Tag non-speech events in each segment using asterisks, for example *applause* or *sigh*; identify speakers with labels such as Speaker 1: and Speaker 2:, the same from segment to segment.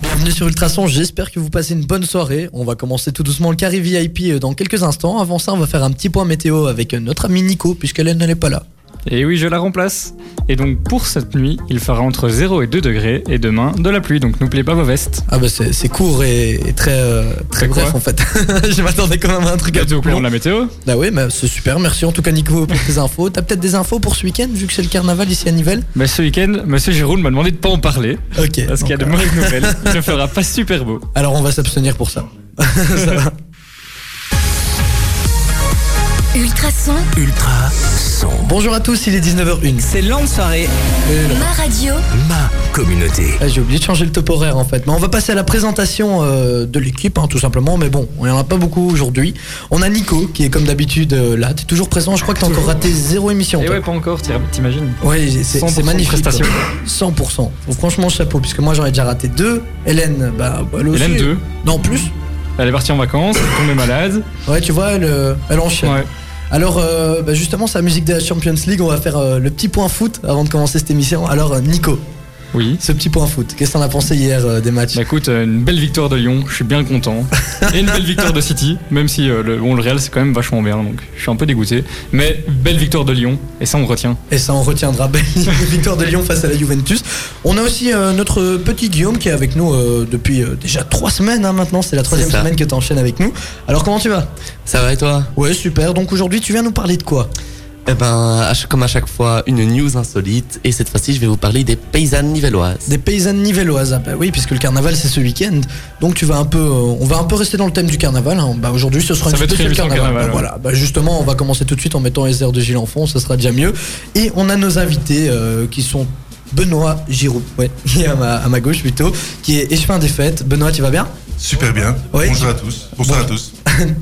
Speaker 1: bienvenue sur Ultrason, j'espère que vous passez une bonne soirée. On va commencer tout doucement le carré VIP euh, dans quelques instants. Avant ça, on va faire un petit point météo avec euh, notre ami Nico, puisqu'Hélène n'est pas là.
Speaker 2: Et oui, je la remplace. Et donc pour cette nuit, il fera entre 0 et 2 degrés et demain de la pluie, donc n'oubliez pas vos vestes.
Speaker 1: Ah bah c'est c'est court et, et très, euh, très
Speaker 2: C'est quoi
Speaker 1: bref en fait. *laughs* Je m'attendais quand même à un truc
Speaker 2: Et
Speaker 1: un
Speaker 2: tout
Speaker 1: peu
Speaker 2: au
Speaker 1: plus long.
Speaker 2: plan de la météo
Speaker 1: Ah oui, mais c'est super, merci en tout cas Nico pour tes infos. T'as peut-être des infos pour ce week-end, vu que c'est le carnaval ici à Nivelles
Speaker 2: bah, Ce week-end, monsieur Giroud m'a demandé de pas en parler
Speaker 1: Ok.
Speaker 2: parce qu'il y a de mauvaises
Speaker 1: euh,
Speaker 2: nouvelles.
Speaker 1: *laughs*
Speaker 2: Il ne fera pas super beau.
Speaker 1: Alors on va s'abstenir pour ça. ça va.
Speaker 3: Ultrason,
Speaker 4: Ultra son.
Speaker 1: Bonjour à tous, il est 19h01.
Speaker 5: C'est longue soirée.
Speaker 3: ma radio,
Speaker 4: Ma communauté.
Speaker 1: Ah, J'ai oublié de changer le top horaire en fait. Mais on va passer à la présentation euh, de l'équipe, hein, tout simplement. Mais bon, on n'y en a pas beaucoup aujourd'hui. On a Nico qui est comme d'habitude euh, là. T'es toujours présent. Je crois que t'as encore raté zéro émission.
Speaker 2: Et
Speaker 1: toi.
Speaker 2: Eh ouais, pas encore, t'ir- t'imagines
Speaker 1: Oui, c'est
Speaker 2: 100%
Speaker 1: c'est magnifique.
Speaker 2: de prestation.
Speaker 1: quoi. 100%. Faut franchement, chapeau, puisque moi j'en ai déjà raté deux. Hélène, bah, bah, elle aussi.
Speaker 2: Hélène 2,
Speaker 1: Non, plus.
Speaker 2: elle est partie en vacances, elle est tombée malade.
Speaker 1: Ouais, tu vois, elle, euh, elle enchaîne.
Speaker 2: Ouais.
Speaker 1: Alors, euh, bah, justement, c'est la musique de la Champions League. On va faire euh, le petit point foot avant de commencer cette émission. Alors, euh, Nico,
Speaker 2: Oui.
Speaker 1: ce petit point foot, qu'est-ce que t'en as pensé hier euh, des matchs
Speaker 2: Bah écoute, euh, une belle victoire de Lyon, je suis bien content. Et une belle victoire de City, même si euh, le, bon, le Real c'est quand même vachement bien, donc je suis un peu dégoûté. Mais belle victoire de Lyon, et ça on retient.
Speaker 1: Et ça, on retiendra belle *laughs* victoire de Lyon face à la Juventus. On a aussi euh, notre petit Guillaume qui est avec nous euh, depuis euh, déjà trois semaines hein, maintenant. C'est la troisième
Speaker 6: ça.
Speaker 1: semaine que tu enchaînes avec nous. Alors, comment tu vas
Speaker 6: Ça va et toi
Speaker 1: Ouais, super. Donc aujourd'hui, tu viens nous parler de quoi
Speaker 6: Eh ben, à chaque- comme à chaque fois, une news insolite. Et cette fois-ci, je vais vous parler des paysannes nivelloises.
Speaker 1: Des paysannes nivelloises. Ah bah oui, puisque le carnaval, c'est ce week-end. Donc tu vas un peu, euh, on va un peu rester dans le thème du carnaval. hein. Bah, aujourd'hui, ce sera
Speaker 2: Ça
Speaker 1: une
Speaker 2: va être
Speaker 1: spéciale
Speaker 2: une émission carnaval,
Speaker 1: Bah, voilà. Bah, justement, on va commencer tout de suite en mettant les airs de Gilles Enfant. Ce sera déjà mieux. Et on a nos invités euh, qui sont Benoît Giroud, ouais, *laughs* qui est à ma, à ma gauche plutôt, qui est échevin des fêtes. Benoît, tu vas bien
Speaker 7: Super bien.
Speaker 1: Oui.
Speaker 7: Bonjour à tous. Bonsoir à tous.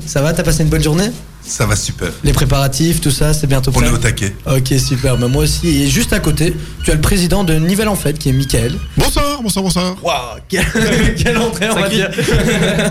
Speaker 1: Ça va T'as passé une bonne journée
Speaker 7: Ça va super.
Speaker 1: Les préparatifs, tout ça, c'est bientôt
Speaker 7: On
Speaker 1: prêt
Speaker 7: est au taquet.
Speaker 1: Ok, super. Bah, moi aussi. Et juste à côté, tu as le président de Nivelles en fête, qui est Mickaël.
Speaker 8: Bonsoir, bonsoir, bonsoir.
Speaker 1: Waouh, quelle, quelle *laughs* entrée on va dire.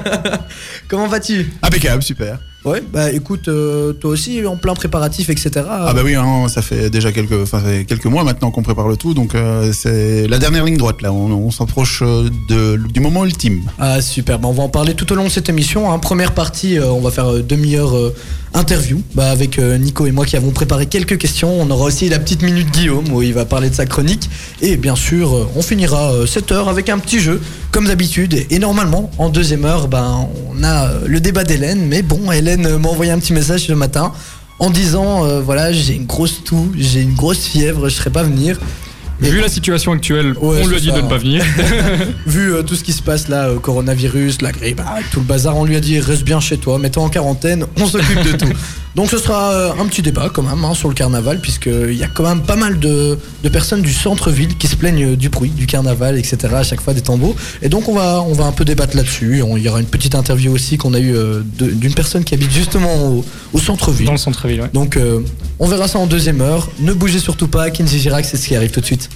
Speaker 1: *laughs* Comment vas-tu
Speaker 8: Impeccable, super.
Speaker 1: Ouais, bah écoute, euh, toi aussi en plein préparatif, etc.
Speaker 8: Ah bah oui, hein, ça fait déjà quelques, enfin, ça fait quelques mois maintenant qu'on prépare le tout, donc euh, c'est la dernière ligne droite là. On, on s'approche euh, de- du moment ultime.
Speaker 1: Ah, super, bah, on va en parler tout au long de cette émission. hein. Première partie, euh, on va faire euh, demi-heure euh, interview bah, avec euh, Nico et moi qui avons préparé quelques questions. On aura aussi la petite minute Guillaume où il va parler de sa chronique. Et bien sûr, euh, on finira euh, cette heure avec un petit jeu, comme d'habitude. Et- Et normalement, en deuxième heure, ben on a euh, le débat d'Hélène. Mais bon, Hélène euh, m'a envoyé un petit message ce matin en disant, euh, voilà, j'ai une grosse toux, j'ai une grosse fièvre, je ne serai pas venir. Et-
Speaker 2: Vu la situation actuelle,
Speaker 1: Ouais,
Speaker 2: on lui a
Speaker 1: c'est
Speaker 2: dit
Speaker 1: ça.
Speaker 2: de ne
Speaker 1: *laughs*
Speaker 2: pas venir.
Speaker 1: Vu euh, tout ce qui se passe là, euh, coronavirus, la grippe, ah, tout le bazar, on lui a dit reste bien chez toi, mets-toi en quarantaine, on s'occupe de
Speaker 2: *laughs*
Speaker 1: tout. Donc ce sera euh, un petit débat quand même hein, sur le carnaval, puisqu'il y a quand même pas mal de, de personnes du centre-ville qui se plaignent euh, du bruit, du carnaval, etc. à chaque fois des tambours. Et donc on va, on va un peu débattre là-dessus. On- Il y aura une petite interview aussi qu'on a eue euh, de- d'une personne qui habite justement au, au centre-ville.
Speaker 2: Dans le centre-ville, ouais.
Speaker 1: Donc euh, on verra ça en deuxième heure. Ne bougez surtout pas, Kinsey Girac, c'est ce qui arrive tout de suite.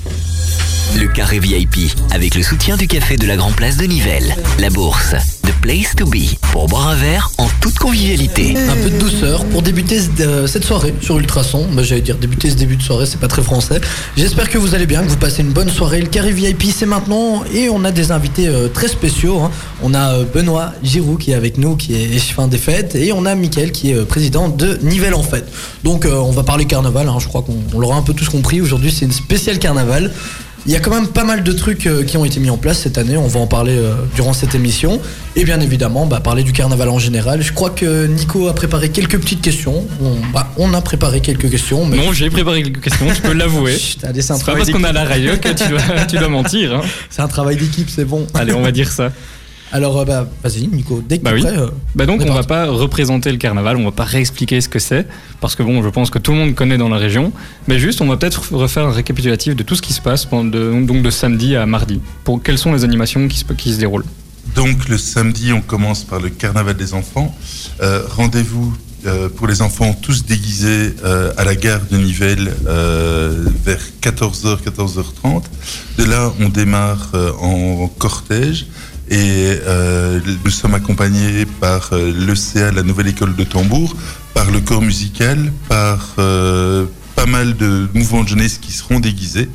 Speaker 4: Le carré VIP avec le soutien du café de la Grand Place de Nivelles. La bourse. The place to be. Pour boire un verre en toute convivialité.
Speaker 1: Un peu de douceur pour débuter ce- euh, cette soirée sur Ultrason. Bah, J'allais dire débuter ce début de soirée, c'est pas très français. J'espère que vous allez bien, que vous passez une bonne soirée. Le carré VIP c'est maintenant et on a des invités euh, très spéciaux. hein. On a euh, Benoît Giroud qui est avec nous, qui est échevin des fêtes, et on a Mickaël qui est euh, président de Nivelles en fête. Donc euh, on va parler carnaval, hein. je crois qu'on on l'aura un peu tous compris. Aujourd'hui c'est une spéciale carnaval. Il y a quand même pas mal de trucs euh, qui ont été mis en place cette année, on va en parler euh, durant cette émission. Et bien évidemment, bah, parler du carnaval en général. Je crois que Nico a préparé quelques petites questions. On, bah, on a préparé quelques questions, mais
Speaker 2: Non, j'ai préparé quelques questions, je
Speaker 1: *laughs*
Speaker 2: peux l'avouer.
Speaker 1: Chut, allez, c'est un,
Speaker 2: C'est pas
Speaker 1: travail
Speaker 2: parce qu'on
Speaker 1: d'équipe.
Speaker 2: a la radio que tu dois, tu dois mentir. hein.
Speaker 1: C'est un travail d'équipe, c'est bon.
Speaker 2: Allez, on va dire ça.
Speaker 1: *laughs* Alors euh, bah, vas-y Nico, dès que
Speaker 2: Bah
Speaker 1: t'es
Speaker 2: oui.
Speaker 1: prêt, euh,
Speaker 2: Bah donc
Speaker 1: On est
Speaker 2: on va
Speaker 1: parti.
Speaker 2: pas représenter le carnaval, on va pas réexpliquer ce que c'est, parce que bon, je pense que tout le monde connaît dans la région, mais juste on va peut-être refaire un récapitulatif de tout ce qui se passe pendant de, donc de samedi à mardi. Pour quelles sont les animations qui se, qui se déroulent
Speaker 7: Donc le samedi, on commence par le carnaval des enfants. Euh, Rendez-vous euh, pour les enfants tous déguisés euh, à la gare de Nivelles euh, vers 14h, 14h30. De là, on démarre euh, en cortège. Et euh, nous sommes accompagnés par l'ECA, la Nouvelle École de Tambour, par le corps musical, par euh, pas mal de mouvements de jeunesse qui seront déguisés.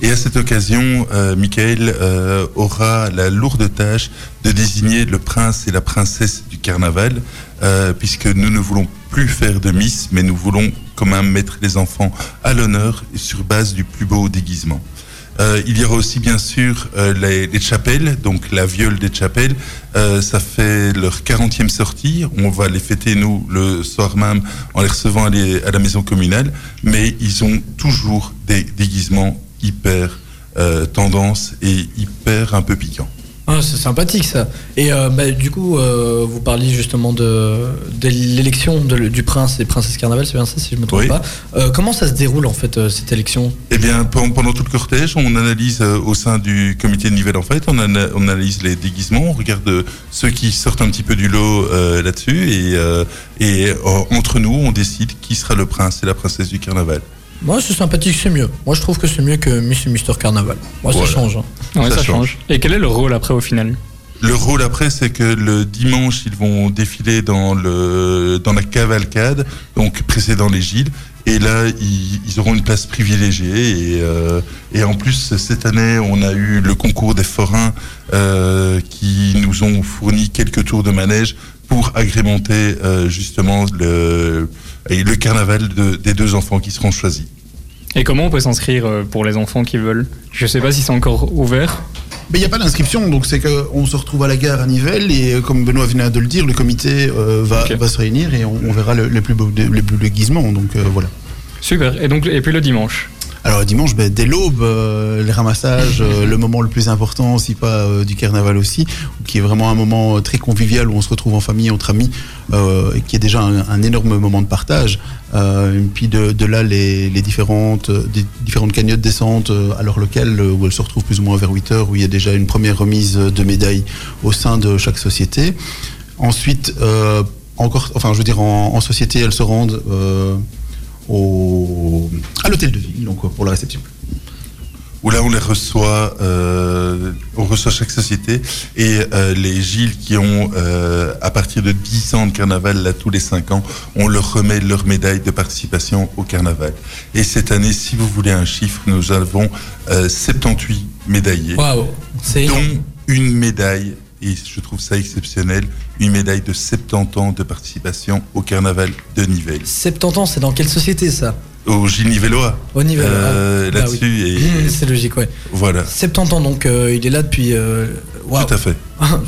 Speaker 7: Et à cette occasion, euh, Michael euh, aura la lourde tâche de désigner le prince et la princesse du carnaval, euh, puisque nous ne voulons plus faire de miss, mais nous voulons quand même mettre les enfants à l'honneur et sur base du plus beau déguisement. Euh, il y aura aussi bien sûr euh, les, les chapelles, donc la viole des chapelles. Euh, ça fait leur 40e sortie. On va les fêter, nous, le soir même, en les recevant à, les- à la maison communale. Mais ils ont toujours des déguisements hyper euh, tendance et hyper un peu piquants.
Speaker 1: Ah, c'est sympathique ça. Et euh, bah, du coup, euh, vous parliez justement de, de l'élection de le- du prince et princesse carnaval, c'est bien ça si je me trompe
Speaker 7: Oui.
Speaker 1: pas. Euh, comment ça se déroule en fait euh, cette élection
Speaker 7: Eh bien, pen- pendant tout le cortège, on analyse euh, au sein du comité de Nivelles, en fait, on, ana- on analyse les déguisements, on regarde euh, ceux qui sortent un petit peu du lot euh, là-dessus, et, euh, et euh, entre nous, on décide qui sera le prince et la princesse du carnaval.
Speaker 1: Moi, c'est sympathique, c'est mieux. Moi, je trouve que c'est mieux que Miss et Mister Carnaval. Moi,
Speaker 7: Voilà.
Speaker 1: ça change. hein.
Speaker 2: Ouais,
Speaker 7: Ça
Speaker 2: ça change. Et quel est le rôle après au final
Speaker 7: Le rôle après, c'est que le dimanche, ils vont défiler dans, le, dans la cavalcade, donc précédant les Gilles. Et là, ils, ils auront une place privilégiée. Et, euh, et en plus, cette année, on a eu le concours des forains euh, qui nous ont fourni quelques tours de manège pour agrémenter euh, justement le, et le carnaval de- des deux enfants qui seront choisis.
Speaker 2: Et comment on peut s'inscrire euh, pour les enfants qui veulent Je sais pas si c'est encore ouvert.
Speaker 8: Mais il n'y a pas d'inscription, donc c'est qu'on se retrouve à la gare à Nivelles et euh, comme Benoît venait de le dire, le comité euh, va,
Speaker 2: Ok.
Speaker 8: va se réunir et on, on verra le- les plus beaux dé- les plus beaux déguisements. Donc euh, voilà.
Speaker 2: Super. Et donc et puis le dimanche.
Speaker 8: Alors dimanche, ben, dès l'aube, euh, les ramassages, euh, le moment le plus important, si pas euh, du carnaval aussi, qui est vraiment un moment euh, très convivial où on se retrouve en famille, entre amis, euh, et qui est déjà un, un énorme moment de partage. Euh, et puis de, de là, les, les différentes, euh, des différentes cagnottes descentes euh, à l'heure locale, euh, où elles se retrouvent plus ou moins vers 8 heures, où il y a déjà une première remise de médailles au sein de chaque société. Ensuite, euh, encore, enfin, je veux dire, en, en société, elles se rendent euh, au, à l'hôtel de ville, donc euh, pour la réception.
Speaker 7: où là on les reçoit, euh, on reçoit chaque société et euh, les Gilles qui ont euh, à partir de 10 ans de carnaval là tous les 5 ans, on leur remet leur médaille de participation au carnaval. Et cette année, si vous voulez un chiffre, nous avons euh, 78 médaillés,
Speaker 1: Waouh, c'est énorme.
Speaker 7: dont une médaille et je trouve ça exceptionnel, une médaille de 70 ans de participation au carnaval de Nivelles,
Speaker 1: 70 ans, c'est dans quelle société ça
Speaker 7: au Gilles Nivellois.
Speaker 1: Au Nivelles.
Speaker 7: Euh,
Speaker 1: ah, bah
Speaker 7: là-dessus
Speaker 1: oui.
Speaker 7: et-
Speaker 1: Mmh, c'est logique, ouais.
Speaker 7: Voilà,
Speaker 1: 70 ans, donc euh, il est là depuis. euh, Waouh, *laughs*
Speaker 7: tout à fait.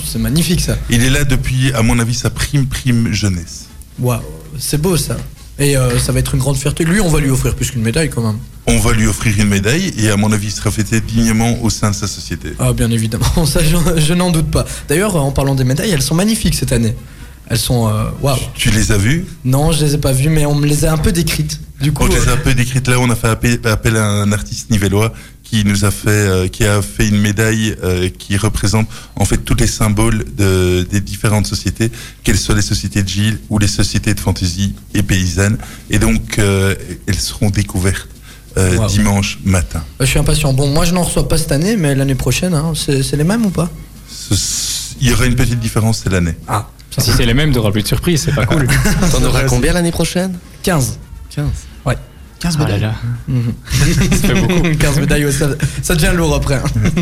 Speaker 1: c'est magnifique ça.
Speaker 7: Il est là depuis, à mon avis, sa prime prime jeunesse.
Speaker 1: Waouh, c'est beau ça. Et euh, ça va être une grande fierté. Lui, on va lui offrir plus qu'une médaille quand même.
Speaker 7: On va lui offrir une médaille et à mon avis, il sera fêté dignement au sein de sa société.
Speaker 1: Ah, bien évidemment, *laughs* ça je, je n'en doute pas. D'ailleurs, en parlant des médailles, elles sont magnifiques cette année. Elles sont. euh, Waouh.
Speaker 7: Tu les as vus
Speaker 1: Non, je les ai pas vues, mais on me les a un peu décrites. Du coup,
Speaker 7: On les a
Speaker 1: euh,
Speaker 7: un peu décrites là. On a fait appel, appel à un artiste nivellois qui nous a fait, euh, qui a fait une médaille euh, qui représente en fait tous les symboles de, des différentes sociétés, qu'elles soient les sociétés de Gilles ou les sociétés de fantaisie et paysannes. Et donc, euh, elles seront découvertes euh,
Speaker 1: Wow.
Speaker 7: dimanche matin.
Speaker 1: Bah, je suis impatient. Bon, moi je n'en reçois pas cette année, mais l'année prochaine, hein, c'est c'est les mêmes ou pas
Speaker 7: Ce- il y aura une petite différence, c'est l'année.
Speaker 1: Ah,
Speaker 2: Si c'est les mêmes, t'auras plus de surprise. C'est pas cool.
Speaker 6: T'en auras combien l'année prochaine
Speaker 1: 15.
Speaker 6: 15.
Speaker 8: 15
Speaker 2: Ah
Speaker 8: médailles.
Speaker 2: là là.
Speaker 1: Mhm.
Speaker 2: *laughs* Ça fait beaucoup.
Speaker 1: *laughs* 15 médailles, ouais, ça, ça devient lourd après. hein.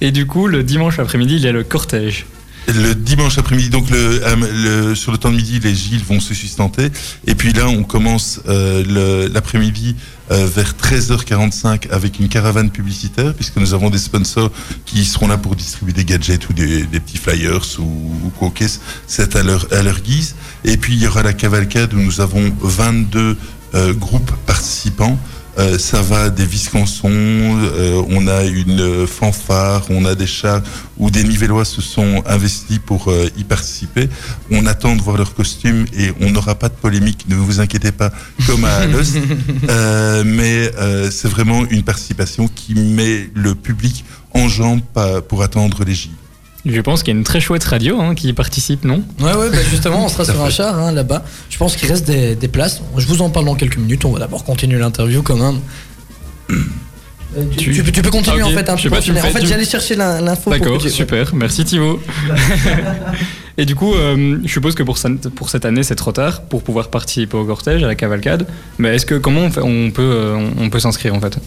Speaker 2: Et du coup, le dimanche après-midi, il y a le cortège.
Speaker 7: Le dimanche après-midi, donc le, euh, le- sur le temps de midi, les Gilles vont se sustenter. Et puis là, on commence euh, le- l'après-midi euh, vers 13h45 avec une caravane publicitaire, puisque nous avons des sponsors qui seront là pour distribuer des gadgets ou des, des petits flyers ou, ou quoi que ce- C'est à leur, à leur guise. Et puis, il y aura la cavalcade où nous avons 22 euh, groupes participants. Euh, ça va des viscansons, euh, on a une euh, fanfare, on a des chars où des Nivellois se sont investis pour euh, y participer. On attend de voir leurs costumes et on n'aura pas de polémique, ne vous inquiétez pas, comme à Lost. Euh, mais euh, c'est vraiment une participation qui met le public en jambes pas- pour attendre les J.
Speaker 2: Je pense qu'il y a une très chouette radio hein, qui y participe, non
Speaker 1: Ouais, ouais, bah justement, on sera sur un char hein, là-bas. Je pense qu'il reste des, des places. Je vous en parle dans quelques minutes. On va d'abord continuer l'interview quand même. Euh, Tu,
Speaker 2: Tu-
Speaker 1: tu peux- tu peux continuer
Speaker 2: Ah, ok.
Speaker 1: en fait. hein, tu
Speaker 2: Je sais
Speaker 1: peux
Speaker 2: pas, tu
Speaker 1: enchaîner.
Speaker 2: me
Speaker 1: en
Speaker 2: fais-
Speaker 1: fait,
Speaker 2: tu-
Speaker 1: j'allais chercher l'in- l'info. pour
Speaker 2: D'accord,
Speaker 1: que tu-
Speaker 2: super, merci Thibaut. Et du coup, euh, je suppose que pour, ça- pour cette année, c'est trop tard pour pouvoir participer au cortège, à la cavalcade. Mais est-ce que comment on, fait- on peut, euh, on peut s'inscrire en fait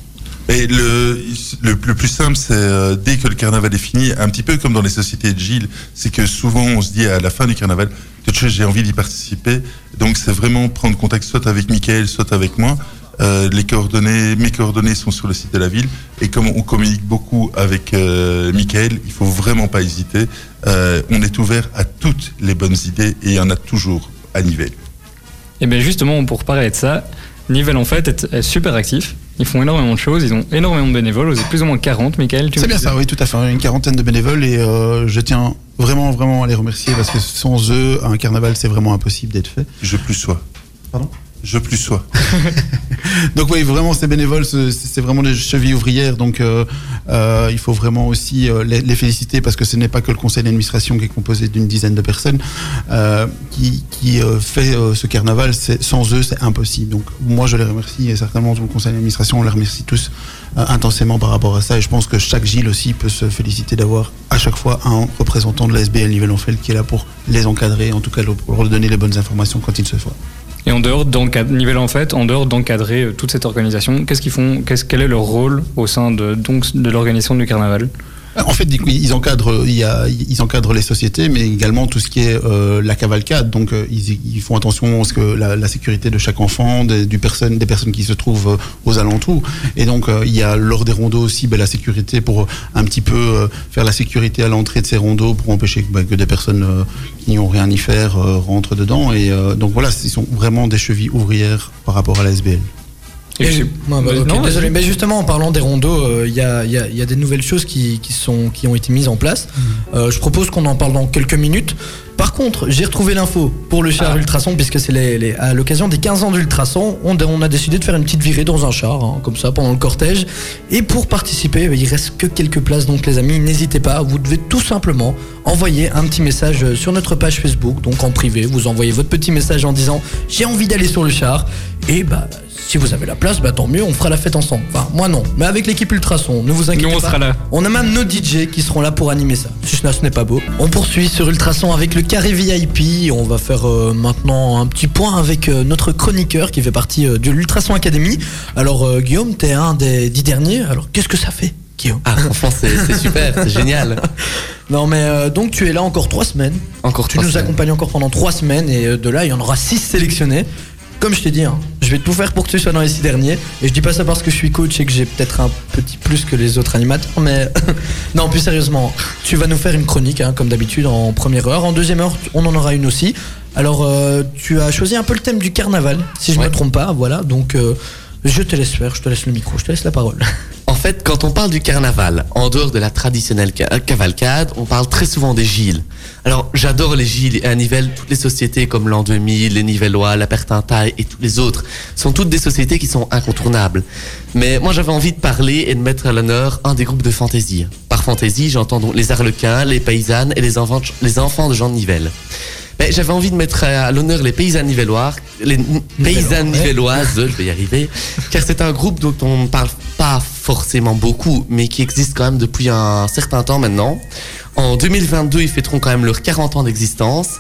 Speaker 7: Et le, le, le plus simple, c'est euh, dès que le carnaval est fini, un petit peu comme dans les sociétés de Gilles, c'est que souvent on se dit à la fin du carnaval, quelque chose, j'ai envie d'y participer. Donc c'est vraiment prendre contact soit avec Mickaël, soit avec moi. Euh, les coordonnées, mes coordonnées sont sur le site de la ville. Et comme on communique beaucoup avec euh, Michael, il faut vraiment pas hésiter. Euh, on est ouvert à toutes les bonnes idées et il y en a toujours à Nivelles.
Speaker 2: Et bien justement, pour parler de ça, Nivelle en fait est, est super actif. Ils font énormément de choses, ils ont énormément de bénévoles, c'est plus ou moins 40, Michael. tu me
Speaker 8: C'est bien
Speaker 2: disais.
Speaker 8: ça, oui, tout à fait. Une quarantaine de bénévoles et euh, je tiens vraiment, vraiment à les remercier parce que sans eux, un carnaval, c'est vraiment impossible d'être fait.
Speaker 7: Je plus sois.
Speaker 8: Pardon
Speaker 7: Je plus sois.
Speaker 8: Donc oui, vraiment, ces bénévoles, ce- c'est c'est vraiment des chevilles ouvrières. Donc euh, euh, il faut vraiment aussi euh, les, les féliciter parce que ce n'est pas que le conseil d'administration qui est composé d'une dizaine de personnes euh, qui, qui euh, fait euh, ce carnaval. C'est- Sans eux, c'est impossible. Donc moi, je les remercie et certainement tout le conseil d'administration, on les remercie tous euh, intensément par rapport à ça. Et je pense que chaque Gilles aussi peut se féliciter d'avoir à chaque fois un représentant de la SBL Nivelles-Enfeld qui est là pour les encadrer, en tout cas pour leur donner les bonnes informations quand il se faut.
Speaker 2: Et en dehors d'encadrer, Nivelle en fait, en dehors d'encadrer euh, toute cette organisation, qu'est-ce qu'ils font Qu'est-ce- Quel est leur rôle au sein de, donc, de l'organisation du carnaval
Speaker 8: En fait, ils- ils encadrent, il y a- ils encadrent les sociétés, mais également tout ce qui est euh, la cavalcade. Donc, euh, ils, ils font attention à ce que la, la sécurité de chaque enfant, des, du personne, des personnes qui se trouvent euh, aux alentours. Et donc, euh, il y a lors des rondeaux aussi ben, la sécurité pour un petit peu euh, faire la sécurité à l'entrée de ces rondeaux pour empêcher que, ben, que des personnes euh, qui n'ont rien à y faire euh, rentrent dedans. Et euh, donc voilà, ils sont vraiment des chevilles ouvrières par rapport à la SBL.
Speaker 2: Et
Speaker 1: Et-
Speaker 2: je sais-
Speaker 1: Ouais, bah,
Speaker 2: Euh,
Speaker 1: ok,
Speaker 2: non,
Speaker 1: désolé, mais justement en parlant des rondeaux, euh, il y, a, il y a- il y a des nouvelles choses qui, qui sont, qui ont été mises en place.
Speaker 2: Mhm.
Speaker 1: Euh, je propose qu'on en parle dans quelques minutes. Par contre, j'ai retrouvé l'info pour le
Speaker 2: Ah.
Speaker 1: char Ultrason, puisque c'est les- les- à l'occasion des 15 ans d'Ultrason, on, on a décidé de faire une petite virée dans un char, hein, comme ça, pendant le cortège. Et pour participer, bah, il reste que quelques places, donc les amis, n'hésitez pas, vous devez tout simplement envoyer un petit message euh, sur notre page Facebook, donc en privé, vous envoyez votre petit message en disant j'ai envie d'aller sur le char, et bah si vous avez la place, bah tant mieux, on fera la fête ensemble. Enfin, moi non, mais avec l'équipe Ultrason, ne vous inquiétez
Speaker 2: Nous, on
Speaker 1: pas.
Speaker 2: sera là.
Speaker 1: On a même nos DJ qui seront là pour animer ça. Si ce n'est pas beau. On poursuit sur Ultrason avec le carré VIP. On va faire euh, maintenant un petit point avec euh, notre chroniqueur qui fait partie euh, de l'Ultrason Academy. Alors euh, Guillaume, t'es un des dix derniers. Alors qu'est-ce que ça fait, Guillaume
Speaker 6: Ah, franchement, c'est c'est super, c'est génial.
Speaker 1: Non mais euh, donc tu es là encore trois semaines.
Speaker 6: Encore
Speaker 1: Tu
Speaker 6: trois
Speaker 1: nous
Speaker 6: semaines.
Speaker 1: accompagnes encore pendant trois semaines et euh, de là il y en aura six sélectionnés. Comme je t'ai dit, hein, je vais tout faire pour que tu sois dans les six derniers. Et je dis pas ça parce que je suis coach et que j'ai peut-être un petit plus que les autres animateurs, mais *laughs* non, plus sérieusement, tu vas nous faire une chronique, hein, comme d'habitude, en première heure. En deuxième heure, on en aura une aussi. Alors, euh, tu as choisi un peu le thème du carnaval, si je me
Speaker 6: Ouais.
Speaker 1: trompe pas, voilà. Donc, euh, je te laisse faire, je te laisse le micro, je te laisse la parole. *laughs*
Speaker 6: En fait, quand on parle du carnaval, en dehors de la traditionnelle ca- euh, cavalcade, on parle très souvent des Gilles. Alors, j'adore les Gilles et à Nivelles, toutes les sociétés comme l'An 2000, les Nivellois, la Pertintaille et toutes les autres sont toutes des sociétés qui sont incontournables. Mais moi, j'avais envie de parler et de mettre à l'honneur un des groupes de fantaisie. Par fantaisie, j'entends donc les Arlequins, les Paysannes et les enfants, les enfants de Jean de Nivelles. Ben, j'avais envie de mettre à l'honneur les paysannes nivelloises, les n- paysannes
Speaker 1: ouais.
Speaker 6: nivelloises, je vais y arriver, car c'est un groupe dont on ne parle pas forcément beaucoup, mais qui existe quand même depuis un certain temps maintenant. En 2022, ils fêteront quand même leurs 40 ans d'existence.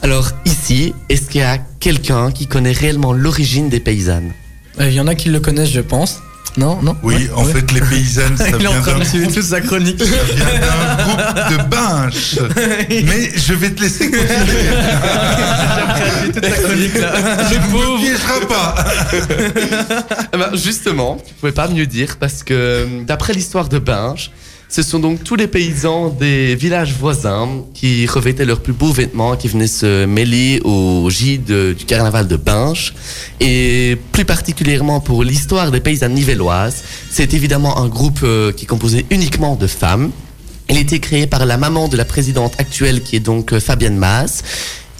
Speaker 6: Alors ici, est-ce qu'il y a quelqu'un qui connaît réellement l'origine des paysannes
Speaker 1: Euh, Il y en a qui le connaissent, je pense. Non, non
Speaker 7: Oui,
Speaker 1: Ouais,
Speaker 7: en
Speaker 1: ouais.
Speaker 7: fait, les
Speaker 1: *laughs*
Speaker 7: paysannes, ça
Speaker 1: Il est en
Speaker 7: vient
Speaker 1: train
Speaker 7: d'un
Speaker 1: de suivre toute sa chronique.
Speaker 7: Il y a un groupe de *laughs* binches. Mais je vais te laisser continuer. *laughs*
Speaker 2: Les
Speaker 7: Tu
Speaker 2: pauvres
Speaker 7: piégeras pas.
Speaker 6: Eh ben, justement, tu pouvais pas mieux dire parce que euh, d'après l'histoire de Binge, ce sont donc tous les paysans des villages voisins qui revêtaient leurs plus beaux vêtements, qui venaient se mêler au gîte euh, du carnaval de Binge. Et plus particulièrement pour l'histoire des paysannes nivelloises, c'est évidemment un groupe euh, qui est composé uniquement de femmes. Il a été créé par la maman de la présidente actuelle qui est donc euh, Fabienne Maas.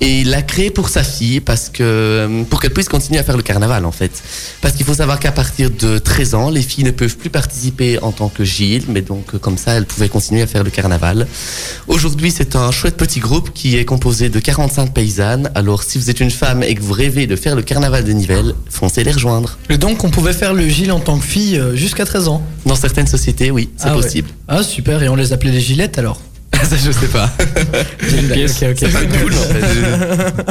Speaker 6: Et il l'a créé pour sa fille, parce que, euh, pour qu'elle puisse continuer à faire le carnaval, en fait. Parce qu'il faut savoir qu'à partir de 13 ans, les filles ne peuvent plus participer en tant que Gilles, mais donc, euh, comme ça, elles pouvaient continuer à faire le carnaval. Aujourd'hui, c'est un chouette petit groupe qui est composé de 45 paysannes. Alors, si vous êtes une femme et que vous rêvez de faire le carnaval de Nivelles, foncez les rejoindre.
Speaker 1: Et donc, on pouvait faire le Gilles en tant que fille euh, jusqu'à 13 ans.
Speaker 6: Dans certaines sociétés, oui, c'est
Speaker 1: Ah ouais. *laughs*
Speaker 6: possible.
Speaker 1: Ah, super. Et on les appelait les Gilettes alors
Speaker 6: ça, je sais pas.
Speaker 2: pièce.
Speaker 1: Ok, ok.
Speaker 7: Pas cool, en fait.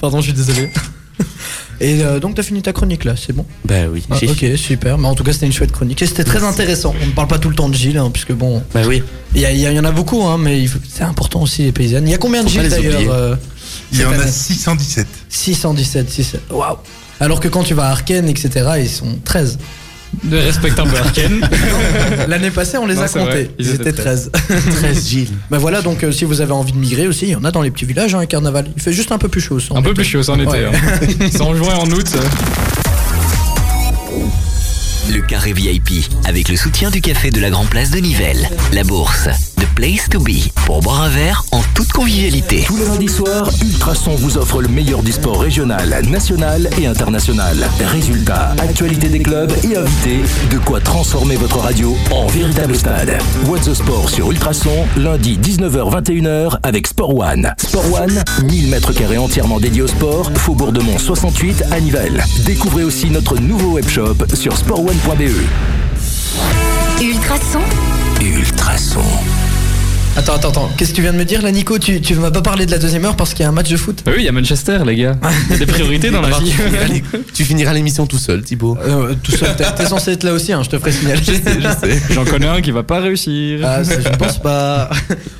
Speaker 1: Pardon, je suis
Speaker 2: *laughs*
Speaker 1: désolé. Et euh, donc, t'as fini ta chronique là, c'est bon
Speaker 6: Ben oui,
Speaker 1: Ah,
Speaker 6: j'ai-
Speaker 1: Ok, super. Mais en tout cas, c'était une chouette chronique. Et c'était très intéressant. On ne parle pas tout le temps de Gilles, hein, puisque bon,
Speaker 6: Ben oui.
Speaker 1: il y, a- il y a- il y en a beaucoup, hein, mais il faut- c'est important aussi les paysannes. Il y a combien de
Speaker 6: Faut pas
Speaker 1: Gilles
Speaker 6: les oublier.
Speaker 1: d'ailleurs euh,
Speaker 7: Il y
Speaker 1: cette
Speaker 7: en a
Speaker 1: année
Speaker 7: 617.
Speaker 1: 617, 617. Waouh Alors que quand tu vas à Arken, etc., ils sont
Speaker 2: *laughs*
Speaker 1: 13.
Speaker 2: De respectable Arken.
Speaker 1: L'année passée, on les
Speaker 2: Non,
Speaker 1: a
Speaker 2: c'est
Speaker 1: comptés.
Speaker 2: vrai,
Speaker 1: Ils,
Speaker 2: ils étaient
Speaker 1: étaient 13.
Speaker 2: *laughs*
Speaker 6: 13 Gilles.
Speaker 1: bah voilà, donc euh, si vous avez envie de migrer aussi, il y en a dans les petits villages, hein, un carnaval. Il fait juste un peu plus chaud. ça, en
Speaker 2: Un peu
Speaker 1: été.
Speaker 2: plus chaud, ça en
Speaker 1: Ouais.
Speaker 2: été. hein. Ça en juin, en août. euh,
Speaker 4: Le carré VIP avec le soutien du café de la Grand Place de Nivelles, la bourse, The Place to Be pour boire un verre en toute convivialité.
Speaker 5: Tous les lundis soirs, Ultrason vous offre le meilleur du sport régional, national et international. Résultats, actualités des clubs et invités, de quoi transformer votre radio en véritable stade. What's the Sport sur Ultrason, lundi 19h-21h avec Sport One. Sport One, 1000 mètres carrés entièrement dédiés au sport, Faubourg de Mont 68 à Nivelles. Découvrez aussi notre nouveau webshop sur sportone.be.
Speaker 3: Ultrason,
Speaker 5: Ultrason.
Speaker 1: Attends, attends, attends. Qu'est-ce que tu viens de me dire là, Nico Tu tu m'as pas parlé de la deuxième heure parce qu'il y a un match de foot
Speaker 2: Bah oui, il y a Manchester, les gars. Il y a des priorités dans la *laughs*
Speaker 6: Alors,
Speaker 2: vie.
Speaker 6: tu finiras les- tu finiras l'émission tout seul, Thibaut.
Speaker 1: Euh, tout seul, *laughs* t'es t'es censé être là aussi, hein, je te ferai signaler.
Speaker 2: J'en connais un qui va pas réussir.
Speaker 1: Ah, ça, je ne pense pas.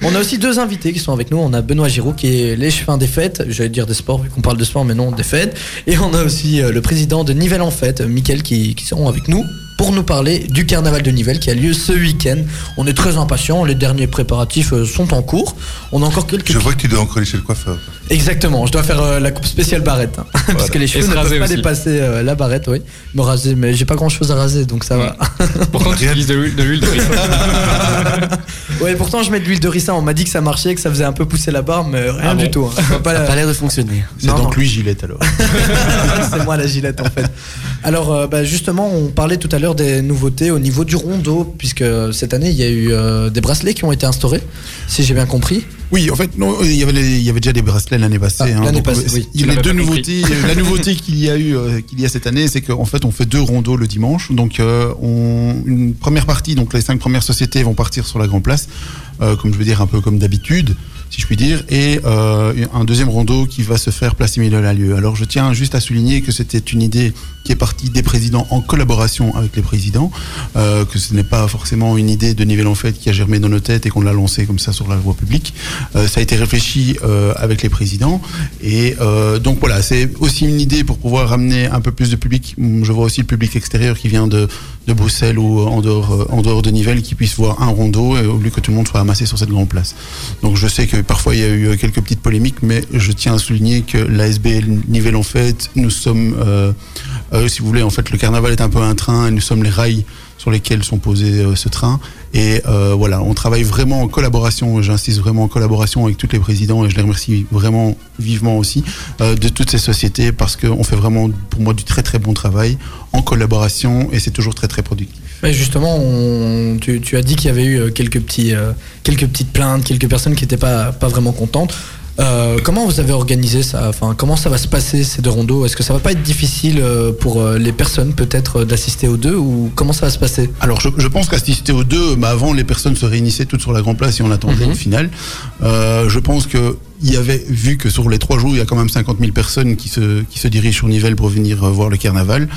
Speaker 1: On a aussi deux invités qui sont avec nous. On a Benoît Giraud qui est l'échevin des fêtes, j'allais dire des sports, vu qu'on parle de sport, mais non, des fêtes. Et on a aussi euh, le président de Nivelles en fête, euh, Mickaël, qui, qui seront avec nous pour nous parler du carnaval de Nivelles qui a lieu ce week-end. On est très impatients, les derniers préparatifs euh, sont en cours. On a encore quelques...
Speaker 7: Je vois que tu dois encore aller chez le coiffeur.
Speaker 1: Exactement, je dois faire euh, la coupe spéciale barrette, hein, *laughs* parce que les cheveux
Speaker 2: se
Speaker 1: ne peuvent
Speaker 2: raser
Speaker 1: pas
Speaker 2: aussi.
Speaker 1: dépasser euh, la barrette, oui. Me raser, mais j'ai pas grand-chose à raser, donc ça va.
Speaker 2: Pourtant, tu utilises de l'huile de, l'huile de ricin.
Speaker 1: Ouais, pourtant je mets de l'huile de ricin. On m'a dit que ça marchait, que ça faisait un peu pousser la barbe, mais rien
Speaker 2: Ah bon
Speaker 1: du tout. hein.
Speaker 2: *laughs*
Speaker 1: On va pas la-
Speaker 6: Pas l'air de fonctionner.
Speaker 8: C'est
Speaker 1: Non, non.
Speaker 8: donc lui Gillette alors.
Speaker 1: *laughs* c'est moi la gilette en fait. Alors euh, bah, justement, on parlait tout à l'heure des nouveautés au niveau du rondeau, puisque cette année il y a eu euh, des bracelets qui ont été instaurés, si j'ai bien compris.
Speaker 8: Oui, en fait, non, il y avait, les- il y avait déjà des bracelets l'année passée.
Speaker 1: Ah,
Speaker 8: hein,
Speaker 1: l'année
Speaker 8: donc,
Speaker 1: passée,
Speaker 8: euh,
Speaker 1: oui.
Speaker 8: Il y
Speaker 2: Tu
Speaker 8: a
Speaker 2: l'avais
Speaker 8: deux
Speaker 2: pas
Speaker 8: nouveautés. La nouveauté qu'il y a eu, euh, qu'il y a cette année, c'est qu'en fait, on fait deux rondeaux le dimanche. Donc, euh, on, une première partie, donc les cinq premières sociétés vont partir sur la Grand Place, euh, comme je veux dire, un peu comme d'habitude, si je puis dire, et euh, un deuxième rondeau qui va se faire place Emile lieu. Alors, je tiens juste à souligner que c'était une idée qui est partie des présidents en collaboration avec les présidents, euh, que ce n'est pas forcément une idée de Nivelle en fait qui a germé dans nos têtes et qu'on l'a lancée comme ça sur la voie publique. Euh, ça a été réfléchi euh, avec les présidents et euh, donc voilà, c'est aussi une idée pour pouvoir ramener un peu plus de public. Je vois aussi le public extérieur qui vient de, de Bruxelles ou en dehors, euh, en dehors de Nivelles qui puisse voir un rondeau et au lieu que tout le monde soit amassé sur cette grande place. Donc je sais que parfois il y a eu euh, quelques petites polémiques, mais je tiens à souligner que l'ASBL Nivelles en fait, nous sommes, euh, euh, si vous voulez, en fait le carnaval est un peu un train et nous sommes les rails sur lesquels sont posés euh, ce train. Et euh, voilà, on travaille vraiment en collaboration, j'insiste vraiment en collaboration avec tous les présidents et je les remercie vraiment vivement aussi euh, de toutes ces sociétés parce qu'on fait vraiment pour moi du très très bon travail en collaboration et c'est toujours très très productif.
Speaker 1: Mais justement, on- tu, tu as dit qu'il y avait eu euh, quelques, petits, euh, quelques petites plaintes, quelques personnes qui n'étaient pas, pas vraiment contentes. Euh, comment vous avez organisé ça enfin, Comment ça va se passer ces deux rondeaux Est-ce que ça va pas être difficile euh, pour euh, les personnes peut-être euh, d'assister aux deux ou comment ça va se passer
Speaker 8: Alors je, je pense qu'assister aux deux, bah, avant les personnes se réunissaient toutes sur la grande place et on attendait le final. Euh, je pense que il y avait vu que sur les trois jours il y a quand même 50 000 personnes qui se qui se dirigent sur Nivelles pour venir euh, voir le carnaval.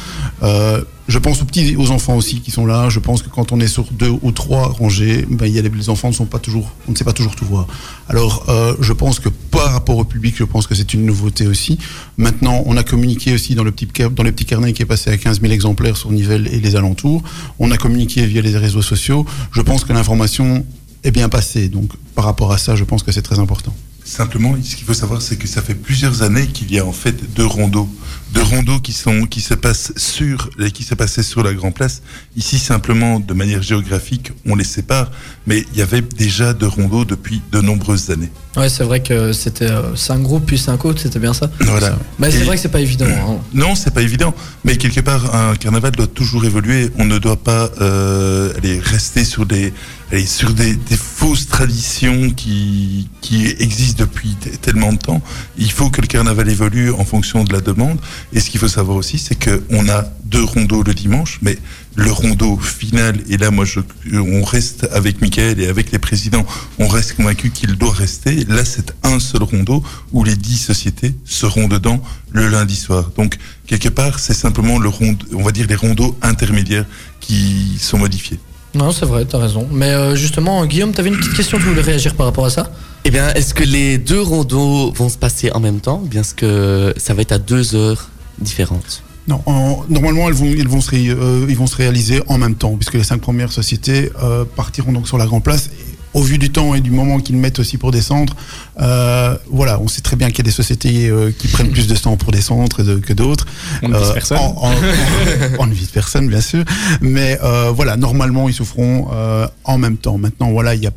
Speaker 8: Euh, je pense aux petits, aux enfants aussi qui sont là. Je pense que quand on est sur deux ou trois rangées, ben, il y a des, les enfants ne sont pas toujours, on ne sait pas toujours tout voir. Alors, euh, je pense que par rapport au public, je pense que c'est une nouveauté aussi. Maintenant, on a communiqué aussi dans le petit ca- dans le petit carnet qui est passé à 15 000 exemplaires sur Nivelles et les alentours. On a communiqué via les réseaux sociaux. Je pense que l'information est bien passée. Donc, par rapport à ça, je pense que c'est très important.
Speaker 7: Simplement, ce qu'il faut savoir, c'est que ça fait plusieurs années qu'il y a en fait deux rondeaux. de rondeaux qui sont qui se passent sur et qui se passaient sur la Grand Place. Ici simplement de manière géographique, on les sépare, mais il y avait déjà de rondeaux depuis de nombreuses années.
Speaker 1: Ouais, c'est vrai que c'était euh, 5 groupes puis 5 autres, c'était bien ça.
Speaker 7: Voilà.
Speaker 1: Mais c'est
Speaker 7: Et-
Speaker 1: vrai que c'est pas évident. hein.
Speaker 7: Non, c'est pas évident. Mais quelque part, un carnaval doit toujours évoluer. On ne doit pas euh, aller rester sur des aller sur des, des fausses traditions qui qui existent depuis t- tellement de temps. Il faut que le carnaval évolue en fonction de la demande. Et ce qu'il faut savoir aussi, c'est que on a deux rondeaux le dimanche, mais le rondeau final. Et là, moi, je, on reste avec Michael et avec les présidents. On reste convaincu qu'il doit rester. Là, c'est un seul rondeau où les dix sociétés seront dedans le lundi soir. Donc, quelque part, c'est simplement le rond, on va dire les rondeaux intermédiaires qui sont modifiés.
Speaker 1: Non, c'est vrai, t'as raison. Mais euh, justement, Guillaume, t'avais une petite question, tu voulais réagir par rapport à ça
Speaker 6: Eh bien, est-ce que les deux rondeaux vont se passer en même temps ou bien est-ce que ça va être à deux heures différentes
Speaker 8: Non, en- normalement, elles vont, ils, vont se ré- euh, ils vont se réaliser en même temps, puisque les cinq premières sociétés euh, partiront donc sur la Grand Place. Et au vu du temps et du moment qu'ils mettent aussi pour descendre, euh, voilà, on sait très bien qu'il y a des sociétés euh, qui prennent plus de temps pour descendre de- que d'autres. Euh,
Speaker 2: On ne vise personne.
Speaker 8: En, *laughs* en- on ne vise personne, bien sûr. Mais euh, voilà, normalement, ils souffront euh, en même temps. Maintenant, voilà, il y a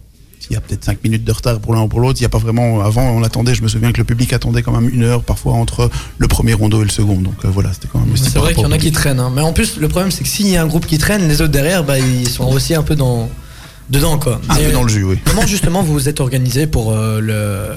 Speaker 8: il y a peut-être 5 minutes de retard pour l'un ou pour l'autre. Il n'y a pas vraiment. Avant, on attendait. Je me souviens que le public attendait quand même une heure, parfois entre le premier rondeau et le second. Donc euh, voilà, c'était quand même. aussi
Speaker 1: C'est
Speaker 8: par
Speaker 1: vrai qu'il y en
Speaker 8: rapport
Speaker 1: a
Speaker 8: au
Speaker 1: qui traînent. hein. Mais en plus, le problème, c'est que s'il y a un groupe qui traîne, les autres derrière, bah, ils sont aussi un peu dans... dedans. Quoi.
Speaker 8: Un
Speaker 1: Mais, euh,
Speaker 8: peu Ah, dans le jus, oui.
Speaker 1: Comment justement vous vous êtes organisé pour euh, le,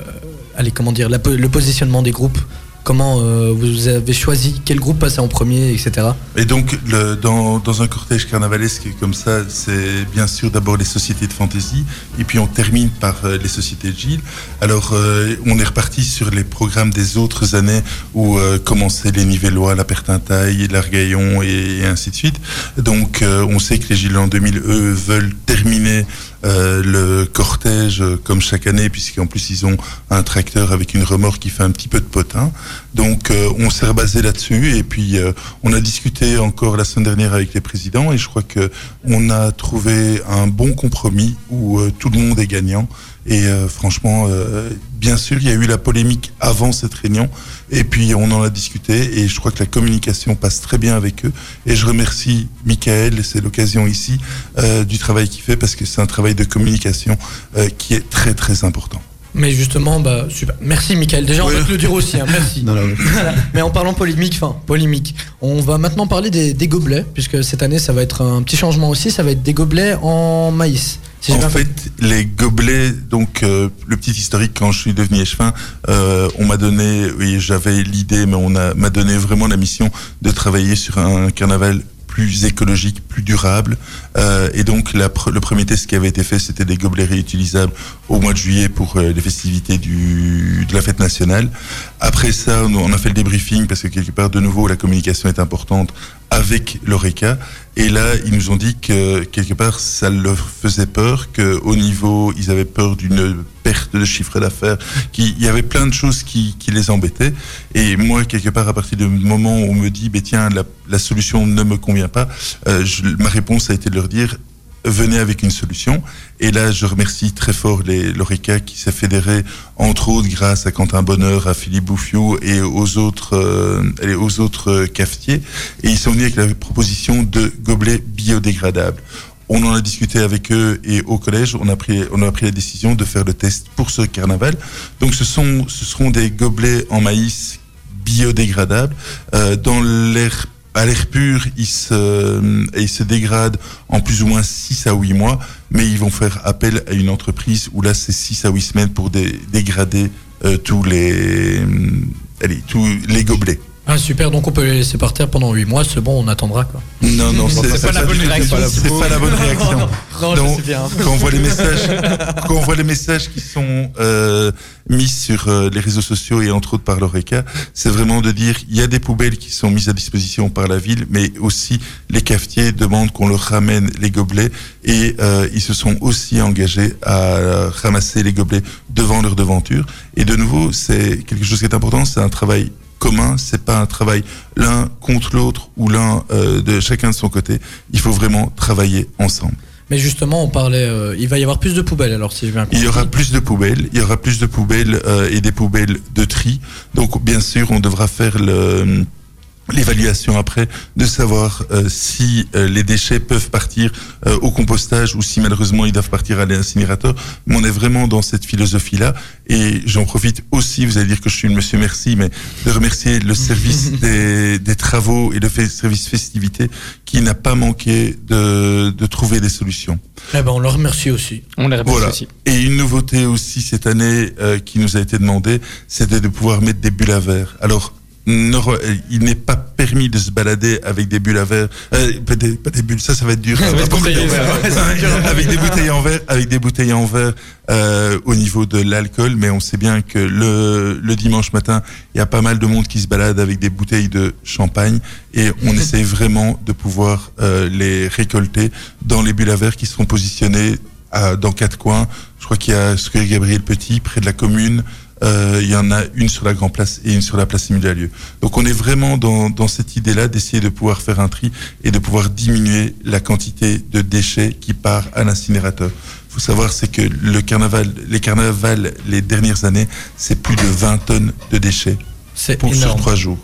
Speaker 1: allez, comment dire, la po- le positionnement des groupes Comment euh, vous avez choisi quel groupe passait en premier, etc.
Speaker 7: Et donc, le, dans, dans un cortège carnavalesque comme ça, c'est bien sûr d'abord les sociétés de fantaisie, et puis on termine par euh, les sociétés de Gilles. Alors, euh, on est reparti sur les programmes des autres années où euh, commençaient les Nivellois, la Pertintaille, l'Argaillon, et, et ainsi de suite. Donc, euh, on sait que les Gilles en 2000, eux, veulent terminer euh, le cortège euh, comme chaque année, puisqu'en plus, ils ont un tracteur avec une remorque qui fait un petit peu de potin. Donc, euh, on s'est rebasé là-dessus, et puis... euh, on a discuté encore la semaine dernière avec les présidents et je crois que on a trouvé un bon compromis où euh, tout le monde est gagnant. Et euh, franchement, euh, bien sûr, il y a eu la polémique avant cette réunion et puis on en a discuté et je crois que la communication passe très bien avec eux. Et je remercie Michael, c'est l'occasion ici, euh, du travail qu'il fait parce que c'est un travail de communication euh, qui est très très important.
Speaker 1: Mais justement, bah, super. merci Michael. Déjà, on va te le dire aussi, hein,
Speaker 7: *laughs*
Speaker 1: merci.
Speaker 8: Non, non, mais-
Speaker 1: Voilà. Mais en parlant polémique, enfin, polémique, on va maintenant parler des, des gobelets, puisque cette année, ça va être un petit changement aussi, ça va être des gobelets en maïs. Si j'ai bien
Speaker 7: en fait, les gobelets, donc euh, le petit historique, quand je suis devenu échevin, euh, on m'a donné, oui, j'avais l'idée, mais on a- m'a donné vraiment la mission de travailler sur un carnaval plus écologique, plus durable. Euh, et donc, la pr- le premier test qui avait été fait, c'était des gobelets réutilisables au mois de juillet pour euh, les festivités du, de la fête nationale. Après ça, on- on a fait le débriefing parce que quelque part, de nouveau, la communication est importante avec l'ORECA. Et là, ils nous ont dit que quelque part, ça leur faisait peur, que au niveau, ils avaient peur d'une perte de chiffre d'affaires, qu'il il y avait plein de choses qui, qui les embêtaient. Et moi, quelque part, à partir du moment où on me dit, ben tiens, la, la solution ne me convient pas, euh, je- ma réponse a été de leur dire, venez avec une solution. Et là, je remercie très fort les l'ORECA qui s'est fédéré, entre autres, grâce à Quentin Bonheur, à Philippe Bouffiou et aux autres, euh, et aux autres euh, cafetiers et ils sont venus avec la proposition de gobelets biodégradables. On en a discuté avec eux et au collège, on a pris, on a pris la décision de faire le test pour ce carnaval. Donc ce sont, ce seront des gobelets en maïs biodégradables. Euh, dans l'air, à l'air pur, ils se, euh, ils se dégradent en plus ou moins 6 à 8 mois, mais ils vont faire appel à une entreprise où là c'est 6 à 8 semaines pour dé- dégrader euh, tous les, euh, allez, tous les gobelets.
Speaker 1: Ah super, donc on peut les laisser par terre pendant 8 mois, c'est bon, on attendra quoi.
Speaker 7: Non, non, c'est
Speaker 2: pas la
Speaker 7: ça
Speaker 2: bonne
Speaker 7: du tout,
Speaker 2: réaction,
Speaker 7: C'est pas la *laughs* bonne réaction.
Speaker 1: Non,
Speaker 7: Donc,
Speaker 1: je sais bien.
Speaker 7: Quand on voit les messages, quand on voit les messages qui sont euh, mis sur euh, les réseaux sociaux et entre autres par l'ORECA, c'est vraiment de dire il y a des poubelles qui sont mises à disposition par la ville, mais aussi les cafetiers demandent qu'on leur ramène les gobelets et euh, ils se sont aussi engagés à ramasser les gobelets devant leur devanture. Et de nouveau, c'est quelque chose qui est important, c'est un travail commun, c'est pas un travail l'un contre l'autre ou l'un euh, de chacun de son côté. Il faut vraiment travailler ensemble.
Speaker 1: Mais justement, on parlait, euh, il va y avoir plus de poubelles alors si j'ai bien compris.
Speaker 7: Il y aura plus de poubelles, il y aura plus de poubelles euh, et des poubelles de tri. Donc bien sûr, on devra faire le l'évaluation après de savoir euh, si euh, les déchets peuvent partir euh, au compostage ou si malheureusement ils doivent partir à l'incinérateur. Mais on est vraiment dans cette philosophie-là et j'en profite aussi, vous allez dire que je suis le monsieur merci, mais de remercier le service des, des travaux et le fait- service festivité qui n'a pas manqué de, de trouver des solutions.
Speaker 1: Eh ben, on le remercie aussi.
Speaker 2: On les répète
Speaker 7: Voilà.
Speaker 2: aussi.
Speaker 7: Et une nouveauté aussi cette année euh, qui nous a été demandée, c'était de pouvoir mettre des bulles à verre. Alors, ne re- euh, il n'est pas permis de se balader avec des bulles à verre, euh, pas, des, pas des bulles, ça, ça va être dur.
Speaker 2: Ça va être compliqué,
Speaker 7: *laughs*
Speaker 2: ça.
Speaker 7: avec des bouteilles en verre, avec des bouteilles en verre euh, au niveau de l'alcool, mais on sait bien que le, le dimanche matin, il y a pas mal de monde qui se balade avec des bouteilles de champagne et on essaie vraiment de pouvoir euh, les récolter dans les bulles à verre qui seront positionnées à- dans quatre coins. Je crois qu'il y a Square Gabriel Petit près de la commune. Euh, il y en a une sur la Grand Place et une sur la place Émile Dallieu. Donc on est vraiment dans, dans cette idée-là d'essayer de pouvoir faire un tri et de pouvoir diminuer la quantité de déchets qui part à l'incinérateur. faut savoir c'est que le carnaval, les carnavals les dernières années, c'est plus de 20 tonnes de déchets
Speaker 1: C'est
Speaker 7: pour sur
Speaker 1: énorme.
Speaker 7: trois jours.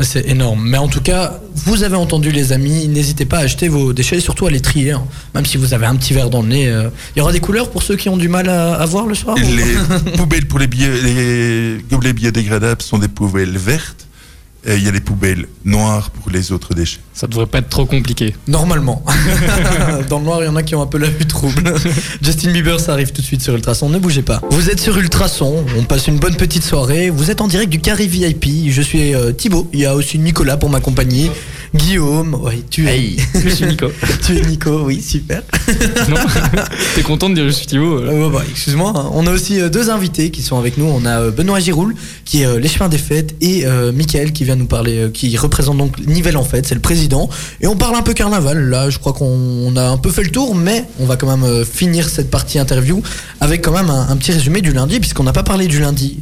Speaker 1: C'est énorme. Mais en tout cas, vous avez entendu les amis, n'hésitez pas à acheter vos déchets et surtout à les trier. hein. Même si vous avez un petit verre dans le nez. euh. Il y aura des couleurs pour ceux qui ont du mal à, à voir le
Speaker 6: Oh.
Speaker 1: soir
Speaker 7: Et
Speaker 1: ou-
Speaker 7: les poubelles pour les, bio- les gobelets biodégradables sont des poubelles vertes. Et il y a des poubelles noires pour les autres déchets.
Speaker 2: Ça devrait pas être trop compliqué.
Speaker 1: Normalement. *laughs* Dans le noir, il y en a qui ont un peu la vue trouble. Justin Bieber, ça arrive tout de suite sur Ultrason. Ne bougez pas. Vous êtes sur Ultrason. On passe une bonne petite soirée. Vous êtes en direct du Carré VIP. Je suis euh, Thibaut. Il y a aussi Nicolas pour m'accompagner. Guillaume. Ouais, tu es. *laughs*
Speaker 6: Hey.
Speaker 2: Je suis Nico.
Speaker 1: Tu es Nico. Oui, super.
Speaker 2: Non T'es content de dire je suis Thibaut euh,
Speaker 1: Euh, bah, bah, Excuse-moi. hein. On a aussi euh, deux invités qui sont avec nous. On a euh, Benoît Giroul, qui est euh, les chemins des fêtes, et euh, Mickaël, qui vient nous parler, euh, qui représente donc Nivelle en fait, c'est le président. Et on parle un peu carnaval. Là, je crois qu'on on a un peu fait le tour, mais on va quand même euh, finir cette partie interview avec quand même un, un petit résumé du lundi, puisqu'on n'a pas parlé du lundi.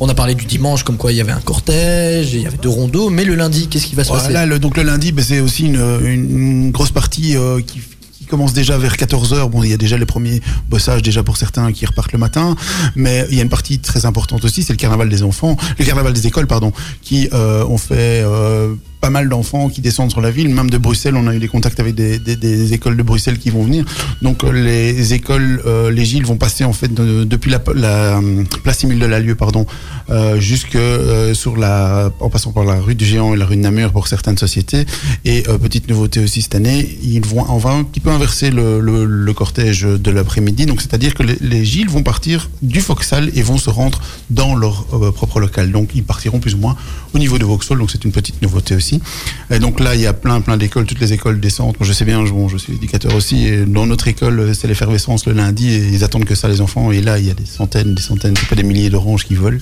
Speaker 1: On a parlé du dimanche, comme quoi il y avait un cortège, il y avait deux rondeaux, mais le lundi, qu'est-ce qui va se
Speaker 8: Voilà,
Speaker 1: passer
Speaker 8: le- donc le lundi, ben, c'est aussi une, une grosse partie euh, qui, qui commence déjà vers 14h. Bon, il y a déjà les premiers bossages déjà pour certains qui repartent le matin, mais il y a une partie très importante aussi, c'est le carnaval des enfants, le carnaval des écoles, pardon, qui euh, ont fait euh, pas mal d'enfants qui descendent sur la ville, même de Bruxelles, on a eu des contacts avec des, des- des écoles de Bruxelles qui vont venir. Donc euh, les écoles, euh, les Gilles vont passer en fait de- depuis la, la, hum, place Émile de la Lieu, pardon, euh, jusque euh, sur la, en passant par la rue du Géant et la rue de Namur pour certaines sociétés. Et euh, petite nouveauté aussi cette année, ils vont, on va un petit peu inverser le, le- le cortège de l'après-midi. Donc c'est-à-dire que les, les Gilles vont partir du Vauxhall et vont se rendre dans leur euh, propre local. Donc ils partiront plus ou moins au niveau de Vauxhall. Donc c'est une petite nouveauté aussi. Et donc là, il y a plein, plein d'écoles, toutes les écoles descendent. Moi, je sais bien, je, bon, je suis éducateur aussi. Et dans notre école, euh, c'est l'effervescence le lundi et ils attendent que ça, les enfants. Et là, il y a des centaines, des centaines, c'est pas des milliers d'oranges qui volent.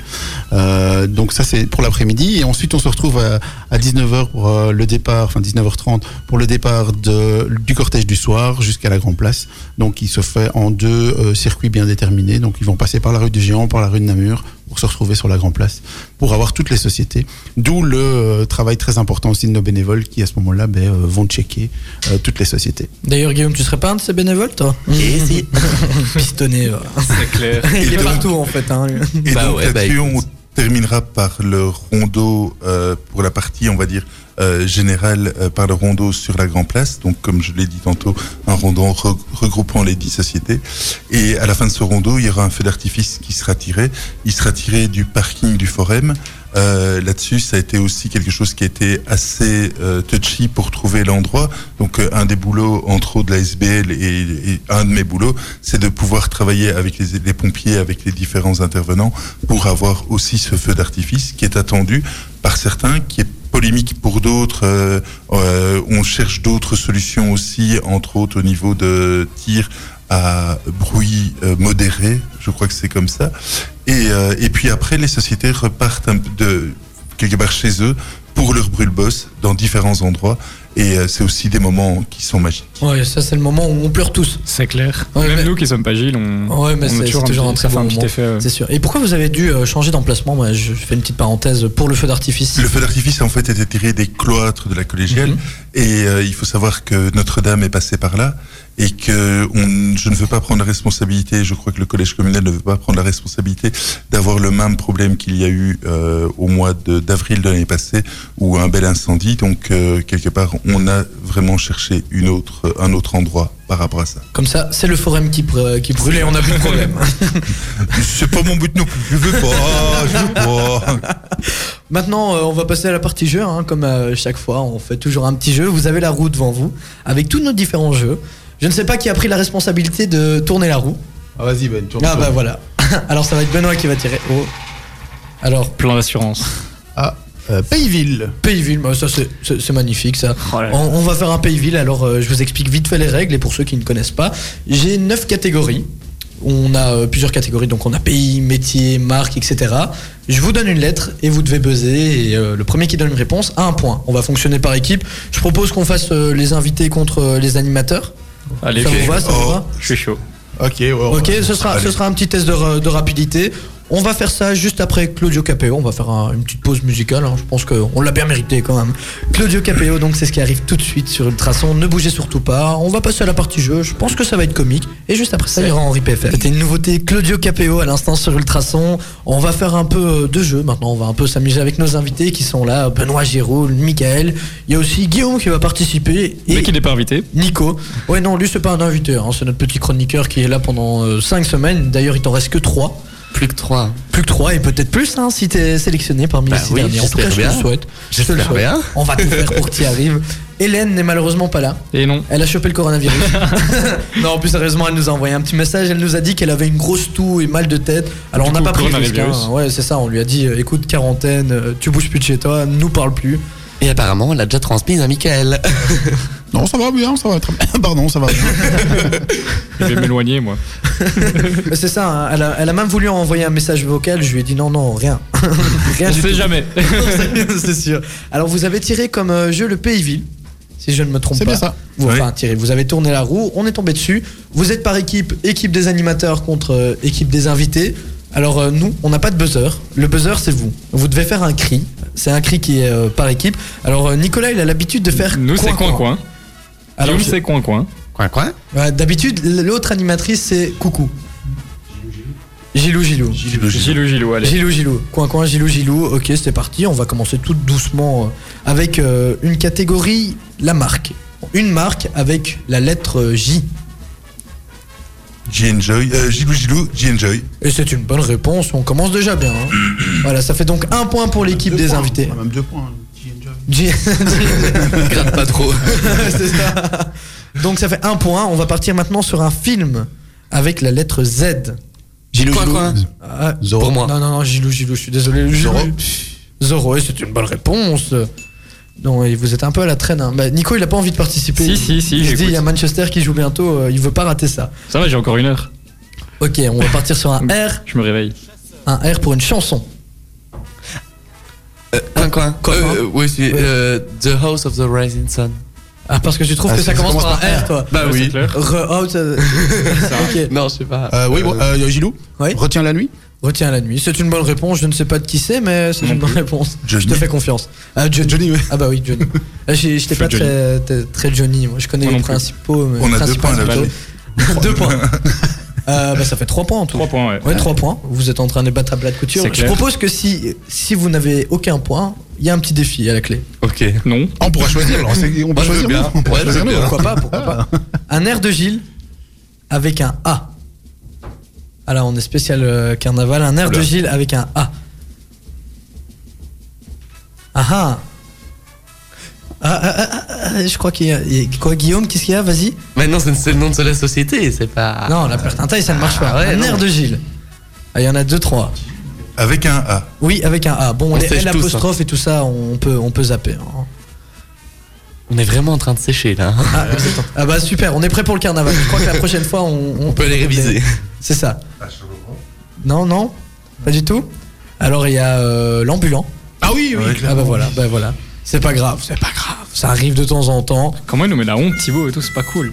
Speaker 8: Euh, donc ça, c'est pour l'après-midi. Et ensuite, on se retrouve à, à 19h pour euh, le départ, enfin 19h30 pour le départ de, du cortège du soir jusqu'à la Grand Place. Donc il se fait en deux euh, circuits bien déterminés. Donc ils vont passer par la rue du Géant, par la rue de Namur pour se retrouver sur la Grand Place, pour avoir toutes les sociétés. D'où le euh, travail très important aussi de nos bénévoles qui à ce moment-là ben, euh, vont checker euh, toutes les sociétés.
Speaker 1: D'ailleurs, Guillaume, tu serais pas un de ces bénévoles, toi
Speaker 6: Et si.
Speaker 1: Pistonné. euh.
Speaker 2: C'est clair.
Speaker 1: *laughs* Il
Speaker 7: Et
Speaker 1: est
Speaker 7: donc-
Speaker 1: partout, en fait. hein, lui.
Speaker 7: Et
Speaker 6: Bah
Speaker 7: donc
Speaker 6: ouais, bah
Speaker 7: là-dessus, on
Speaker 6: écoute.
Speaker 7: terminera par le rondeau euh, pour la partie, on va dire, euh, générale, euh, par le rondeau sur la Grand Place. Donc, comme je l'ai dit tantôt, un rondeau re- regroupant les dix sociétés. Et à la fin de ce rondeau, il y aura un feu d'artifice qui sera tiré. Il sera tiré du parking du Forum. Euh, Là-dessus, ça a été aussi quelque chose qui a été assez euh, touchy pour trouver l'endroit. Donc, euh, un des boulots, entre autres, de la SBL et, et un de mes boulots, c'est de pouvoir travailler avec les, les pompiers, avec les différents intervenants, pour avoir aussi ce feu d'artifice qui est attendu par certains, qui est polémique pour d'autres. Euh, euh, on cherche d'autres solutions aussi, entre autres au niveau de tir à bruit euh, modéré, je crois que c'est comme ça. Et, euh, et puis après, les sociétés repartent un peu de quelque part chez eux pour leur brûle-boss dans différents endroits. Et euh, c'est aussi des moments qui sont magiques.
Speaker 1: Ouais, ça, c'est le moment où on pleure tous.
Speaker 2: C'est clair.
Speaker 1: Ouais,
Speaker 2: Même
Speaker 1: mais-
Speaker 2: nous qui sommes pas Gilles, on,
Speaker 1: Ouais, mais
Speaker 2: on
Speaker 1: c'est-
Speaker 2: a toujours,
Speaker 1: c'est toujours
Speaker 2: un,
Speaker 1: un
Speaker 2: petit,
Speaker 1: très
Speaker 2: ça fait
Speaker 1: bon
Speaker 2: un petit
Speaker 1: moment.
Speaker 2: effet. euh,
Speaker 1: C'est sûr. Et pourquoi vous avez dû euh, changer d'emplacement Moi, je fais une petite parenthèse pour le feu d'artifice.
Speaker 7: Le feu d'artifice en fait était tiré des cloîtres de la collégiale
Speaker 1: Mhm.
Speaker 7: et euh, il faut savoir que Notre-Dame est passée par là et que on- je ne veux pas prendre la responsabilité, je crois que le collège communal ne veut pas prendre la responsabilité d'avoir le même problème qu'il y a eu euh, au mois de- d'avril de l'année passée ou un bel incendie. Donc, euh, quelque part, on a vraiment cherché une autre, un autre endroit par rapport à ça.
Speaker 1: Comme ça, c'est le forum qui, pr- qui brûle et on a plus de problème.
Speaker 7: C'est pas mon but non plus. Je veux pas, je veux pas.
Speaker 1: *laughs* Maintenant, euh, on va passer à la partie jeu. hein. Comme à chaque fois, on fait toujours un petit jeu. Vous avez la roue devant vous, avec tous nos différents jeux. Je ne sais pas qui a pris la responsabilité de tourner la roue.
Speaker 8: Ah, vas-y, Ben, tourne.
Speaker 1: Ah
Speaker 8: tourne.
Speaker 1: bah voilà. *laughs* Alors ça va être Benoît qui va tirer. Oh. Alors,
Speaker 2: Plan d'assurance.
Speaker 8: Ah, euh, Payville.
Speaker 1: Payville, bah, ça c'est- c'est c'est magnifique ça.
Speaker 2: Oh là là.
Speaker 1: On, on va faire un Payville, alors euh, je vous explique vite fait les règles et pour ceux qui ne connaissent pas, j'ai 9 catégories. On a euh, plusieurs catégories, donc on a pays, métier, marque, etc. Je vous donne une lettre et vous devez buzzer et euh, le premier qui donne une réponse a un point. On va fonctionner par équipe. Je propose qu'on fasse euh, les invités contre euh, les animateurs.
Speaker 2: Allez,
Speaker 1: ça
Speaker 2: je-
Speaker 1: vous va, ça vous
Speaker 7: Oh.
Speaker 1: va
Speaker 2: je suis chaud.
Speaker 8: Ok, ouais, on
Speaker 1: Ok,
Speaker 8: va-
Speaker 1: ce sera, ce
Speaker 7: Allez.
Speaker 1: sera un petit test de, ra- de rapidité. On va faire ça juste après Claudio Capeo. On va faire un- une petite pause musicale. hein. Je pense qu'on l'a bien mérité quand même. Claudio Capeo, donc c'est ce qui arrive tout de suite sur Ultrason. Ne bougez surtout pas. On va passer à la partie jeu. Je pense que ça va être comique. Et juste après ça, il y aura Henri PFR. C'était une nouveauté Claudio Capeo à l'instant sur Ultrason. On va faire un peu euh, de jeu maintenant. On va un peu s'amuser avec nos invités qui sont là. Benoît Giroud, Michael. Il y a aussi Guillaume qui va participer. Et
Speaker 2: Dès qu'il n'est pas invité,
Speaker 1: Nico. Ouais, non, lui, c'est pas un invité. hein. C'est notre petit chroniqueur qui est là pendant 5 semaines. D'ailleurs, il t'en reste que 3.
Speaker 6: Plus que trois.
Speaker 1: Plus que 3 et peut-être plus hein, si t'es sélectionné parmi
Speaker 6: Bah
Speaker 1: les six
Speaker 6: oui,
Speaker 1: derniers. En tout cas, je te
Speaker 6: j'espère
Speaker 1: le
Speaker 6: bien.
Speaker 1: souhaite. Je te le
Speaker 6: J'espère
Speaker 1: souhaite.
Speaker 6: bien.
Speaker 1: On va tout faire pour que t'y
Speaker 6: *laughs*
Speaker 1: arrives. Hélène n'est malheureusement pas là.
Speaker 2: et non.
Speaker 1: Elle a chopé le coronavirus.
Speaker 6: *laughs*
Speaker 1: non, plus sérieusement, elle nous a envoyé un petit message. Elle nous a dit qu'elle avait une grosse toux et mal de tête. Alors,
Speaker 2: Du
Speaker 1: on n'a
Speaker 2: coup,
Speaker 1: pas pris le risque.
Speaker 2: coronavirus.
Speaker 1: hein. Ouais, c'est ça. On lui a dit euh, écoute, quarantaine, euh, tu bouges plus de chez toi, nous parle plus.
Speaker 6: Et apparemment, on l'a déjà transmise à Michael.
Speaker 8: Non, ça va bien, ça va très bien. *laughs* Pardon, ça va bien.
Speaker 2: Je vais m'éloigner, moi.
Speaker 1: Mais c'est ça. hein. Elle, a, elle a même voulu envoyer un message vocal. Je lui ai dit non, non, rien. *laughs* *laughs* rien
Speaker 2: On
Speaker 1: du
Speaker 2: sait
Speaker 1: tout. *laughs*
Speaker 2: jamais.
Speaker 1: c'est sûr. Alors vous avez tiré comme euh, jeu le Pays-Ville, si je ne me trompe
Speaker 8: C'est
Speaker 1: pas.
Speaker 8: bien ça.
Speaker 1: Vous,
Speaker 7: Oui.
Speaker 1: Enfin tiré. Vous avez tourné la roue, on est tombé dessus. Vous êtes par équipe, équipe des animateurs contre euh, équipe des invités. Alors euh, nous, on n'a pas de buzzer. Le buzzer, c'est vous. Vous devez faire un cri. C'est un cri qui est euh, par équipe. Alors euh, Nicolas, il a l'habitude de faire.
Speaker 2: Nous, c'est coin-coin.
Speaker 1: Alors,
Speaker 2: Guillaume,
Speaker 1: je-
Speaker 2: c'est coin-coin.
Speaker 6: Coin, coin.
Speaker 1: Ouais, D'habitude, l'autre animatrice, c'est coucou. Gilou, gilou.
Speaker 7: Gilou, gilou.
Speaker 2: Gilou, Gilou, allez.
Speaker 1: Gilou Gilou, coin coin Gilou Gilou, ok c'est parti, on va commencer tout doucement euh, avec euh, une catégorie, la marque. Une marque avec la lettre euh, J.
Speaker 7: J-Enjoy. Euh, Gilou, Gilou, J-Enjoy.
Speaker 1: Et c'est une bonne réponse, on commence déjà bien. hein. voilà, ça fait donc un point pour l'équipe
Speaker 8: Deux
Speaker 1: des
Speaker 8: points.
Speaker 1: invités.
Speaker 8: Ah, même deux points. J.
Speaker 1: J-
Speaker 8: Enjoy.
Speaker 6: *laughs*
Speaker 1: *laughs*
Speaker 6: Gratte pas trop.
Speaker 1: c'est ça. Donc ça fait un point, on va partir maintenant sur un film avec la lettre Z.
Speaker 8: Gilou,
Speaker 6: Coin,
Speaker 8: Gilou.
Speaker 6: coin.
Speaker 1: Ah,
Speaker 8: Zorro.
Speaker 6: Pour moi.
Speaker 1: Non, non, non, Gilou, Gilou, je suis désolé. Gilou.
Speaker 8: Zorro.
Speaker 1: Zorro, et c'est une bonne réponse. Non, et vous êtes un peu à la traîne. hein. Bah, Nico, il a pas envie de participer.
Speaker 2: Si,
Speaker 1: Il-
Speaker 2: si, si,
Speaker 1: Il se dit,
Speaker 2: j'écoute.
Speaker 1: il y a Manchester qui joue bientôt, euh, il veut pas rater ça.
Speaker 2: Ça va, j'ai encore une heure.
Speaker 1: Ok, on va partir sur un
Speaker 2: *laughs*
Speaker 1: R,
Speaker 2: Je me réveille.
Speaker 1: un R pour une chanson.
Speaker 6: Euh, coin, coin.
Speaker 1: Coin, coin.
Speaker 6: Euh, oui, c'est, euh, The House of the Rising Sun.
Speaker 1: Ah, parce que tu trouves
Speaker 8: Ah,
Speaker 1: que
Speaker 8: ça
Speaker 1: ça commence,
Speaker 8: commence
Speaker 1: par un R, toi.
Speaker 6: Bah
Speaker 2: Ouais,
Speaker 6: oui.
Speaker 2: c'est clair.
Speaker 1: Re out. euh, ok.
Speaker 6: Non, je sais pas.
Speaker 8: Euh, oui, bon, euh, Gilou.
Speaker 1: Oui.
Speaker 8: Retiens la nuit.
Speaker 1: Retiens la nuit. C'est une bonne réponse. Je ne sais pas de qui c'est, mais c'est
Speaker 2: Non
Speaker 1: une bonne
Speaker 2: plus.
Speaker 1: réponse.
Speaker 7: Johnny.
Speaker 1: Je te fais confiance. Ah, Johnny.
Speaker 8: Johnny, oui.
Speaker 1: Ah bah oui, Johnny. Ah, j'ai- J'étais
Speaker 2: Je
Speaker 1: pas
Speaker 2: fais
Speaker 1: très, très- très Johnny. Moi, je connais
Speaker 2: Moi
Speaker 1: les
Speaker 2: non plus.
Speaker 1: principaux. mais-
Speaker 7: On a deux
Speaker 1: principaux,
Speaker 7: points là.
Speaker 1: plutôt. *laughs* Deux points. Euh, bah, ça fait trois points en tout.
Speaker 2: 3 points, ouais.
Speaker 1: Ouais, trois points. Vous êtes en train de battre à plat de couture.
Speaker 2: C'est
Speaker 1: Je
Speaker 2: clair.
Speaker 1: propose que si, si vous n'avez aucun point, il y a un petit défi à la clé.
Speaker 6: Ok.
Speaker 2: Non.
Speaker 8: Ah, on pourra choisir. Alors, c'est- on peut
Speaker 6: Moi, je veux
Speaker 8: choisir.
Speaker 6: bien.
Speaker 8: nous. On pourra
Speaker 6: Ouais, je veux
Speaker 8: choisir. nous.
Speaker 6: bien.
Speaker 1: Pourquoi pas, pourquoi pas. *laughs* Un air de Gilles avec un A. Ah là, on est spécial euh, carnaval. Un air de Gilles avec un A. Ah ah. Ah, ah, ah, ah, ah, je crois qu'il y a. il y a- Quoi, Guillaume Qu'est-ce qu'il y a Vas-y.
Speaker 6: Mais non, c'est c'est le nom de la société, c'est pas.
Speaker 1: non, la perte taille, ça ne marche pas.
Speaker 6: Ah ouais,
Speaker 1: un
Speaker 6: non.
Speaker 1: air de Gilles. Ah, Il y en a deux, trois.
Speaker 7: Avec un A.
Speaker 1: Oui, avec un A. Bon,
Speaker 6: On
Speaker 1: les
Speaker 6: sèche
Speaker 1: L
Speaker 6: tous,
Speaker 1: apostrophe et tout ça, on peut, on peut zapper. hein.
Speaker 6: On est vraiment en train de sécher là. hein.
Speaker 1: Ah, exactement. Ah bah super, on est prêt pour le carnaval. Je crois que la prochaine fois, on,
Speaker 6: On peut les réviser.
Speaker 1: C'est ça.
Speaker 7: Ah,
Speaker 1: Non, non, pas du tout. Alors il y a euh, l'ambulant.
Speaker 8: Ah oui,
Speaker 7: Ouais,
Speaker 8: oui.
Speaker 1: Ah bah
Speaker 7: clairement.
Speaker 1: voilà, bah voilà. C'est pas grave, c'est pas grave. Ça arrive de temps en temps.
Speaker 2: Comment il nous met la honte, Thibaut et tout, c'est pas cool.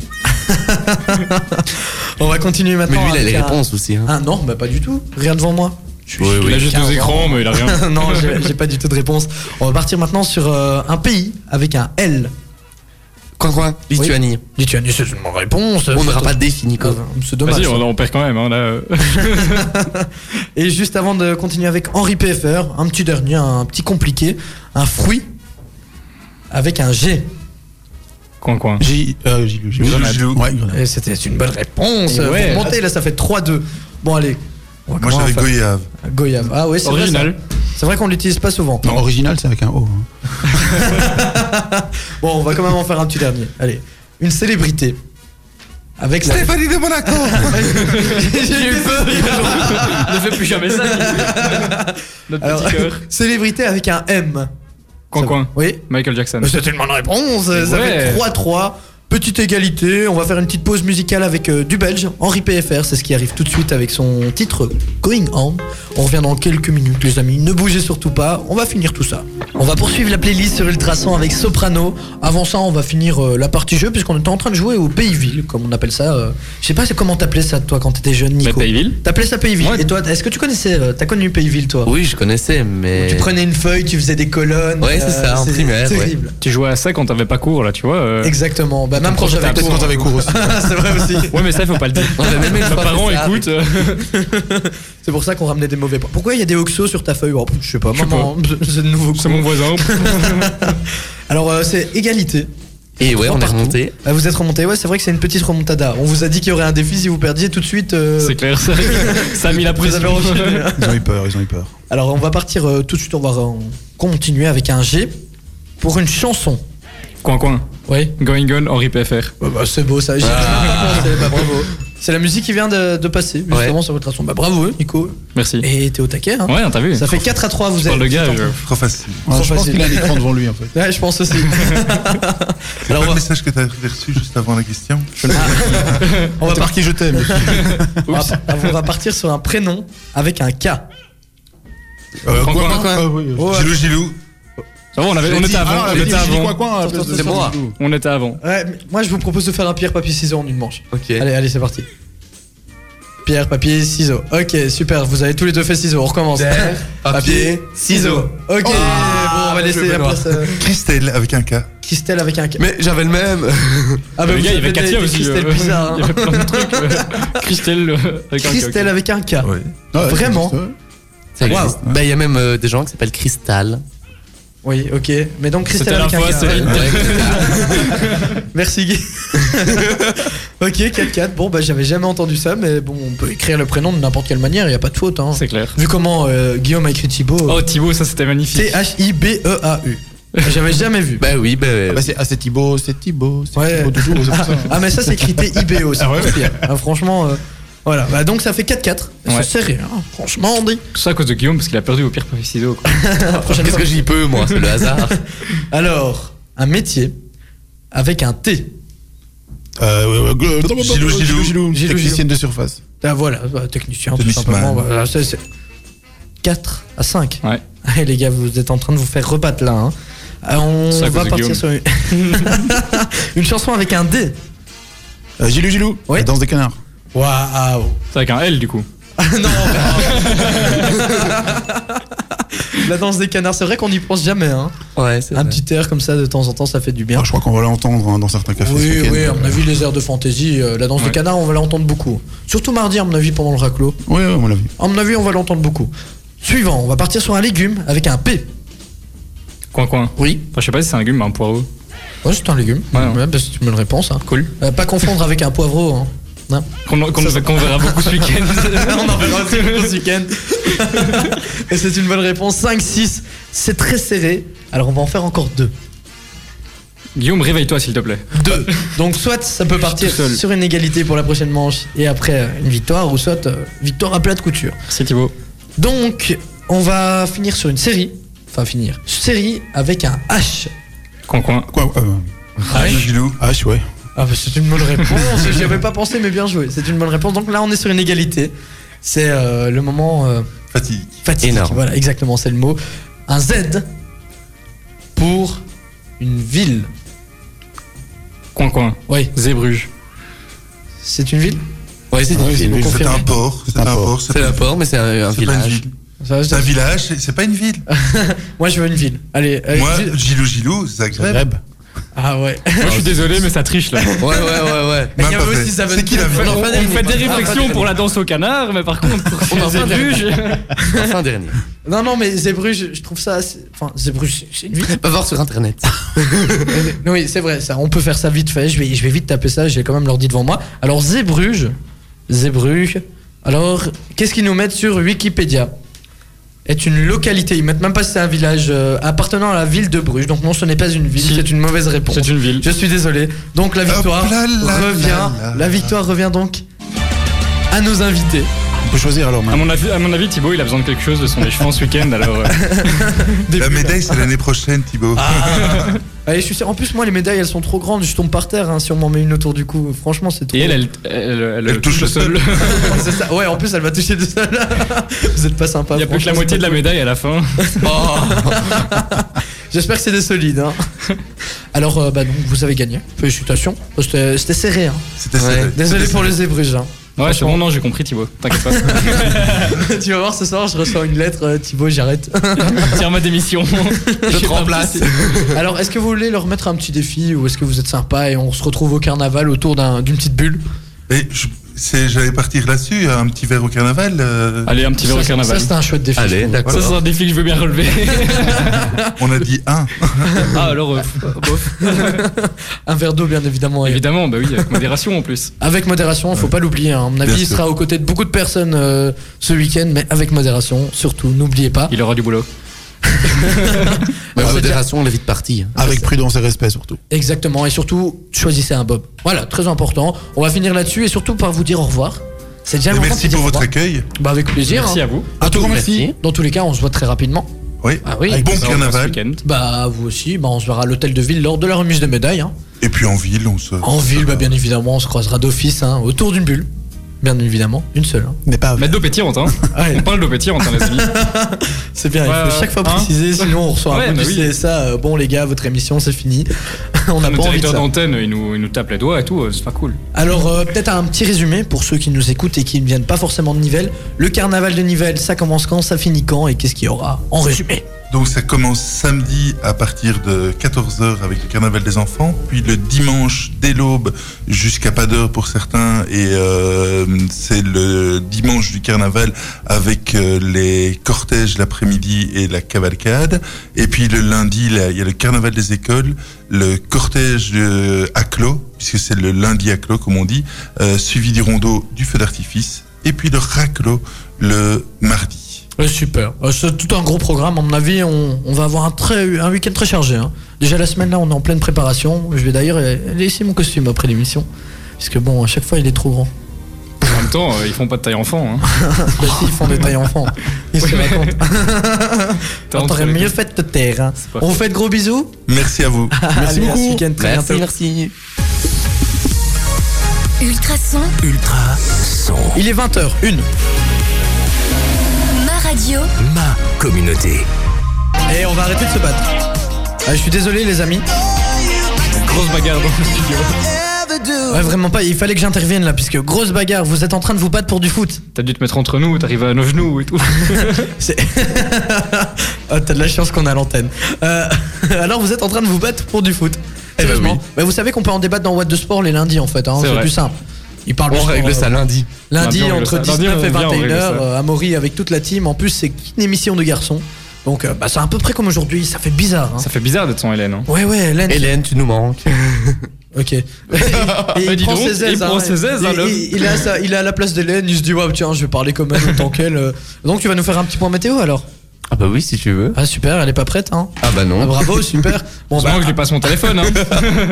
Speaker 1: On va continuer
Speaker 6: Mais
Speaker 1: maintenant.
Speaker 6: lui, il a
Speaker 1: avec
Speaker 6: les
Speaker 1: un-
Speaker 6: réponses aussi. hein.
Speaker 1: Ah non, bah pas du tout. Rien devant
Speaker 6: *laughs*
Speaker 1: moi. Je suis- je suis
Speaker 2: il a juste
Speaker 1: quelqu'un,
Speaker 2: deux
Speaker 1: vraiment.
Speaker 2: écrans, mais il a
Speaker 1: *laughs*
Speaker 2: rien.
Speaker 1: non, j'ai j'ai pas du tout de réponse. On va partir maintenant sur euh, un pays avec un L.
Speaker 6: Coin, coin. Lituanie.
Speaker 1: Lituanie, c'est une bonne réponse. Ah,
Speaker 6: On n'aura pas de défi, Nico.
Speaker 1: C'est dommage.
Speaker 2: *laughs* Vas-y,
Speaker 1: ça.
Speaker 2: on, on perd quand même. Hein, là. euh. *laughs*
Speaker 1: Et juste avant de continuer avec Henri PFR, un petit dernier, un petit compliqué, un fruit avec un G.
Speaker 2: Coin, coin.
Speaker 8: J- euh, Gilou, Gilou.
Speaker 7: Grenade. Gilou.
Speaker 8: Ouais, Grenade.
Speaker 1: Et c'était une bonne réponse.
Speaker 2: Et ouais.
Speaker 1: Faut remonter, là, ça fait 3-2. Bon, allez. On va
Speaker 7: Moi,
Speaker 1: commencer
Speaker 7: j'avais
Speaker 1: à faire-
Speaker 7: Goyave.
Speaker 1: Goyave. Ah oui, c'est vrai.
Speaker 2: Original.
Speaker 1: *laughs* ça. C'est vrai qu'on l'utilise pas souvent.
Speaker 8: Non, original, c'est avec un O. hein.
Speaker 1: Bon, on va quand même en faire un petit dernier. Allez. Une célébrité. Avec la-
Speaker 7: Stéphanie de
Speaker 1: *laughs*
Speaker 7: Monaco
Speaker 1: J'ai eu peur.
Speaker 2: ne fais plus jamais ça. Notre
Speaker 1: Alors,
Speaker 2: petit
Speaker 1: *laughs*
Speaker 2: cœur.
Speaker 1: célébrité avec un M. Ça
Speaker 2: Coin,
Speaker 1: va.
Speaker 2: coin.
Speaker 1: Oui.
Speaker 2: Michael Jackson.
Speaker 1: Ah, Mais C'était une bonne réponse. Ça fait
Speaker 2: Ouais.
Speaker 1: 3-3. Petite égalité. On va faire une petite pause musicale avec euh, du Belge, Henri PFR. C'est ce qui arrive tout de suite avec son titre Going On. On revient dans quelques minutes, les amis. Ne bougez surtout pas. On va finir tout ça. On va poursuivre la playlist sur Ultrason avec Soprano. Avant ça, on va finir euh, la partie jeu puisqu'on était en train de jouer au Pays-Ville, comme on appelle ça. euh. Je sais pas c'est comment t'appelais ça toi quand t'étais jeune, Nico.
Speaker 2: Bah, Pays-Ville.
Speaker 1: T'appelais ça Pays-Ville.
Speaker 2: Ouais.
Speaker 1: Et toi, est-ce que tu connaissais euh, T'as connu Pays-Ville, toi
Speaker 6: Oui, je connaissais, mais.
Speaker 1: Tu prenais une feuille, tu faisais des colonnes. euh,
Speaker 6: Ouais, c'est ça, en primaire, ouais.
Speaker 1: Terrible.
Speaker 2: Tu jouais à ça quand t'avais pas cours, là, tu vois. euh.
Speaker 1: Exactement. Bah, même quand
Speaker 2: prof
Speaker 1: j'avais
Speaker 2: était
Speaker 1: cours.
Speaker 8: Peut-être quand t'avais cours aussi.
Speaker 1: *laughs* c'est vrai aussi.
Speaker 2: Ouais, mais ça, faut pas le dire.
Speaker 6: On avait même une
Speaker 2: Nos
Speaker 6: fois
Speaker 2: parents
Speaker 6: fait ça
Speaker 2: écoutent. euh,
Speaker 1: C'est pour ça qu'on ramenait des mauvais points. Pourquoi il y a des oxos sur ta feuille Oh, Je sais pas,
Speaker 2: Je sais
Speaker 1: maman, *laughs* c'est de nouveau.
Speaker 2: C'est mon voisin. *laughs*
Speaker 1: Alors euh, c'est égalité.
Speaker 6: Et ouais,
Speaker 1: Trois
Speaker 6: on est
Speaker 1: partout.
Speaker 6: remonté.
Speaker 1: Ah, vous êtes remonté. Ouais, c'est vrai que c'est une petite remontada. On vous a dit qu'il y aurait un défi si vous perdiez tout de suite. euh,
Speaker 2: C'est clair, ça. Ça a mis la
Speaker 1: vous avez
Speaker 2: pression. *laughs*
Speaker 1: enchaîné.
Speaker 8: Ils ont eu peur, ils ont eu peur.
Speaker 1: Alors on va partir euh, tout de suite. On va euh, continuer avec un G pour une chanson.
Speaker 2: Coin, coin.
Speaker 1: Oui.
Speaker 2: Going on, Henri PFR.
Speaker 1: Bah, bah, c'est beau ça. J'y ai même pas pensé. Bah, bravo. C'est la musique qui vient de, de passer justement sur votre son. Bah bravo euh, Nico.
Speaker 2: Merci.
Speaker 1: Et t'es au taquet. Hein.
Speaker 2: Ouais, t'as vu.
Speaker 1: Ça fait 4 à 3, vous
Speaker 2: Je
Speaker 1: êtes.
Speaker 2: parle de gage. euh.
Speaker 7: Trop facile.
Speaker 1: Trop
Speaker 8: Ouais, je pense
Speaker 1: facile.
Speaker 8: qu'il a un écran devant lui, en fait.
Speaker 1: Ouais, je pense aussi.
Speaker 7: C'est pas le message que tu avais reçu juste avant la question
Speaker 1: on va
Speaker 8: C'est
Speaker 1: partir.
Speaker 8: marqué je t'aime.
Speaker 1: On va, on va partir sur un prénom avec un K.
Speaker 7: Euh,
Speaker 2: Coin, coin.
Speaker 8: Ah, oui, euh,
Speaker 1: Ouais.
Speaker 7: Gilou, Gilou.
Speaker 2: Ça va, on, avait, on
Speaker 8: j'ai dit-
Speaker 2: était avant.
Speaker 8: ah,
Speaker 2: on
Speaker 8: j'ai
Speaker 2: était
Speaker 8: dit- j'ai dit
Speaker 2: avant.
Speaker 8: quoi, quoi, à la
Speaker 2: euh,
Speaker 8: place de
Speaker 6: C'est
Speaker 8: ça,
Speaker 6: moi.
Speaker 8: du coup.
Speaker 2: On était avant.
Speaker 1: Ouais, mais moi je vous propose de faire un pierre, papier, ciseaux en une manche.
Speaker 6: Ok.
Speaker 1: Allez, allez, c'est parti. Pierre, papier, ciseaux. Ok, super, vous avez tous les deux fait ciseaux, on recommence. *laughs*
Speaker 6: Pierre, papier, ciseaux.
Speaker 1: Ok, bon, on va laisser
Speaker 6: je vais
Speaker 1: la
Speaker 6: voir.
Speaker 1: place à
Speaker 7: Christelle avec un K.
Speaker 1: Christelle avec un K.
Speaker 6: Mais j'avais le même.
Speaker 1: Ah, bah,
Speaker 2: les
Speaker 1: vous
Speaker 2: gars, il y avait
Speaker 1: faites des-
Speaker 2: Katia
Speaker 1: des
Speaker 2: aussi.
Speaker 1: Christelle
Speaker 2: euh,
Speaker 1: bizarre. hein.
Speaker 2: *laughs* Il y avait plein de trucs. euh, Christelle euh, avec un K, ok.
Speaker 1: Christelle avec un K.
Speaker 7: Ouais.
Speaker 8: Ah, ouais,
Speaker 1: Vraiment
Speaker 8: c'est juste, ouais.
Speaker 6: Ça
Speaker 1: Wow.
Speaker 6: existe. Bah, il y a même euh, des gens qui s'appellent Cristal.
Speaker 1: Oui, ok. Mais donc
Speaker 2: C'était
Speaker 1: Christelle
Speaker 2: la
Speaker 1: avec un
Speaker 2: fois,
Speaker 1: K.
Speaker 2: Céline.
Speaker 1: Merci Guy. *laughs* ok, 4-4. Bon, bah j'avais jamais entendu ça, mais bon, on peut écrire le prénom de n'importe quelle manière, il n'y a pas de faute. Hein.
Speaker 2: C'est clair.
Speaker 1: Vu comment euh, Guillaume a écrit Thibaut. euh,
Speaker 2: Oh, Thibaut, ça c'était magnifique.
Speaker 1: T-H-I-B-E-A-U. E J'avais jamais vu.
Speaker 6: Bah oui, bah.
Speaker 8: Ah bah, c'est ah, c'est Thibaut, c'est Thibaut, c'est
Speaker 1: Ouais.
Speaker 8: Thibaut toujours. c'est pour
Speaker 1: Ah,
Speaker 8: *laughs* ça.
Speaker 1: ah, mais ça, c'est écrit T-I-B-O. C'est encore pire. Ah, franchement, euh, voilà. Bah, donc, ça fait 4-4.
Speaker 2: Ouais.
Speaker 1: C'est serré, hein. franchement, on dit.
Speaker 2: Tout ça à cause de Guillaume parce qu'il a perdu au pire papier ciseaux. quoi.
Speaker 6: Qu'est-ce que j'y peux, moi C'est le hasard.
Speaker 1: Alors, un métier avec un T.
Speaker 8: Euh, ouais, ouais,
Speaker 7: Gilou, Gilou.
Speaker 1: Gilou,
Speaker 8: Technicienne de surface.
Speaker 1: Ah, voilà, bah, technicien, tout
Speaker 7: Tennisman.
Speaker 1: simplement. Voilà, c'est- c'est 4 à 5.
Speaker 2: Ouais.
Speaker 1: *laughs* Allez, les gars, vous êtes en train de vous faire rebattre là. hein. Euh, On
Speaker 2: C'est à
Speaker 1: va
Speaker 2: cause de
Speaker 1: partir
Speaker 2: Guillaume.
Speaker 1: sur une... *laughs* une chanson avec un D.
Speaker 8: Euh, Gilou, Gilou.
Speaker 1: Ouais.
Speaker 8: La danse des canards.
Speaker 1: Waouh!
Speaker 2: C'est avec un L du coup.
Speaker 1: non! La danse des canards, c'est vrai qu'on n'y pense jamais. Hein.
Speaker 6: Ouais, c'est
Speaker 1: Un
Speaker 6: vrai.
Speaker 1: petit air comme ça de temps en temps, ça fait du bien.
Speaker 8: Ah, je crois qu'on va l'entendre hein, dans certains cafés. ce
Speaker 1: Oui,
Speaker 8: week-end.
Speaker 1: oui, à mon avis, les airs de fantaisie, euh, la danse des
Speaker 2: Ouais.
Speaker 1: canards, on va l'entendre beaucoup. Surtout mardi, à mon avis, pendant le raclos.
Speaker 8: Ouais, ouais, on l'a vu.
Speaker 1: À mon avis, on va l'entendre beaucoup. Suivant, on va partir sur un légume avec un P.
Speaker 2: Coin, coin.
Speaker 1: Oui.
Speaker 2: Enfin, je sais pas si c'est un légume, mais un poireau.
Speaker 1: Ouais, c'est un légume.
Speaker 2: Ouais, ouais.
Speaker 1: bah, c'est une bonne réponse. hein.
Speaker 2: Cool.
Speaker 1: Euh, pas confondre avec un poivreau. Hein. Non.
Speaker 2: Qu'on qu'on- qu'on verra beaucoup ce week-end.
Speaker 1: on en verra
Speaker 2: *laughs*
Speaker 1: ce week-end. *laughs* Et c'est une bonne réponse. 5-6. C'est très serré. Alors, on va en faire encore deux.
Speaker 2: Guillaume, réveille-toi s'il te plaît.
Speaker 1: Deux. Donc, soit ça peut partir
Speaker 2: Tout seul.
Speaker 1: sur une égalité pour la prochaine manche et après euh, une victoire, ou soit euh, victoire à plat de couture.
Speaker 2: Merci Thibaut.
Speaker 1: Donc, on va finir sur une série. Enfin, finir. Série avec un H.
Speaker 2: Coin, coin.
Speaker 8: Quoi euh,
Speaker 7: Ah, Gilou, Gilou.
Speaker 8: H, ouais.
Speaker 1: Ah, bah, c'est une bonne réponse. *laughs* J'y avais pas pensé, mais bien joué. C'est une bonne réponse. Donc là, on est sur une égalité. C'est euh, le moment euh,
Speaker 7: Fatigue.
Speaker 1: fatidique.
Speaker 6: Énorme.
Speaker 1: Voilà, exactement, c'est le mot. Un Z pour une ville.
Speaker 2: Coin, coin.
Speaker 1: Oui,
Speaker 2: Zébruge.
Speaker 1: c'est une ville
Speaker 6: Ouais, c'est
Speaker 8: Ouais,
Speaker 6: difficile.
Speaker 7: C'est
Speaker 8: c'est-
Speaker 1: confirmez.
Speaker 7: un port. C'est un port.
Speaker 6: C'est un
Speaker 7: pas-
Speaker 6: port, mais c'est un, un
Speaker 7: c'est pas une
Speaker 6: village.
Speaker 7: ville.
Speaker 1: Ça,
Speaker 7: C'est un
Speaker 1: je-
Speaker 7: village, c'est- c'est pas une ville.
Speaker 1: Moi, je veux une ville. Allez. euh,
Speaker 7: Moi,
Speaker 1: ville-
Speaker 7: Gilou, Gilou, Zagreb.
Speaker 8: Zagreb.
Speaker 1: Ah ouais. *laughs*
Speaker 2: Moi, je suis désolé, mais ça triche là.
Speaker 6: Ouais, ouais, ouais, ouais.
Speaker 1: Il y
Speaker 7: Même pas
Speaker 1: avait
Speaker 7: fait.
Speaker 1: aussi Zaven-
Speaker 7: C'est qui la ville
Speaker 1: Non,
Speaker 2: *laughs* on
Speaker 1: pas
Speaker 2: on fait des
Speaker 1: Ah, pas
Speaker 2: réflexions
Speaker 1: des-
Speaker 2: pour la danse au canard, mais par contre, pour
Speaker 6: On en
Speaker 2: les
Speaker 6: fait des-
Speaker 2: Zébruges,
Speaker 6: Enfin, dernier.
Speaker 1: Non, non, mais Zébruges, je trouve ça assez... Enfin, Zébruges, c'est une ville.
Speaker 6: Va voir sur internet.
Speaker 1: Non, oui, c'est vrai, ça, on peut faire ça vite fait. Je vais, je vais vite taper ça, j'ai quand même l'ordi devant moi. Alors, Zébruges, Zébruges. Alors, qu'est-ce qu'ils nous mettent sur Wikipédia Est une localité, ils mettent même pas si c'est un village euh, appartenant à la ville de Bruges. Donc, non, ce n'est pas une ville,
Speaker 2: Si.
Speaker 1: c'est une mauvaise réponse.
Speaker 2: C'est une ville.
Speaker 1: Je suis désolé. Donc, la victoire
Speaker 7: Hop là là
Speaker 1: revient.
Speaker 7: là là.
Speaker 1: La victoire revient donc à nos invités.
Speaker 8: On peut choisir alors
Speaker 2: À
Speaker 8: maintenant.
Speaker 2: mon, avis, à mon avis, Thibaut, il a besoin de quelque chose de son échevin ce week-end, alors. euh,
Speaker 7: La médaille, c'est l'année prochaine, Thibaut.
Speaker 1: Allez, je suis sûr- En plus, moi, les médailles, elles sont trop grandes. Je tombe par terre hein, si on m'en met une autour du cou. Franchement, c'est trop.
Speaker 2: Et elle, elle, elle,
Speaker 7: Elle touche le sol.
Speaker 1: *laughs* C'est ça. Ouais, en plus, elle m'a touché de ça. là. *laughs* Vous êtes pas sympa.
Speaker 2: Il n'y a plus que la moitié de la médaille à la fin.
Speaker 1: J'espère que c'est des solides. *laughs* hein. Alors, euh, bah, donc, vous avez gagné. Félicitations. Oh, C'était c'était serré. hein.
Speaker 7: C'était
Speaker 6: Ouais.
Speaker 7: serré.
Speaker 1: Désolé
Speaker 7: C'était
Speaker 1: pour
Speaker 7: serré.
Speaker 1: les ébruges. hein.
Speaker 2: Ouais, c'est bon, non, j'ai compris, Thibaut. T'inquiète pas.
Speaker 1: *laughs* tu vas voir ce soir, je reçois une lettre. euh, Thibaut, j'arrête.
Speaker 2: Tire ma démission.
Speaker 6: Je te remplace.
Speaker 1: *laughs* Alors, est-ce que vous voulez leur mettre un petit défi ou est-ce que vous êtes sympa et on se retrouve au carnaval autour d'un- d'une petite bulle
Speaker 7: Et je- c'est- J'allais partir là-dessus, euh, un petit verre au carnaval. euh,
Speaker 2: Allez, un petit verre au
Speaker 1: Ça,
Speaker 2: carnaval.
Speaker 1: Ça, c'est un chouette défi. je
Speaker 6: Allez,
Speaker 1: trouve.
Speaker 6: d'accord.
Speaker 2: Ça, c'est un défi que je veux bien relever.
Speaker 7: on a dit un.
Speaker 2: ah, alors, euh, bof.
Speaker 1: Un verre d'eau, bien évidemment. et-
Speaker 2: Évidemment, bah oui, avec modération en plus.
Speaker 1: Avec modération, faut pas l'oublier. hein. À mon avis,
Speaker 7: Bien
Speaker 1: il
Speaker 7: sûr.
Speaker 1: sera aux côtés de beaucoup de personnes euh, ce week-end, mais avec modération, surtout, n'oubliez pas.
Speaker 2: Il aura du boulot.
Speaker 6: Mais
Speaker 1: Alors,
Speaker 6: en
Speaker 1: c'est
Speaker 6: modération, on est vite parti.
Speaker 8: Avec prudence et respect surtout.
Speaker 1: Exactement, et surtout, choisissez un bob. Voilà, très important. On va finir là-dessus et surtout par vous dire au revoir. C'est déjà
Speaker 7: Et
Speaker 1: longtemps qu'on
Speaker 7: merci
Speaker 1: dit
Speaker 7: pour
Speaker 1: au
Speaker 7: votre
Speaker 1: revoir.
Speaker 7: accueil.
Speaker 1: Bah, avec plaisir.
Speaker 2: Merci
Speaker 1: hein.
Speaker 2: à vous.
Speaker 1: Un tout grand
Speaker 6: Merci.
Speaker 1: merci. Dans tous les cas, on se voit très rapidement.
Speaker 7: Oui.
Speaker 1: Ah oui.
Speaker 7: Bon
Speaker 2: Ça, on va ce
Speaker 7: carnaval.
Speaker 2: week-end.
Speaker 1: Bah, vous aussi, bah, on se verra à l'hôtel de ville lors de la remise de médailles. hein.
Speaker 7: Et puis en ville, on se.
Speaker 1: En ville, bah, bien évidemment, on se croisera d'office hein, autour d'une bulle. Bien évidemment, une seule. hein.
Speaker 8: Mais pas
Speaker 2: Mettre d'eau
Speaker 1: *laughs*
Speaker 2: pétillante, hein.
Speaker 1: Ah Ouais.
Speaker 2: On parle d'eau pétillante, hein, les amis.
Speaker 1: C'est bien,
Speaker 2: Ouais,
Speaker 1: il faut chaque fois
Speaker 2: hein.
Speaker 1: préciser, sinon on reçoit
Speaker 2: Ouais,
Speaker 1: un peu
Speaker 2: bah
Speaker 1: du
Speaker 2: oui.
Speaker 1: CSA. euh, bon, les gars, votre émission, c'est fini. *laughs* on n'a pas envie de
Speaker 2: Notre directeur
Speaker 1: ça.
Speaker 2: d'antenne, il nous, il nous tape les doigts et tout, euh, c'est pas cool.
Speaker 1: Alors, euh, peut-être un petit résumé pour ceux qui nous écoutent et qui ne viennent pas forcément de Nivelles. Le carnaval de Nivelles, ça commence quand, ça finit quand et qu'est-ce qu'il y aura En résumé.
Speaker 7: Donc ça commence samedi à partir de 14h avec le carnaval des enfants, puis le dimanche dès l'aube jusqu'à pas d'heure pour certains, et euh, c'est le dimanche du carnaval avec euh, les cortèges l'après-midi et la cavalcade, et puis le lundi là, il y a le carnaval des écoles, le cortège euh, à clos, puisque c'est le lundi à clos comme on dit, euh, suivi du rondeau du feu d'artifice, et puis le raclo le mardi.
Speaker 1: super. Euh, c'est tout un gros programme. À mon avis, on, on va avoir un, très, un week-end très chargé. hein. Déjà, la semaine là, on est en pleine préparation. Je vais d'ailleurs euh, laisser mon costume après l'émission. Parce que bon, à chaque fois, il est trop *laughs* grand.
Speaker 2: En même temps, euh, ils font pas de taille enfant. Hein.
Speaker 1: Bah, si, ils font des tailles enfants. Ils se
Speaker 2: Oui, mais-
Speaker 1: racontent.
Speaker 2: T'as
Speaker 1: T'aurais
Speaker 2: entre les
Speaker 1: mieux
Speaker 2: deux.
Speaker 1: fait de te taire. hein.
Speaker 2: C'est pas
Speaker 1: On vous
Speaker 2: faux.
Speaker 1: fait de gros bisous.
Speaker 7: Merci à vous.
Speaker 1: Merci
Speaker 6: beaucoup.
Speaker 1: week-end, très
Speaker 6: Merci,
Speaker 1: bientôt.
Speaker 6: merci.
Speaker 3: Ultrason,
Speaker 5: Ultra son.
Speaker 1: Il est 20h01.
Speaker 3: ma radio.
Speaker 5: Ma communauté.
Speaker 1: Et on va arrêter de se battre. Ah, je suis désolé, les amis.
Speaker 2: Grosse bagarre dans le studio.
Speaker 1: Ouais, vraiment pas, il fallait que j'intervienne là, puisque grosse bagarre, vous êtes en train de vous battre pour du foot.
Speaker 2: T'as dû te mettre entre nous, t'arrives à nos genoux et tout.
Speaker 1: C'est- *laughs* Ah, T'as de la chance qu'on a l'antenne. Euh, *laughs* alors, vous êtes en train de vous battre pour du foot.
Speaker 6: Eh ben
Speaker 1: Sérieusement.
Speaker 6: oui.
Speaker 1: Bah, vous savez qu'on peut en débattre dans What de Sport les lundis en fait, hein,
Speaker 2: C'est
Speaker 1: c'est
Speaker 2: vrai.
Speaker 1: plus simple. Il parle
Speaker 6: On règle ça lundi.
Speaker 1: euh, Lundi
Speaker 2: Lundi, on règle
Speaker 1: entre
Speaker 2: ça. Lundi,
Speaker 1: 19 et
Speaker 2: on vient, on
Speaker 1: 21h,
Speaker 2: règle ça.
Speaker 1: euh, Amaury avec toute la team. En plus, c'est une émission de garçons. Donc, euh, bah, c'est à peu près comme aujourd'hui, ça fait bizarre. hein.
Speaker 2: Ça fait bizarre d'être sans Hélène. Hein.
Speaker 1: Ouais, ouais, Hélène.
Speaker 6: Hélène, tu nous manques.
Speaker 1: Ok. *laughs* Et
Speaker 2: Bah, dis donc, il prend
Speaker 1: hein.
Speaker 2: ses aises, hein,
Speaker 1: Il-
Speaker 2: l'homme.
Speaker 1: il, il, est à sa- il est à la place d'Hélène, il se dit, ouais, tiens, je vais parler comme elle autant qu'elle. euh. Donc, tu vas nous faire un petit point météo alors
Speaker 6: Ah bah oui, si tu veux.
Speaker 1: Ah, super, elle est pas prête, hein
Speaker 6: Ah bah
Speaker 1: Ah,
Speaker 2: *laughs*
Speaker 6: non.
Speaker 1: Bravo, super. Bon,
Speaker 2: Heureusement
Speaker 1: bah,
Speaker 2: que je lui passe mon téléphone. Hein.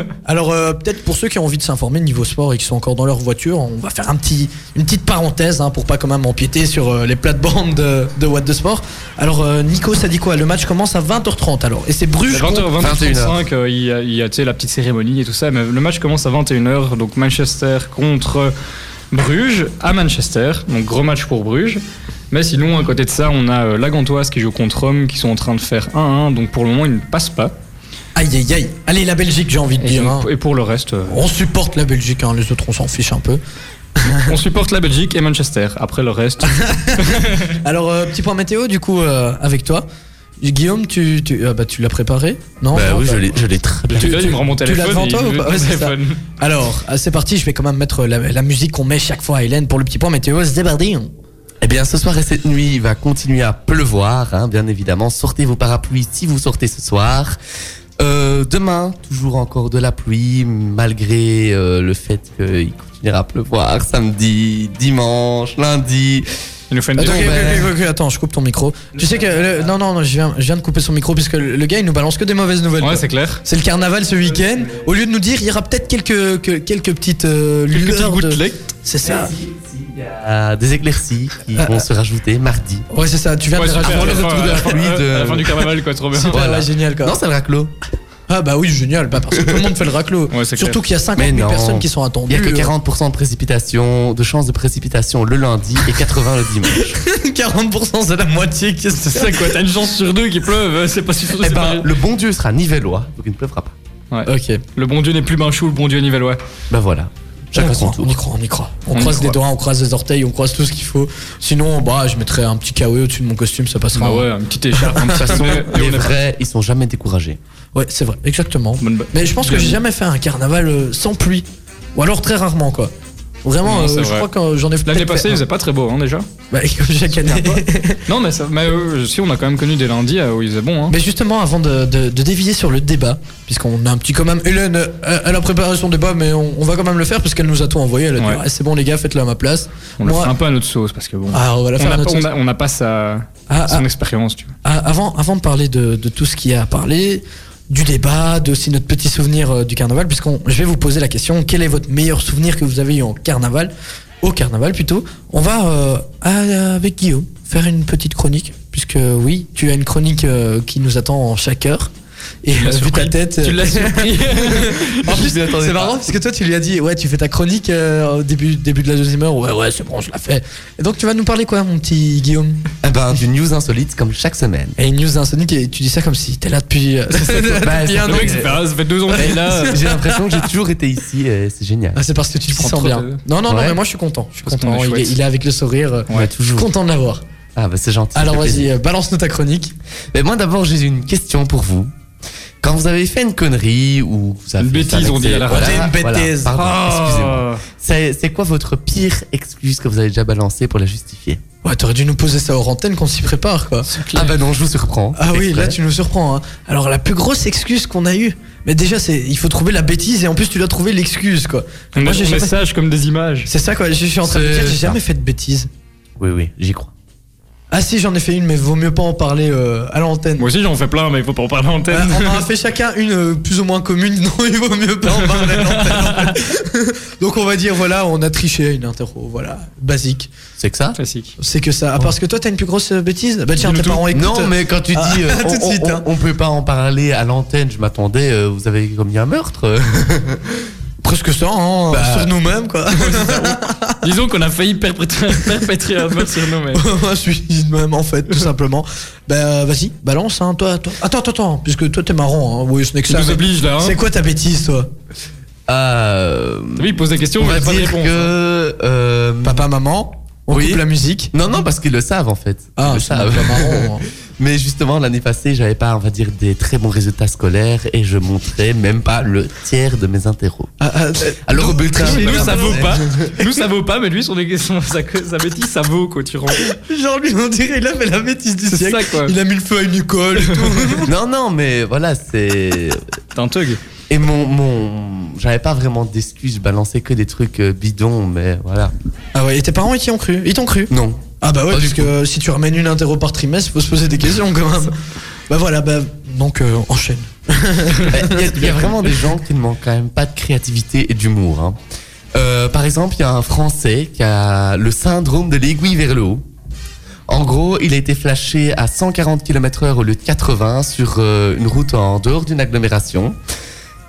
Speaker 1: *laughs* alors, euh, peut-être pour ceux qui ont envie de s'informer niveau sport et qui sont encore dans leur voiture, on va faire un petit, une petite parenthèse hein, pour pas quand même empiéter sur euh, les plates-bandes de, de What the Sport. Alors, euh, Nico, ça dit quoi Le match commence à 20h30 alors. Et c'est Bruges.
Speaker 2: 20h,
Speaker 1: contre-
Speaker 2: 21h35, euh, il y a, il y a, tu sais, la petite cérémonie et tout ça, mais le match commence à 21h, donc Manchester contre Bruges à Manchester, donc gros match pour Bruges. Mais sinon, à côté de ça, on a euh, la Gantoise qui joue contre Rome, qui sont en train de faire 1-1, donc pour le moment, ils ne passent pas.
Speaker 1: Aïe, aïe, aïe. Allez, la Belgique, j'ai envie de
Speaker 2: Et,
Speaker 1: dire.
Speaker 2: donc-
Speaker 1: hein.
Speaker 2: et pour le reste, euh,
Speaker 1: On supporte la Belgique, hein, les autres, on s'en fiche un peu.
Speaker 2: on supporte la Belgique et Manchester. Après
Speaker 1: *laughs*
Speaker 2: le reste,
Speaker 1: Alors, euh, petit point météo, du coup, euh, avec toi. Guillaume, tu, tu, ah bah, tu l'as préparé Non
Speaker 6: Bah
Speaker 1: Non,
Speaker 6: oui, je l'ai- je l'ai très bien.
Speaker 2: tu, me rends mon
Speaker 1: tu
Speaker 2: téléphone.
Speaker 1: l'as devant
Speaker 2: et
Speaker 1: toi
Speaker 2: il
Speaker 1: ou
Speaker 2: me
Speaker 1: pas
Speaker 2: donne
Speaker 1: Ouais,
Speaker 2: mon
Speaker 1: c'est ça.
Speaker 2: téléphone.
Speaker 1: Alors, ah, c'est parti, je vais quand même mettre la, la musique qu'on met chaque fois à Hélène pour le petit point météo. C'est parti.
Speaker 6: Eh bien, ce soir et cette nuit, il va continuer à pleuvoir, hein, bien évidemment. Sortez vos parapluies si vous sortez ce soir. Euh, demain, toujours encore de la pluie, malgré euh, le fait qu'il continuera à pleuvoir samedi, dimanche, lundi.
Speaker 2: Il nous fait une
Speaker 1: Attends,
Speaker 2: deuxième.
Speaker 1: ok,
Speaker 6: ben.
Speaker 1: bah, ok, ok, ok, attends, je coupe ton micro. Tu sais que. le- non, non, non, je viens, je viens de couper son micro puisque le, le gars, il nous balance que des mauvaises nouvelles.
Speaker 2: Ouais,
Speaker 1: quoi.
Speaker 2: c'est clair.
Speaker 1: c'est le carnaval ce week-end. Au lieu de nous dire, il y aura peut-être quelques, que- quelques petites euh,
Speaker 2: Quelques petites
Speaker 1: lueurs de-
Speaker 2: gouttelettes.
Speaker 1: C'est ça.
Speaker 6: Euh, des éclaircies qui vont se rajouter mardi.
Speaker 1: Ouais, c'est ça. Tu viens
Speaker 2: Ouais,
Speaker 1: de
Speaker 2: super.
Speaker 1: rajouter-
Speaker 2: À la fin-
Speaker 6: retour
Speaker 2: euh,
Speaker 6: de
Speaker 2: à
Speaker 6: la
Speaker 2: la fin-
Speaker 6: pluie de-
Speaker 2: à la fin du carnaval, quoi, trop bien.
Speaker 1: Super, ouais, génial quoi.
Speaker 6: Non, c'est le raclo.
Speaker 1: ah bah oui, génial. Bah, parce que tout le monde fait le raclo.
Speaker 2: *laughs* Ouais, c'est
Speaker 1: Surtout
Speaker 2: clair.
Speaker 1: qu'il y a 50
Speaker 6: Mais
Speaker 1: 000
Speaker 6: non.
Speaker 1: personnes qui sont
Speaker 6: Il n'y
Speaker 1: attendues.
Speaker 6: a que
Speaker 1: euh, *laughs*
Speaker 6: 40% de précipitation, de chances de précipitation le lundi et 80 le dimanche.
Speaker 1: 40% c'est la moitié. qu'est-ce que
Speaker 2: C'est ça, quoi. T'as une chance sur deux qu'il pleuve. euh, C'est pas suffisant.
Speaker 6: eh
Speaker 2: c'est
Speaker 6: ben,
Speaker 2: pas-
Speaker 6: le bon Dieu sera nivellois, donc il ne pleuvra pas.
Speaker 1: c'est Ok.
Speaker 2: Le bon Dieu n'est plus Binchou, le bon Dieu est Nivellois.
Speaker 6: Ben voilà.
Speaker 1: on,
Speaker 6: Chacun son
Speaker 1: croit,
Speaker 6: tour.
Speaker 1: on y croit, on y croit. On,
Speaker 2: On y
Speaker 1: croise des
Speaker 2: croit.
Speaker 1: doigts, on croise des orteils, on croise tout ce qu'il faut. Sinon, bah, je mettrais un petit kawaii au-dessus de mon costume, ça passera.
Speaker 2: Ah ouais, un petit
Speaker 1: *laughs*
Speaker 2: écharpe, un petit façon.
Speaker 6: Les vrais, ils sont jamais découragés.
Speaker 1: Ouais, c'est vrai, exactement.
Speaker 2: Bonne ba-
Speaker 1: Mais je pense que
Speaker 2: Bien.
Speaker 1: j'ai jamais fait un carnaval euh, sans pluie. Ou alors très rarement, quoi. Vraiment,
Speaker 2: Non,
Speaker 1: euh,
Speaker 2: c'est
Speaker 1: je
Speaker 2: vrai.
Speaker 1: crois que j'en ai
Speaker 2: L'année
Speaker 1: peut-être
Speaker 2: passée,
Speaker 1: fait
Speaker 2: il
Speaker 1: un.
Speaker 2: faisait pas très beau, hein, déjà.
Speaker 1: Bah, *laughs* comme chaque année.
Speaker 2: *laughs* Non, mais, ça, mais euh, si, on a quand même connu des lundis euh, où il faisait bon. Hein.
Speaker 1: Mais justement, avant de, de- de dévier sur le débat, puisqu'on a un petit quand même. Hélène, euh, elle a préparé son débat, mais on, on va quand même le faire, parce qu'elle nous a tout envoyé. Elle a dit
Speaker 2: Ouais.
Speaker 1: Ouais, c'est bon, les gars, faites-le à ma place.
Speaker 2: On le fait un peu à notre sauce, parce que bon.
Speaker 1: Ah, on va la
Speaker 2: on
Speaker 1: faire à
Speaker 2: n'a
Speaker 1: notre
Speaker 2: pas- on
Speaker 1: sauce.
Speaker 2: a- on n'a pas sa,
Speaker 1: Ah, ah,
Speaker 2: son expérience, tu vois.
Speaker 1: Ah, avant, avant de parler de, de tout ce qu'il y a à parler, du débat, de aussi notre petit souvenir euh, du carnaval, puisqu'on, je vais vous poser la question quel est votre meilleur souvenir que vous avez eu en carnaval Au carnaval plutôt. On va euh, à- avec Guillaume faire une petite chronique, puisque euh, oui, tu as une chronique euh, qui nous attend en chaque heure. Et
Speaker 2: l'as
Speaker 1: euh, vu
Speaker 2: surpris.
Speaker 1: ta tête.
Speaker 2: Tu
Speaker 1: *laughs*
Speaker 2: l'as surpris.
Speaker 1: En plus,
Speaker 6: Je m'y
Speaker 1: c'est
Speaker 6: attendais pas.
Speaker 1: marrant parce que toi, tu lui as dit Ouais, tu fais ta chronique euh, au début, début de la deuxième heure. Ouais, ouais, c'est bon, je la fais. Et donc, tu vas nous parler quoi, mon petit Guillaume
Speaker 6: Eh ben, du news insolite comme chaque semaine.
Speaker 1: Et une news insonique, et tu dis ça comme si t'es là depuis. euh,
Speaker 6: Bah,
Speaker 1: depuis
Speaker 6: ça
Speaker 1: un
Speaker 2: Le
Speaker 1: an.
Speaker 2: mec, ça fait- ah, ça fait deux ans qu'il est là.
Speaker 6: *laughs* J'ai l'impression que j'ai toujours été ici et c'est génial.
Speaker 1: Ah, c'est parce que tu
Speaker 2: Tu
Speaker 1: te
Speaker 2: prends
Speaker 1: sens
Speaker 2: trop
Speaker 1: bien.
Speaker 2: de-
Speaker 1: Non, non, non,
Speaker 6: Ouais.
Speaker 1: mais moi je suis content. Je suis
Speaker 2: Parce qu'on
Speaker 1: content. il,
Speaker 2: est
Speaker 1: est,
Speaker 2: chouette.
Speaker 1: il est avec le sourire. euh,
Speaker 2: Ouais,
Speaker 1: Je suis
Speaker 6: toujours.
Speaker 1: content de l'avoir.
Speaker 6: Ah, bah, c'est gentil. ça
Speaker 1: Alors
Speaker 6: fait plaisir.
Speaker 1: vas-y, euh, balance-nous ta chronique.
Speaker 6: Mais moi, d'abord, j'ai une question pour vous. Quand vous avez fait une connerie ou vous avez
Speaker 2: Une
Speaker 6: fait un
Speaker 2: bêtise, on dit,
Speaker 6: excès-
Speaker 2: à la
Speaker 6: voilà,
Speaker 1: radio. Une
Speaker 6: voilà,
Speaker 1: bêtise. Oh.
Speaker 6: pardon, bah, excusez-moi.
Speaker 2: Ah.
Speaker 6: C'est c'est quoi votre pire excuse que vous avez déjà balancée pour la justifier
Speaker 1: Ouais, t'aurais dû nous poser ça hors antenne qu'on s'y prépare, quoi.
Speaker 6: Ah bah non, je vous surprends.
Speaker 1: Ah oui,
Speaker 6: Exprès.
Speaker 1: là tu nous surprends. hein. Alors la plus grosse excuse qu'on a eue. Mais déjà, c'est il faut trouver la bêtise et en plus tu dois trouver l'excuse, quoi.
Speaker 2: On
Speaker 1: Moi,
Speaker 2: a
Speaker 1: j'ai
Speaker 2: des
Speaker 1: jamais-
Speaker 2: messages comme des images.
Speaker 1: C'est ça, quoi. Je suis en train de
Speaker 6: C'est
Speaker 1: dire, j'ai
Speaker 6: ça.
Speaker 1: jamais fait de bêtises.
Speaker 6: Oui, oui, j'y crois.
Speaker 1: Ah si, j'en ai fait une, mais vaut mieux pas en parler euh, à l'antenne.
Speaker 2: Moi aussi, j'en fais plein, mais il faut pas en parler en
Speaker 1: Euh,
Speaker 2: antenne.
Speaker 1: on en a fait chacun une euh, plus ou moins commune, *laughs* non, il vaut mieux pas en parler à l'antenne, en fait. Donc on va dire, voilà, on a triché à une interro, voilà, basique.
Speaker 6: C'est que ça
Speaker 2: Classique.
Speaker 1: C'est que ça. À part que toi, t'as une plus grosse euh, bêtise Bah tiens,
Speaker 2: Du
Speaker 1: tes
Speaker 2: tout.
Speaker 1: parents écoutent.
Speaker 6: Non, mais quand tu dis
Speaker 1: *laughs* Ah,
Speaker 6: euh,
Speaker 1: tout de
Speaker 6: on,
Speaker 1: suite,
Speaker 6: on-
Speaker 1: hein.
Speaker 6: on peut pas en parler à l'antenne, je m'attendais, euh, vous avez commis un meurtre.
Speaker 1: Presque ça, hein, sur nous-mêmes, quoi. *laughs*
Speaker 2: Disons qu'on a failli perpétrer, perpétrer un meurtre sur nous, mais.
Speaker 1: Un suicide-même, en fait, tout simplement. Bah vas-y, balance, hein, toi, toi. Attends, attends, attends, puisque toi, t'es marrant, hein. Oui, ce n'est que
Speaker 2: Tu
Speaker 1: ça.
Speaker 2: nous
Speaker 1: mais-
Speaker 2: obliges là, hein.
Speaker 1: C'est quoi ta bêtise, toi
Speaker 6: Euh,
Speaker 1: Ah.
Speaker 2: T'as vu, il pose des questions,
Speaker 6: on
Speaker 2: mais il
Speaker 6: va
Speaker 2: a pas de
Speaker 6: dire
Speaker 2: réponse.
Speaker 6: que... euh,
Speaker 1: Papa, maman, on
Speaker 6: Oui.
Speaker 1: coupe la musique.
Speaker 6: Non, non, parce qu'ils le savent en fait. Ils
Speaker 1: Ah,
Speaker 6: le
Speaker 1: c'est pas
Speaker 6: *laughs* savent.
Speaker 1: marrant. hein.
Speaker 6: Mais justement, l'année passée, j'avais pas, on va dire, des très bons résultats scolaires et je montrais même pas le tiers de mes interros.
Speaker 1: Ah, ah,
Speaker 6: Alors, au bulletin,
Speaker 2: Chez
Speaker 6: on
Speaker 2: Nous, ça
Speaker 6: a-
Speaker 2: vaut pas. Nous, ça vaut pas, mais lui, son son- sa, sa bêtise, ça vaut, quoi. Tu rends.
Speaker 1: Genre lui on dirait il a fait la bêtise du
Speaker 2: C'est
Speaker 1: siècle.
Speaker 2: ça, quoi.
Speaker 1: Il a mis le feu à une école et tout.
Speaker 6: Non, non, mais voilà, c'est.
Speaker 2: T'es un thug.
Speaker 6: Et mon. mon... J'avais pas vraiment d'excuses, je balançais que des trucs euh, bidons, mais voilà.
Speaker 1: ah ouais, et tes parents ils t'y ont cru Ils t'ont cru
Speaker 6: Non.
Speaker 1: Ah bah ouais,
Speaker 6: Pas du
Speaker 1: parce que euh, si tu ramènes une interro par trimestre, faut se poser des questions quand *laughs* même. bah voilà, bah donc euh, enchaîne. *laughs*
Speaker 6: Euh, Il y, a- il y a vraiment des gens qui ne manquent quand même pas de créativité et d'humour. hein. Euh, par exemple, il y a un Français qui a le syndrome de l'aiguille vers le haut. En gros, il a été flashé à 140 km/h au lieu de 80 sur euh, une route en dehors d'une agglomération.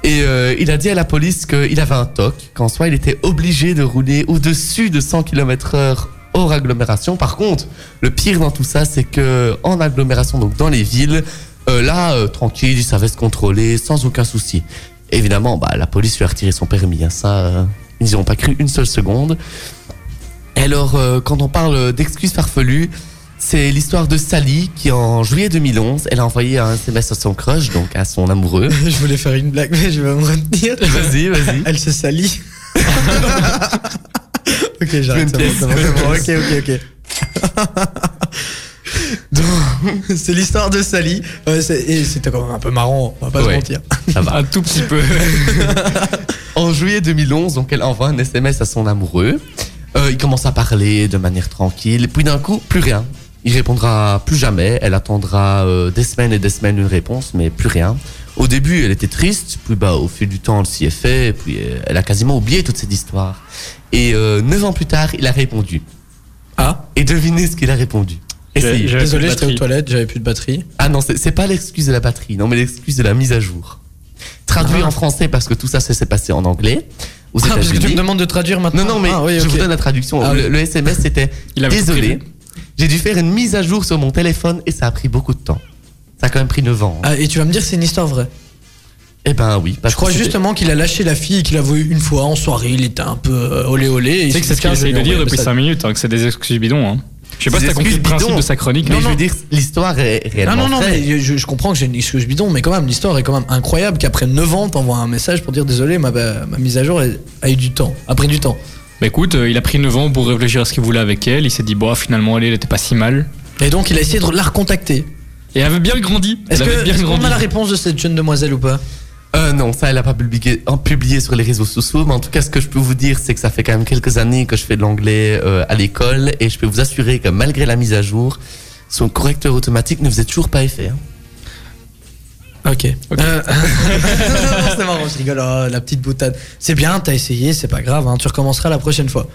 Speaker 6: Et euh, il a dit à la police qu'il avait un toc, qu'en soi, il était obligé de rouler au-dessus de 100 km/h hors agglomération. Par contre, le pire dans tout ça, c'est que en agglomération, donc dans les villes, euh, là, euh, tranquille, il savait se contrôler sans aucun souci. Évidemment, bah, la police lui a retiré son permis. hein, ça, euh, ils n'y ont pas cru une seule seconde. Et alors, euh, quand on parle d'excuses farfelues, c'est l'histoire de Sally qui, en juillet 2011, elle a envoyé un SMS à son crush, donc à son amoureux.
Speaker 1: je voulais faire une blague mais je vais me retenir.
Speaker 6: Vas-y, vas-y.
Speaker 1: Elle se *laughs* salit. ok, j'arrête.
Speaker 6: Même
Speaker 1: c'est bon, c'est bon,
Speaker 6: pièce, même
Speaker 1: c'est bon, Ok, ok, ok. *laughs* Donc, c'est l'histoire de Sally. Euh, c'est- et c'était quand même un peu marrant, on va pas
Speaker 6: Ouais.
Speaker 1: se mentir.
Speaker 6: Ça va.
Speaker 2: Un tout petit peu.
Speaker 6: En juillet 2011, donc elle envoie un SMS à son amoureux. Euh, il commence à parler de manière tranquille. Puis d'un coup, plus rien. Il répondra plus jamais. Elle attendra euh, des semaines et des semaines une réponse, mais plus rien. Au début, elle était triste. Puis bah, au fil du temps, elle s'y est fait. Et puis euh, elle a quasiment oublié toute cette histoire. Et euh, neuf ans plus tard, il a répondu.
Speaker 1: Ah,
Speaker 6: Et devinez ce qu'il a répondu.
Speaker 2: J'ai-
Speaker 6: Essayez.
Speaker 2: j'ai- J'avais
Speaker 1: désolé,
Speaker 2: plus de
Speaker 1: j'étais aux
Speaker 2: batterie.
Speaker 1: toilettes, j'avais plus de batterie.
Speaker 6: Ah non, c'est c'est pas l'excuse de la batterie, non, mais l'excuse de la mise à jour. Traduit en français parce que tout ça, ça s'est passé en anglais. Aux
Speaker 1: Ah, parce que tu
Speaker 6: États-Unis.
Speaker 1: me demandes de traduire maintenant.
Speaker 6: Non, non, mais
Speaker 1: Ah, oui,
Speaker 6: je
Speaker 1: ok.
Speaker 6: vous donne la traduction.
Speaker 1: Ah,
Speaker 6: le,
Speaker 1: oui.
Speaker 6: le SMS, c'était
Speaker 2: Il avait tout
Speaker 6: Désolé,
Speaker 2: prévu.
Speaker 6: j'ai dû faire une mise à jour sur mon téléphone et ça a pris beaucoup de temps. Ça a quand même pris 9 ans. hein.
Speaker 1: Ah, et tu vas me dire que c'est une histoire vraie.
Speaker 6: Eh ben oui,
Speaker 1: Ah.
Speaker 6: parce
Speaker 1: Je crois
Speaker 6: que c'était-
Speaker 1: justement qu'il a lâché la fille et qu'il a vu une fois en soirée, il était un peu euh, olé olé. et il
Speaker 2: Tu sais que
Speaker 1: s'est dit,
Speaker 2: c'est ce qu'il
Speaker 1: tiens, je vais
Speaker 2: essaye de
Speaker 1: lui
Speaker 2: dire
Speaker 1: envoyer un
Speaker 2: depuis
Speaker 1: message.
Speaker 2: 5 minutes, hein, que c'est des excuses bidons. Hein. Je sais pas
Speaker 6: Des
Speaker 2: si t'as compris
Speaker 6: excuses
Speaker 2: le principe
Speaker 6: bidons.
Speaker 2: de sa chronique.
Speaker 6: Mais
Speaker 2: mais
Speaker 6: je veux dire, l'histoire est réellement.
Speaker 1: Non, non, non,
Speaker 6: vraie.
Speaker 1: mais je, je comprends que j'ai une excuse bidon, mais quand même, l'histoire est quand même incroyable qu'après 9 ans, t'envoies un message pour dire désolé, ma, bah, ma mise à jour elle a eu du temps, a pris du temps.
Speaker 2: Bah écoute, euh, il a pris 9 ans pour réfléchir à ce qu'il voulait avec elle. Il s'est dit, bah finalement, elle, elle était pas si mal.
Speaker 1: Et donc, il a essayé de la recontacter.
Speaker 2: Et elle avait bien grandi. Elle
Speaker 1: Est-ce que-
Speaker 2: avait bien
Speaker 1: est-ce qu'on
Speaker 2: grandi.
Speaker 1: a la réponse de cette jeune demoiselle ou pas
Speaker 6: Euh, non, ça, elle n'a pas publié, en publié sur les réseaux sociaux, mais en tout cas, ce que je peux vous dire, c'est que ça fait quand même quelques années que je fais de l'anglais euh, à l'école, et je peux vous assurer que malgré la mise à jour, son correcteur automatique ne faisait toujours pas effet. hein.
Speaker 1: Ok. *laughs* Euh, non, non, c'est marrant, je rigole, oh, la petite boutade. C'est bien, t'as essayé, c'est pas grave, hein, tu recommenceras la prochaine fois.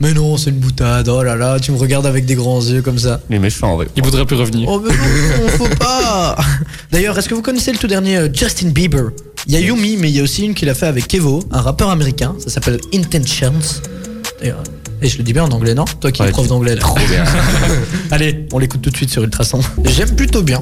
Speaker 1: Mais non, c'est une boutade, oh là là, tu me regardes avec des grands yeux comme ça.
Speaker 6: Les méchants, ouais.
Speaker 2: Il voudrait plus revenir.
Speaker 1: Oh mais non, faut pas *laughs* D'ailleurs, est-ce que vous connaissez le tout dernier euh, Justin Bieber Il y a Yumi, mais il y a aussi une qu'il a fait avec Kevo, un rappeur américain, ça s'appelle Intentions. D'ailleurs, Et je le dis bien en anglais, non Toi qui es
Speaker 6: Ouais,
Speaker 1: prof
Speaker 6: tu-
Speaker 1: d'anglais là.
Speaker 6: Trop bien.
Speaker 1: *laughs* Allez, on l'écoute tout de suite sur Ultrason. J'aime plutôt bien.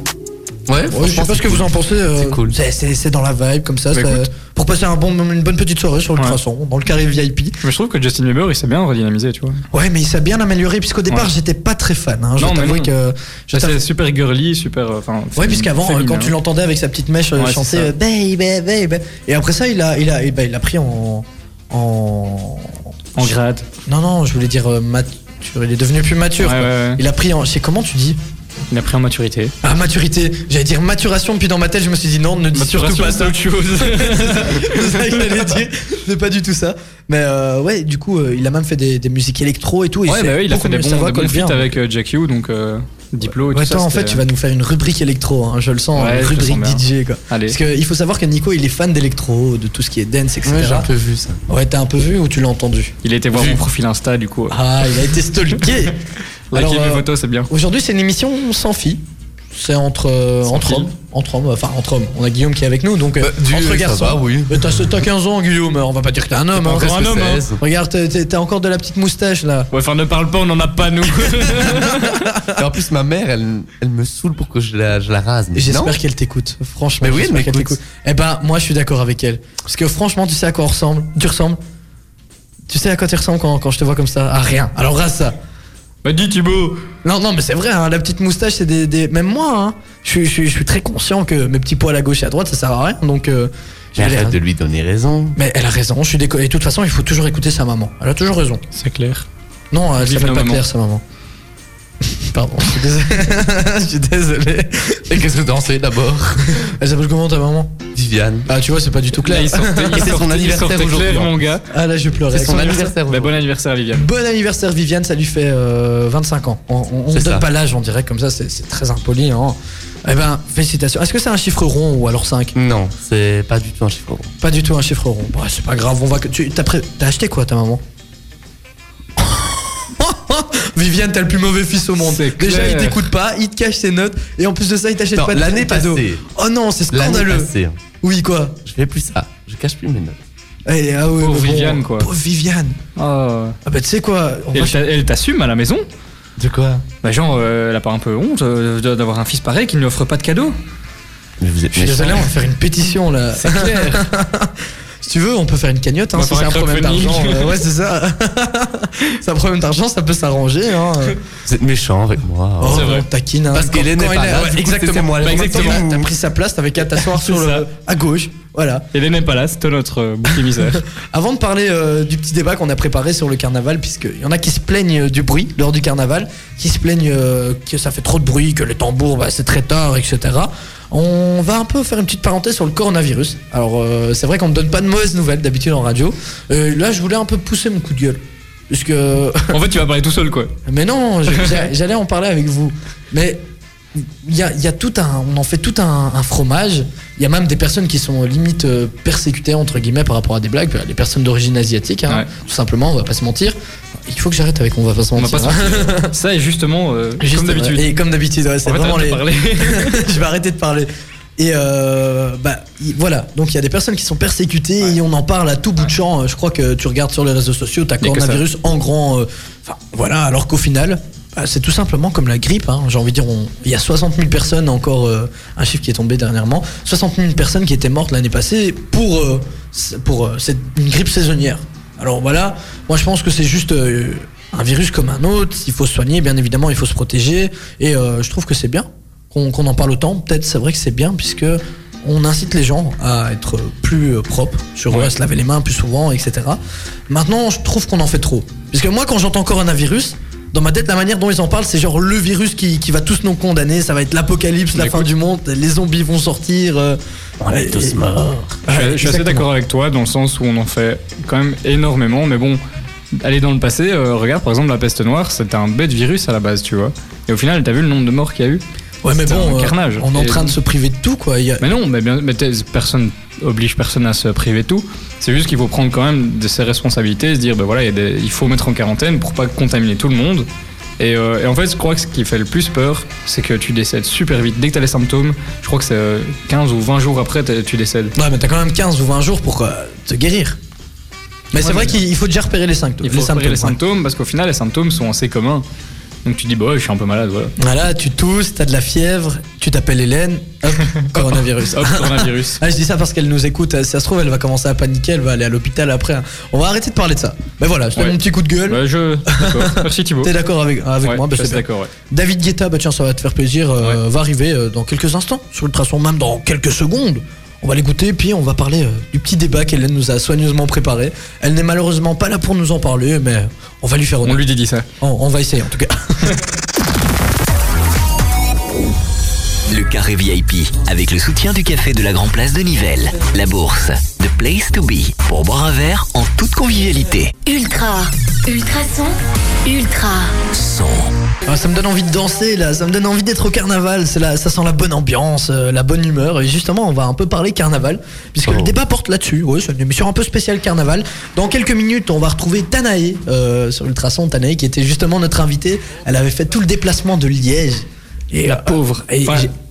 Speaker 6: Ouais,
Speaker 1: Ouais, je sais
Speaker 6: franchement,
Speaker 1: pas ce
Speaker 6: c'est
Speaker 1: que vous en pensez. euh,
Speaker 6: C'est cool.
Speaker 1: c'est- C'est c'est dans la vibe comme ça.
Speaker 2: Bah,
Speaker 1: ça-
Speaker 2: écoute.
Speaker 1: pour passer un bon, une bonne petite soirée sur Ultrason, dans le carré VIP.
Speaker 2: Mais je trouve que Justin Bieber, il s'est bien redynamisé, tu vois.
Speaker 1: Ouais, mais il s'est bien amélioré puisqu'au départ
Speaker 2: Ouais.
Speaker 1: j'étais pas très fan. Hein. Je
Speaker 2: Non,
Speaker 1: dois
Speaker 2: mais
Speaker 1: t'avouer
Speaker 2: non.
Speaker 1: que. je dois
Speaker 2: Bah, C'est super girly, super. euh, Enfin.
Speaker 1: Ouais,
Speaker 2: féminin-
Speaker 1: puisqu'avant, euh,
Speaker 2: féminin.
Speaker 1: quand tu l'entendais avec sa petite mèche euh,
Speaker 2: Ouais, c'est
Speaker 1: chanter
Speaker 2: ça.
Speaker 1: euh, Baby, baby. Et après ça, il a, il a, eh ben, il a pris en. En.
Speaker 2: En grade.
Speaker 1: Non, non, je voulais dire euh, mature. Il est devenu plus mature.
Speaker 2: Ouais,
Speaker 1: quoi.
Speaker 2: ouais, ouais.
Speaker 1: Il a pris en. Je sais comment tu dis
Speaker 2: Il a pris en maturité.
Speaker 1: Ah, maturité. J'allais dire maturation, puis dans ma tête, je me suis dit non, ne dis surtout pas ça.
Speaker 2: autre *laughs* chose.
Speaker 1: C'est ça que j'allais dire. C'est pas du tout ça. Mais euh, ouais, du coup, euh, il a même fait des, des musiques électro et tout. et
Speaker 2: Ouais,
Speaker 1: c'est
Speaker 2: bah oui, il a
Speaker 1: beaucoup
Speaker 2: fait des
Speaker 1: mieux,
Speaker 2: bons,
Speaker 1: sa voix
Speaker 2: des
Speaker 1: colle
Speaker 2: bonnes
Speaker 1: bien.
Speaker 2: feats avec euh, Jack U, donc euh, Diplo et
Speaker 1: Ouais,
Speaker 2: tout ça.
Speaker 1: toi, en fait,
Speaker 2: c'était-
Speaker 1: tu vas nous faire une rubrique électro, hein, je le sens, une
Speaker 2: Ouais, je
Speaker 1: rubrique
Speaker 2: le sens
Speaker 1: DJ, quoi.
Speaker 2: Allez.
Speaker 1: Parce qu'il faut savoir que Nico, il est fan d'électro, de tout ce qui est dance, etc.
Speaker 6: Ouais, j'ai un peu vu ça.
Speaker 1: Ouais, t'as un peu vu ou tu l'as entendu
Speaker 2: euh, Il a été voir mon profil Insta, du coup.
Speaker 1: Ah, il a été
Speaker 2: *laughs*
Speaker 1: stalké
Speaker 2: Likez
Speaker 1: Alors,
Speaker 2: mes
Speaker 1: euh,
Speaker 2: photos, c'est bien.
Speaker 1: Aujourd'hui, c'est une émission sans filles. C'est entre, euh,
Speaker 2: Sans Bah,
Speaker 1: entre
Speaker 2: filles.
Speaker 1: hommes. Entre hommes, enfin, entre hommes. On a Guillaume qui est avec nous, donc euh,
Speaker 6: Dieu,
Speaker 1: entre
Speaker 6: Bah, ça
Speaker 1: garçons.
Speaker 6: va, oui.
Speaker 1: Mais T'as t'as 15 ans, Guillaume, on va pas dire que t'es un homme.
Speaker 6: pas
Speaker 1: hein,
Speaker 6: encore
Speaker 1: t'es
Speaker 6: un homme, hein. 16.
Speaker 1: Regarde, t'es- t'es- t'as encore de la petite moustache là.
Speaker 2: Ouais, enfin, ne parle pas, on en a pas, *laughs* nous.
Speaker 6: Et en plus, ma mère, elle, elle me saoule pour que je la, je la rase. mais non.
Speaker 1: J'espère qu'elle t'écoute, franchement.
Speaker 6: Mais oui, elle
Speaker 1: j'espère qu'elle
Speaker 6: m'écoute.
Speaker 1: t'écoute. Eh ben, moi, je suis d'accord avec elle. Parce que franchement, tu sais à quoi on ressemble Tu ressembles Tu sais à quoi tu ressembles quand, quand je te vois comme ça À rien. Alors, rase ça.
Speaker 2: Bah, dis Thibaut.
Speaker 1: Non, non, mais c'est vrai, hein, la petite moustache, c'est des, des- Même moi, hein, je, suis- je suis- je suis très conscient que mes petits poils à gauche et à droite, ça sert à rien. Donc, euh, je
Speaker 6: Mais
Speaker 1: vais les
Speaker 6: arrête
Speaker 1: raser.
Speaker 6: de lui donner *laughs* raison.
Speaker 1: Mais elle a raison, je suis déco... Et de toute façon, il faut toujours écouter sa maman. Elle a toujours raison.
Speaker 2: C'est clair.
Speaker 1: Non, elle
Speaker 2: Vive
Speaker 1: s'appelle
Speaker 2: nos
Speaker 1: pas
Speaker 2: mamans.
Speaker 1: Claire, sa maman. *laughs* Pardon, je suis désolé. je suis désolé.
Speaker 6: Et qu'est-ce que t'en sais d'abord
Speaker 1: Elle s'appelle comment ta maman
Speaker 6: Viviane.
Speaker 1: Ah, tu vois, c'est pas du tout
Speaker 2: Là,
Speaker 1: Claire.
Speaker 2: il sortait, il
Speaker 6: Et c'est son
Speaker 2: sortait- il
Speaker 6: anniversaire
Speaker 2: sortait
Speaker 6: aujourd'hui,
Speaker 2: clair,
Speaker 6: en
Speaker 2: mon gars.
Speaker 1: Ah, là, je pleurais.
Speaker 6: C'est son
Speaker 2: Bah,
Speaker 6: anniversaire.
Speaker 2: bon
Speaker 6: aujourd'hui.
Speaker 2: anniversaire, Viviane.
Speaker 1: Bon anniversaire Viviane, ça lui fait euh, 25 ans. On, on, on
Speaker 6: C'est
Speaker 1: donne
Speaker 6: ça.
Speaker 1: pas l'âge, on dirait comme ça, c'est c'est très impoli. Hein. Eh ben, félicitations. Est-ce que c'est un chiffre rond ou alors 5
Speaker 6: Non, c'est pas du tout un chiffre. rond.
Speaker 1: Pas du tout un chiffre rond. Bah, c'est pas grave, on va que tu t'as pré- t'as acheté quoi ta maman *laughs* Viviane, t'as le plus mauvais fils au monde.
Speaker 2: C'est
Speaker 1: Déjà, il
Speaker 2: clair.
Speaker 1: t'écoute pas, il te cache ses notes, et en plus de ça, il t'achète
Speaker 6: Attends,
Speaker 1: pas de
Speaker 6: l'année
Speaker 1: cadeau.
Speaker 6: passée.
Speaker 1: Oh non, c'est
Speaker 6: L'année
Speaker 1: scandaleux.
Speaker 6: passée, hein.
Speaker 1: Oui, quoi
Speaker 6: je fais plus ça. Je cache plus mes notes.
Speaker 1: Eh, ah ouais,
Speaker 2: Pauvre
Speaker 1: mais bon,
Speaker 2: Viviane, quoi.
Speaker 1: Pauvre Viviane.
Speaker 2: Oh.
Speaker 1: Ah bah, tu sais quoi on
Speaker 2: Et
Speaker 1: va-
Speaker 2: Elle t'a- elle t'assume à la maison
Speaker 6: De quoi
Speaker 2: Bah, genre, euh, elle a pas un peu honte euh, de- d'avoir un fils pareil qui ne lui offre pas de cadeau
Speaker 6: Mais vous êtes
Speaker 1: Je suis
Speaker 6: méchants.
Speaker 1: désolé, on va faire une pétition là.
Speaker 2: *laughs* C'est clair.
Speaker 1: Si tu veux, on peut faire une cagnotte, hein,
Speaker 2: On va
Speaker 1: si
Speaker 2: faire
Speaker 1: c'est
Speaker 2: un
Speaker 1: un problème
Speaker 2: crowdfunding.
Speaker 1: d'argent. euh, ouais, c'est ça. *laughs* c'est un problème d'argent, ça peut s'arranger. Hein.
Speaker 6: Vous êtes méchants avec moi.
Speaker 1: Oh,
Speaker 2: c'est vrai.
Speaker 1: on taquine. hein.
Speaker 6: Parce
Speaker 1: Quand-
Speaker 6: qu'Hélène
Speaker 1: quand
Speaker 6: est
Speaker 1: elle
Speaker 6: pas là,
Speaker 1: ouais,
Speaker 6: du coup, c'est
Speaker 1: exactement.
Speaker 6: moi,
Speaker 1: En
Speaker 6: là.
Speaker 1: même temps,
Speaker 6: Exactement.
Speaker 1: T'as t'as pris sa place, t'avais qu'à t'asseoir sur
Speaker 2: Bah, C'est
Speaker 1: le.
Speaker 2: ça.
Speaker 1: à gauche. Voilà.
Speaker 2: Et n'est pas là, c'est notre euh, bouc *laughs* émissaire.
Speaker 1: Avant de parler euh, du petit débat qu'on a préparé sur le carnaval, puisqu'il y en a qui se plaignent euh, du bruit lors du carnaval, qui se plaignent euh, que ça fait trop de bruit, que le tambour, bah, c'est très tard, etc. On va un peu faire une petite parenthèse sur le coronavirus. Alors, euh, c'est vrai qu'on ne donne pas de mauvaises nouvelles d'habitude en radio. Euh, là, je voulais un peu pousser mon coup de gueule. Parce que *laughs*
Speaker 2: en fait, tu vas parler tout seul, quoi.
Speaker 1: mais non,
Speaker 2: *laughs*
Speaker 1: je- j'a- j'allais en parler avec vous. Mais il y a, il y a tout un, on en fait tout un, un fromage. Il y a même des personnes qui sont euh, limite euh, persécutées entre guillemets par rapport à des blagues. Bah, Les personnes d'origine asiatique, hein,
Speaker 2: Ouais.
Speaker 1: tout simplement. On va pas se mentir. Il faut que j'arrête avec on va pas se
Speaker 2: On va
Speaker 1: mentir.
Speaker 2: pas se
Speaker 1: hein.
Speaker 2: mentir. *laughs* Ça, est justement, euh,
Speaker 1: Juste,
Speaker 2: comme d'habitude.
Speaker 1: ouais. Et comme d'habitude, ouais, c'est
Speaker 2: En fait,
Speaker 1: vraiment
Speaker 2: arrête de
Speaker 1: les.
Speaker 2: parler. *laughs*
Speaker 1: *laughs* je vais arrêter de parler. Et euh, bah y- voilà, donc il y a des personnes qui sont persécutées et on en parle à tout bout de champ. Euh, Je crois que tu regardes sur les réseaux sociaux, t'as
Speaker 2: que ça.
Speaker 1: coronavirus en grand. euh, Enfin voilà, alors qu'au final, bah, c'est tout simplement comme la grippe. hein. J'ai envie de dire, on- il y a 60 000 personnes encore, euh, un chiffre qui est tombé dernièrement, 60 000 personnes qui étaient mortes l'année passée pour euh, c- pour euh, cette- une grippe saisonnière. Alors voilà, moi je pense que c'est juste euh, un virus comme un autre. Il faut se soigner, bien évidemment, il faut se protéger. Et euh, je trouve que c'est bien qu'on qu'on en parle autant. Peut-être c'est vrai que c'est bien puisque on incite les gens à être plus euh, propres sur eux, à se laver les mains plus souvent, etc. Maintenant, je trouve qu'on en fait trop. Parce que moi, quand j'entends coronavirus, dans ma tête, la manière dont ils en parlent, c'est genre le virus qui, qui va tous nous condamner, ça va être l'apocalypse, la
Speaker 2: Mais
Speaker 1: fin
Speaker 2: écoute-
Speaker 1: du monde, les zombies vont sortir. euh, et- et-
Speaker 2: Je suis-
Speaker 1: Ouais,
Speaker 2: je suis assez
Speaker 1: exactement.
Speaker 2: d'accord avec toi dans le sens où on en fait quand même énormément, mais bon, aller dans le passé, euh, regarde par exemple la peste noire, c'était un bête virus à la base, tu vois. Et au final, t'as vu le nombre de morts qu'il y a eu
Speaker 1: Ouais, mais
Speaker 2: C'était
Speaker 1: bon,
Speaker 2: un
Speaker 1: euh,
Speaker 2: carnage.
Speaker 1: on est en
Speaker 2: Et-
Speaker 1: train de se priver de tout, quoi. Il y a-
Speaker 2: Mais non, mais, bien, mais t'es- personne oblige personne à se priver de tout. C'est juste qu'il faut prendre quand même de ses responsabilités et se dire, ben voilà, il, y a des- il faut mettre en quarantaine pour pas contaminer tout le monde. Et, euh, et en fait, je crois que ce qui fait le plus peur, c'est que tu décèdes super vite. Dès que t'as les symptômes, je crois que c'est euh, 15 ou 20 jours après, t'es- tu décèdes.
Speaker 1: Ouais, mais t'as quand même 15 ou 20 jours pour euh, te guérir. Mais
Speaker 2: Ouais,
Speaker 1: c'est vrai
Speaker 2: mais-
Speaker 1: qu'il il faut déjà repérer les symptômes.
Speaker 2: Il faut
Speaker 1: les
Speaker 2: repérer les
Speaker 1: symptômes, ouais.
Speaker 2: symptômes parce qu'au final, les symptômes sont assez communs. Donc tu te dis, bah ouais, je suis un peu malade, voilà.
Speaker 1: Voilà, tu tousses, t'as de la fièvre, tu t'appelles Hélène,
Speaker 2: *laughs*
Speaker 1: hop, coronavirus.
Speaker 2: Hop, coronavirus.
Speaker 1: *laughs* Ah, je dis ça parce qu'elle nous écoute, euh, si ça se trouve, elle va commencer à paniquer, elle va aller à l'hôpital après. hein. On va arrêter de parler de ça. Mais voilà, je te donne
Speaker 2: Ouais.
Speaker 1: mon petit coup de gueule.
Speaker 2: Bah, je. D'accord. Merci Thibaut.
Speaker 1: T'es d'accord avec, avec
Speaker 2: Ouais,
Speaker 1: moi Bah,
Speaker 2: je suis
Speaker 1: c'est bien.
Speaker 2: d'accord, ouais.
Speaker 1: David Guetta, bah tiens, ça va te faire plaisir, euh, va arriver euh, dans quelques instants sur Ultrason, même dans quelques secondes. On va l'écouter, puis on va parler euh, du petit débat qu'Hélène nous a soigneusement préparé. Elle n'est malheureusement pas là pour nous en parler, mais on va lui faire
Speaker 2: On
Speaker 1: honneur.
Speaker 2: lui dit, dit ça.
Speaker 1: On, on va essayer en tout cas. *laughs*
Speaker 4: Le carré VIP, avec le soutien du café de la Grand Place de Nivelles, la bourse, The Place to Be, pour boire un verre en toute convivialité.
Speaker 3: Ultra. Ultra son. Ultra.
Speaker 4: Son,
Speaker 1: Ah, ça me donne envie de danser là, ça me donne envie d'être au carnaval, c'est là, ça sent la bonne ambiance, euh, la bonne humeur, et justement on va un peu parler carnaval, puisque le débat porte là-dessus, oui c'est une émission un peu spéciale carnaval. Dans quelques minutes on va retrouver Tanae euh, sur Ultrason, Tanae qui était justement notre invitée, elle avait fait tout le déplacement de Liège. Et la pauvre.
Speaker 2: Ouais.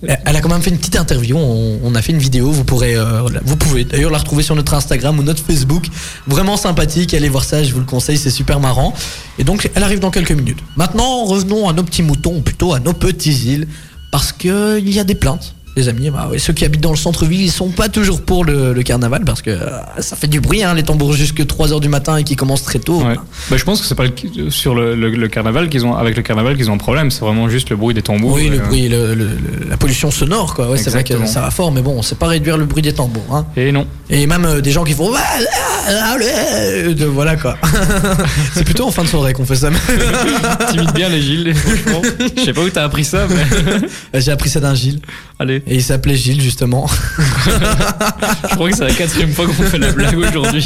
Speaker 1: elle a quand même fait une petite interview. On, on a fait une vidéo. Vous pourrez, euh, la- vous pouvez d'ailleurs la retrouver sur notre Instagram ou notre Facebook. Vraiment sympathique. Allez voir ça. Je vous le conseille. C'est super marrant. Et donc, elle arrive dans quelques minutes. Maintenant, revenons à nos petits moutons, ou plutôt à nos petits îles, parce que il y a des plaintes. Les amis, bah ouais, ceux qui habitent dans le centre-ville, ils sont pas toujours pour le, le carnaval parce que euh, ça fait du bruit, hein, les tambours jusque 3h du matin et qui commencent très tôt.
Speaker 2: Ouais. Bah, je pense que c'est pas le- sur le, le- le carnaval qu'ils ont, avec le carnaval qu'ils ont un problème, c'est vraiment juste le bruit des tambours.
Speaker 1: Oui,
Speaker 2: et,
Speaker 1: le
Speaker 2: euh,
Speaker 1: bruit, le- le- le- la pollution sonore, quoi. Ouais, c'est vrai que
Speaker 2: Exactement.
Speaker 1: ça va fort, mais bon, on sait pas réduire le bruit des tambours. Hein.
Speaker 2: Et Eh non.
Speaker 1: Et même euh, des gens qui font. euh, De, voilà quoi. *laughs* c'est plutôt en fin de soirée qu'on fait ça. *laughs*
Speaker 2: Timide bien les Gilles, *laughs* franchement. Je sais pas où t'as appris ça, mais.
Speaker 1: J'ai appris ça d'un Gilles.
Speaker 2: *laughs* Allez,
Speaker 1: Et il s'appelait Gilles justement. *laughs*
Speaker 2: je crois que c'est la quatrième fois qu'on fait la blague *laughs* aujourd'hui.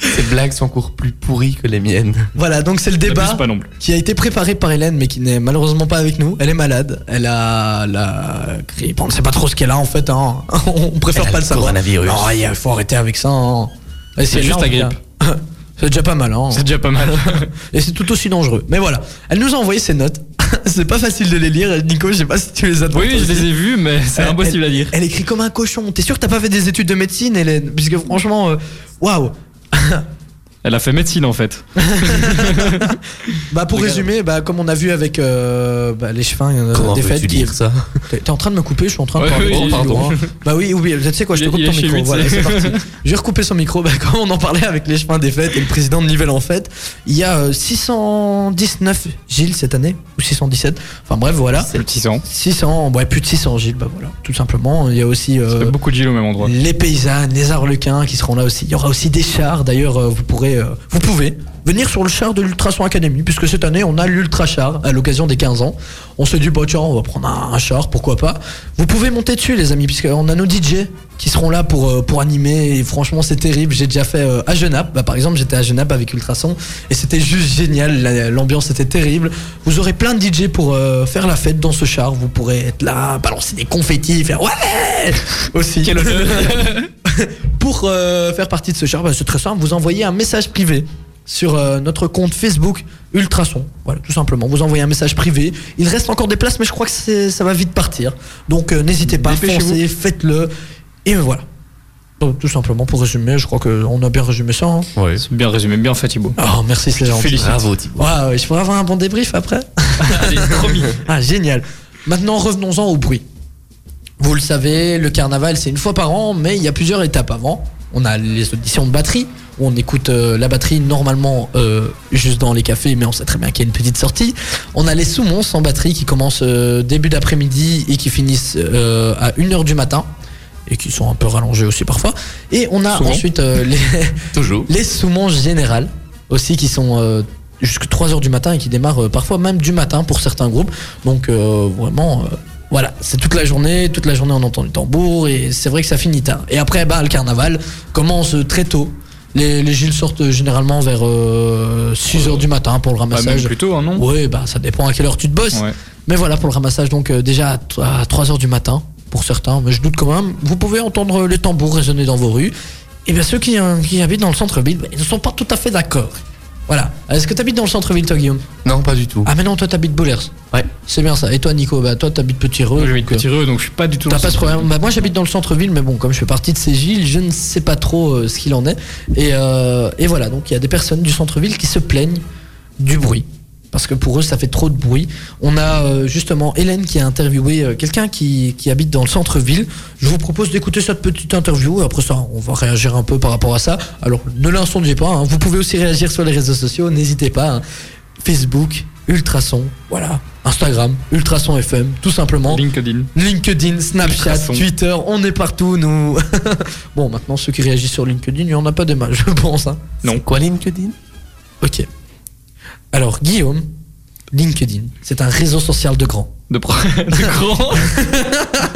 Speaker 6: Ces blagues sont encore plus pourries que les miennes.
Speaker 1: voilà, donc c'est le
Speaker 2: N'abuse
Speaker 1: débat
Speaker 2: pas non plus.
Speaker 1: qui a été préparé par Hélène, mais qui n'est malheureusement pas avec nous. Elle est malade. Elle a la grippe. On ne sait pas trop ce qu'elle a en fait. Hein. *laughs* On préfère
Speaker 6: Elle a
Speaker 1: pas
Speaker 6: le
Speaker 1: le savoir.
Speaker 6: coronavirus.
Speaker 1: Non, il faut arrêter avec ça. hein. Et si elle
Speaker 2: juste
Speaker 1: l'a,
Speaker 2: la
Speaker 1: on
Speaker 2: grippe.
Speaker 1: l'a. *laughs* C'est déjà pas mal. *laughs* Hein.
Speaker 2: C'est déjà pas mal.
Speaker 1: Et c'est tout aussi dangereux. Mais voilà, elle nous a envoyé ses notes. *laughs* c'est pas facile de les lire. Nico, je sais pas si tu les as devant
Speaker 2: Oui,
Speaker 1: toi
Speaker 2: je
Speaker 1: aussi.
Speaker 2: les ai vus, mais c'est
Speaker 1: Elle-
Speaker 2: impossible
Speaker 1: elle-
Speaker 2: à dire.
Speaker 1: Elle écrit comme un cochon. T'es sûr que t'as pas fait des études de médecine, Hélène Puisque franchement, euh, waouh.
Speaker 2: Elle a fait médecine en fait.
Speaker 1: Bah pour
Speaker 2: Regarde.
Speaker 1: résumer, bah, comme on a vu avec euh, bah, les chevins euh,
Speaker 6: Comment
Speaker 1: des
Speaker 6: veux-tu
Speaker 1: fêtes qui
Speaker 6: dire ça
Speaker 1: T'es t'es en train de me couper, je suis en train de
Speaker 2: Ouais,
Speaker 1: parler.
Speaker 2: oui,
Speaker 1: beaucoup plus
Speaker 2: pardon.
Speaker 1: loin. Bah oui, oui, tu sais quoi, je te
Speaker 2: Il est-
Speaker 1: coupe
Speaker 2: il
Speaker 1: ton
Speaker 2: est chez
Speaker 1: micro.
Speaker 2: lui,
Speaker 1: voilà,
Speaker 2: tu sais.
Speaker 1: c'est parti. J'ai recoupé son micro. Bah, quand on en parlait avec les chemins des fêtes et le président de Nivelles en fête, il y a euh, 619 Gilles cette année, ou 617. Enfin bref, voilà.
Speaker 2: Le petit sang.
Speaker 1: 600, ouais, plus de 600 Gilles, bah voilà, tout simplement. Il y a aussi.
Speaker 2: Ça
Speaker 1: euh,
Speaker 2: fait beaucoup de gilets au même endroit.
Speaker 1: les paysannes, les arlequins qui seront là aussi. Il y aura aussi des chars. D'ailleurs, euh, vous pourrez, euh, vous pouvez venir sur le char de l'Ultrason Academy, puisque cette année, on a l'Ultra Char à l'occasion des 15 ans. On se dit, bah tiens, on va prendre un, un char, pourquoi pas. Vous pouvez monter dessus, les amis, puisqu'on a nos DJ qui seront là pour, euh, pour animer. Et franchement, c'est terrible. J'ai déjà fait euh, à Genappe. Bah, par exemple, j'étais à Genappe avec Ultrason et c'était juste génial. La- L'ambiance était terrible. Vous aurez plein de DJ pour euh, faire la fête dans ce char. Vous pourrez être là, balancer des confettis, faire ouais aussi. *laughs* Pour euh, faire partie de ce char, bah, c'est très simple, vous envoyez un message privé sur euh, notre compte Facebook Ultrason. Voilà, tout simplement. Vous envoyez un message privé. Il reste encore des places, mais je crois que c'est- ça va vite partir. Donc euh, n'hésitez pas,
Speaker 2: Dépêchez-vous.
Speaker 1: foncez, faites-le. Et voilà. Donc, tout simplement, pour résumer, je crois qu'on a bien résumé ça. hein.
Speaker 2: C'est bien résumé, bien fait *laughs* Thibaut.
Speaker 1: Oh, merci, c'est gentil. Ah,
Speaker 2: Félicitations.
Speaker 6: Bravo, Thibaut.
Speaker 1: Ouais, ouais, je pourrais avoir un bon débrief après
Speaker 2: Bah,
Speaker 1: Ah, génial. Maintenant, revenons-en au bruit. Vous le savez, le carnaval, c'est une fois par an, mais il y a plusieurs étapes avant. On a les auditions de batterie, où on écoute euh, la batterie normalement euh, juste dans les cafés, mais on sait très bien qu'il y a une petite sortie. On a les sous-mons sans batterie qui commencent euh, début d'après-midi et qui finissent euh, à 1h du matin, et qui sont un peu rallongés aussi parfois. Et on a
Speaker 2: Souvent.
Speaker 1: ensuite euh, les,
Speaker 6: Toujours.
Speaker 1: les sous-manches générales aussi qui sont euh, jusqu'à 3h du matin et qui démarrent euh, parfois même du matin pour certains groupes. Donc euh, vraiment, euh, voilà, c'est toute la journée, toute la journée on entend du tambour et c'est vrai que ça finit tard. Et après, bah, le carnaval commence euh, très tôt. Les, les Gilles sortent euh, généralement vers 6h du matin pour le
Speaker 2: Bah, même
Speaker 1: ramassage.
Speaker 2: plutôt, hein, non
Speaker 1: Oui, bah ça dépend à quelle heure tu te bosses.
Speaker 2: Ouais.
Speaker 1: Mais voilà pour le ramassage, donc euh, déjà à t- à 3h du matin pour certains, mais je doute quand même. Vous pouvez entendre euh, les tambours résonner dans vos rues. Et bien ceux qui, euh, qui habitent dans le centre-ville, bah, ils ne sont pas tout à fait d'accord. Voilà. Est-ce que tu habites dans le centre-ville, toi, Guillaume
Speaker 6: Non, pas du tout.
Speaker 1: Ah, mais non, toi, t'habites Boulers.
Speaker 6: Ouais.
Speaker 1: C'est bien ça. Et toi, Nico Bah, toi, t'habites Petit Reux.
Speaker 2: Moi, j'ai mis
Speaker 1: donc, euh,
Speaker 2: de petit reux, donc je suis pas du tout.
Speaker 1: T'as
Speaker 2: dans
Speaker 1: pas ce
Speaker 2: cette-
Speaker 1: problème Bah, moi j'habite dans le centre-ville, mais bon, comme je fais partie de ces villes, je ne sais pas trop euh, ce qu'il en est. Et, euh, et voilà, donc il y a des personnes du centre-ville qui se plaignent du bruit. Parce que pour eux, ça fait trop de bruit. On a euh, justement Hélène qui a interviewé euh, quelqu'un qui, qui habite dans le centre-ville. Je vous propose d'écouter cette petite interview. Et après ça, on va réagir un peu par rapport à ça. Alors, ne l'incendiez pas. hein. Vous pouvez aussi réagir sur les réseaux sociaux. N'hésitez pas. hein. Facebook, Ultrason, voilà. Instagram, Ultrason FM, tout simplement.
Speaker 2: LinkedIn.
Speaker 1: LinkedIn, Snapchat,
Speaker 2: Ultrason.
Speaker 1: Twitter, on est partout, nous. *laughs* bon, maintenant, ceux qui réagissent sur LinkedIn, il n'y en a pas des mal, *laughs* je pense. hein.
Speaker 6: Non. Quoi, LinkedIn
Speaker 1: Ok. Alors, Guillaume, LinkedIn, c'est un réseau social de grands.
Speaker 2: De, *laughs* pro- de
Speaker 1: *laughs*
Speaker 2: grand.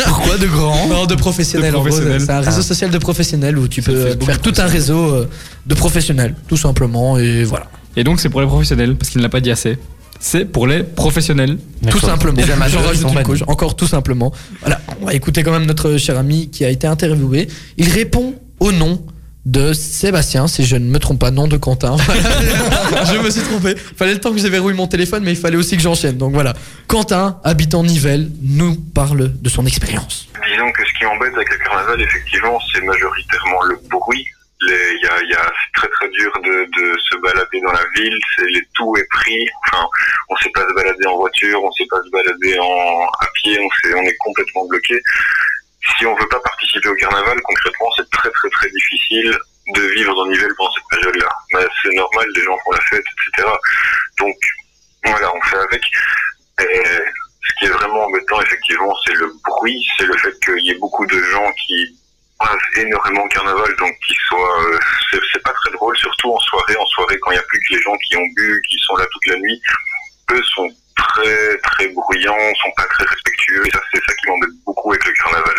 Speaker 1: Pourquoi de grands Non, de professionnels.
Speaker 2: De
Speaker 1: en gros,
Speaker 2: professionnels.
Speaker 1: C'est un réseau social de professionnels où tu peux euh,
Speaker 2: Facebook
Speaker 1: faire tout un réseau euh, de professionnels, tout simplement, et voilà.
Speaker 2: Et donc c'est pour les professionnels, parce qu'il ne l'a pas dit assez. C'est pour les professionnels.
Speaker 1: Tout
Speaker 6: D'accord.
Speaker 1: simplement.
Speaker 6: Les amateurs,
Speaker 1: J'en
Speaker 6: ils
Speaker 1: rajoute
Speaker 6: sont
Speaker 1: une
Speaker 6: bannis.
Speaker 1: couche. Encore tout simplement. Voilà, on va écouter quand même notre cher ami qui a été interviewé. Il répond au nom de Sébastien, si je ne me trompe pas, nom de Quentin. *laughs* Voilà. je me suis trompé. Fallait le temps que j'ai verrouillé mon téléphone, mais il fallait aussi que j'enchaîne. Donc voilà. Quentin, habitant Nivelles, nous parle de son expérience.
Speaker 9: Disons que ce qui embête avec le carnaval, effectivement, c'est majoritairement le bruit. Les- Il y a, il y a- c'est très très dur de, de se balader dans la ville. C'est les, tout est pris. Enfin, on sait pas se balader en voiture, on sait pas se balader en à pied. On, sait- on est complètement bloqué. Si on veut pas participer au carnaval, concrètement, c'est très très très difficile de vivre dans Nivelles pendant cette période-là. Mais c'est normal, les gens font la fête, etc. Donc voilà, on fait avec. Et- ce qui est vraiment embêtant, effectivement, c'est le bruit, c'est le fait qu'il y ait beaucoup de gens qui passent énormément le carnaval, donc qui soient... euh, c'est- c'est pas très drôle, surtout en soirée, en soirée, quand il n'y a plus que les gens qui ont bu, qui sont là toute la nuit, eux sont très, très bruyants, sont pas très respectueux, et ça, c'est ça qui m'embête beaucoup avec le carnaval.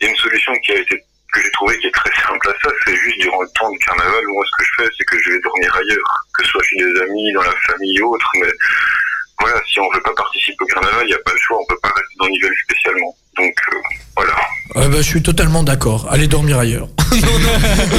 Speaker 9: Il y a une solution qui a été que j'ai trouvée qui est très simple à ça, c'est juste durant le temps du carnaval, moi ce que je fais, c'est que je vais dormir ailleurs, que ce soit chez des amis, dans la famille ou autre, mais voilà, si on veut pas participer au carnaval, il n'y a pas le choix, on peut pas rester dans Nivelles spécialement. Donc euh, voilà.
Speaker 1: Euh, bah, je suis totalement d'accord. Allez dormir ailleurs.
Speaker 6: non, non.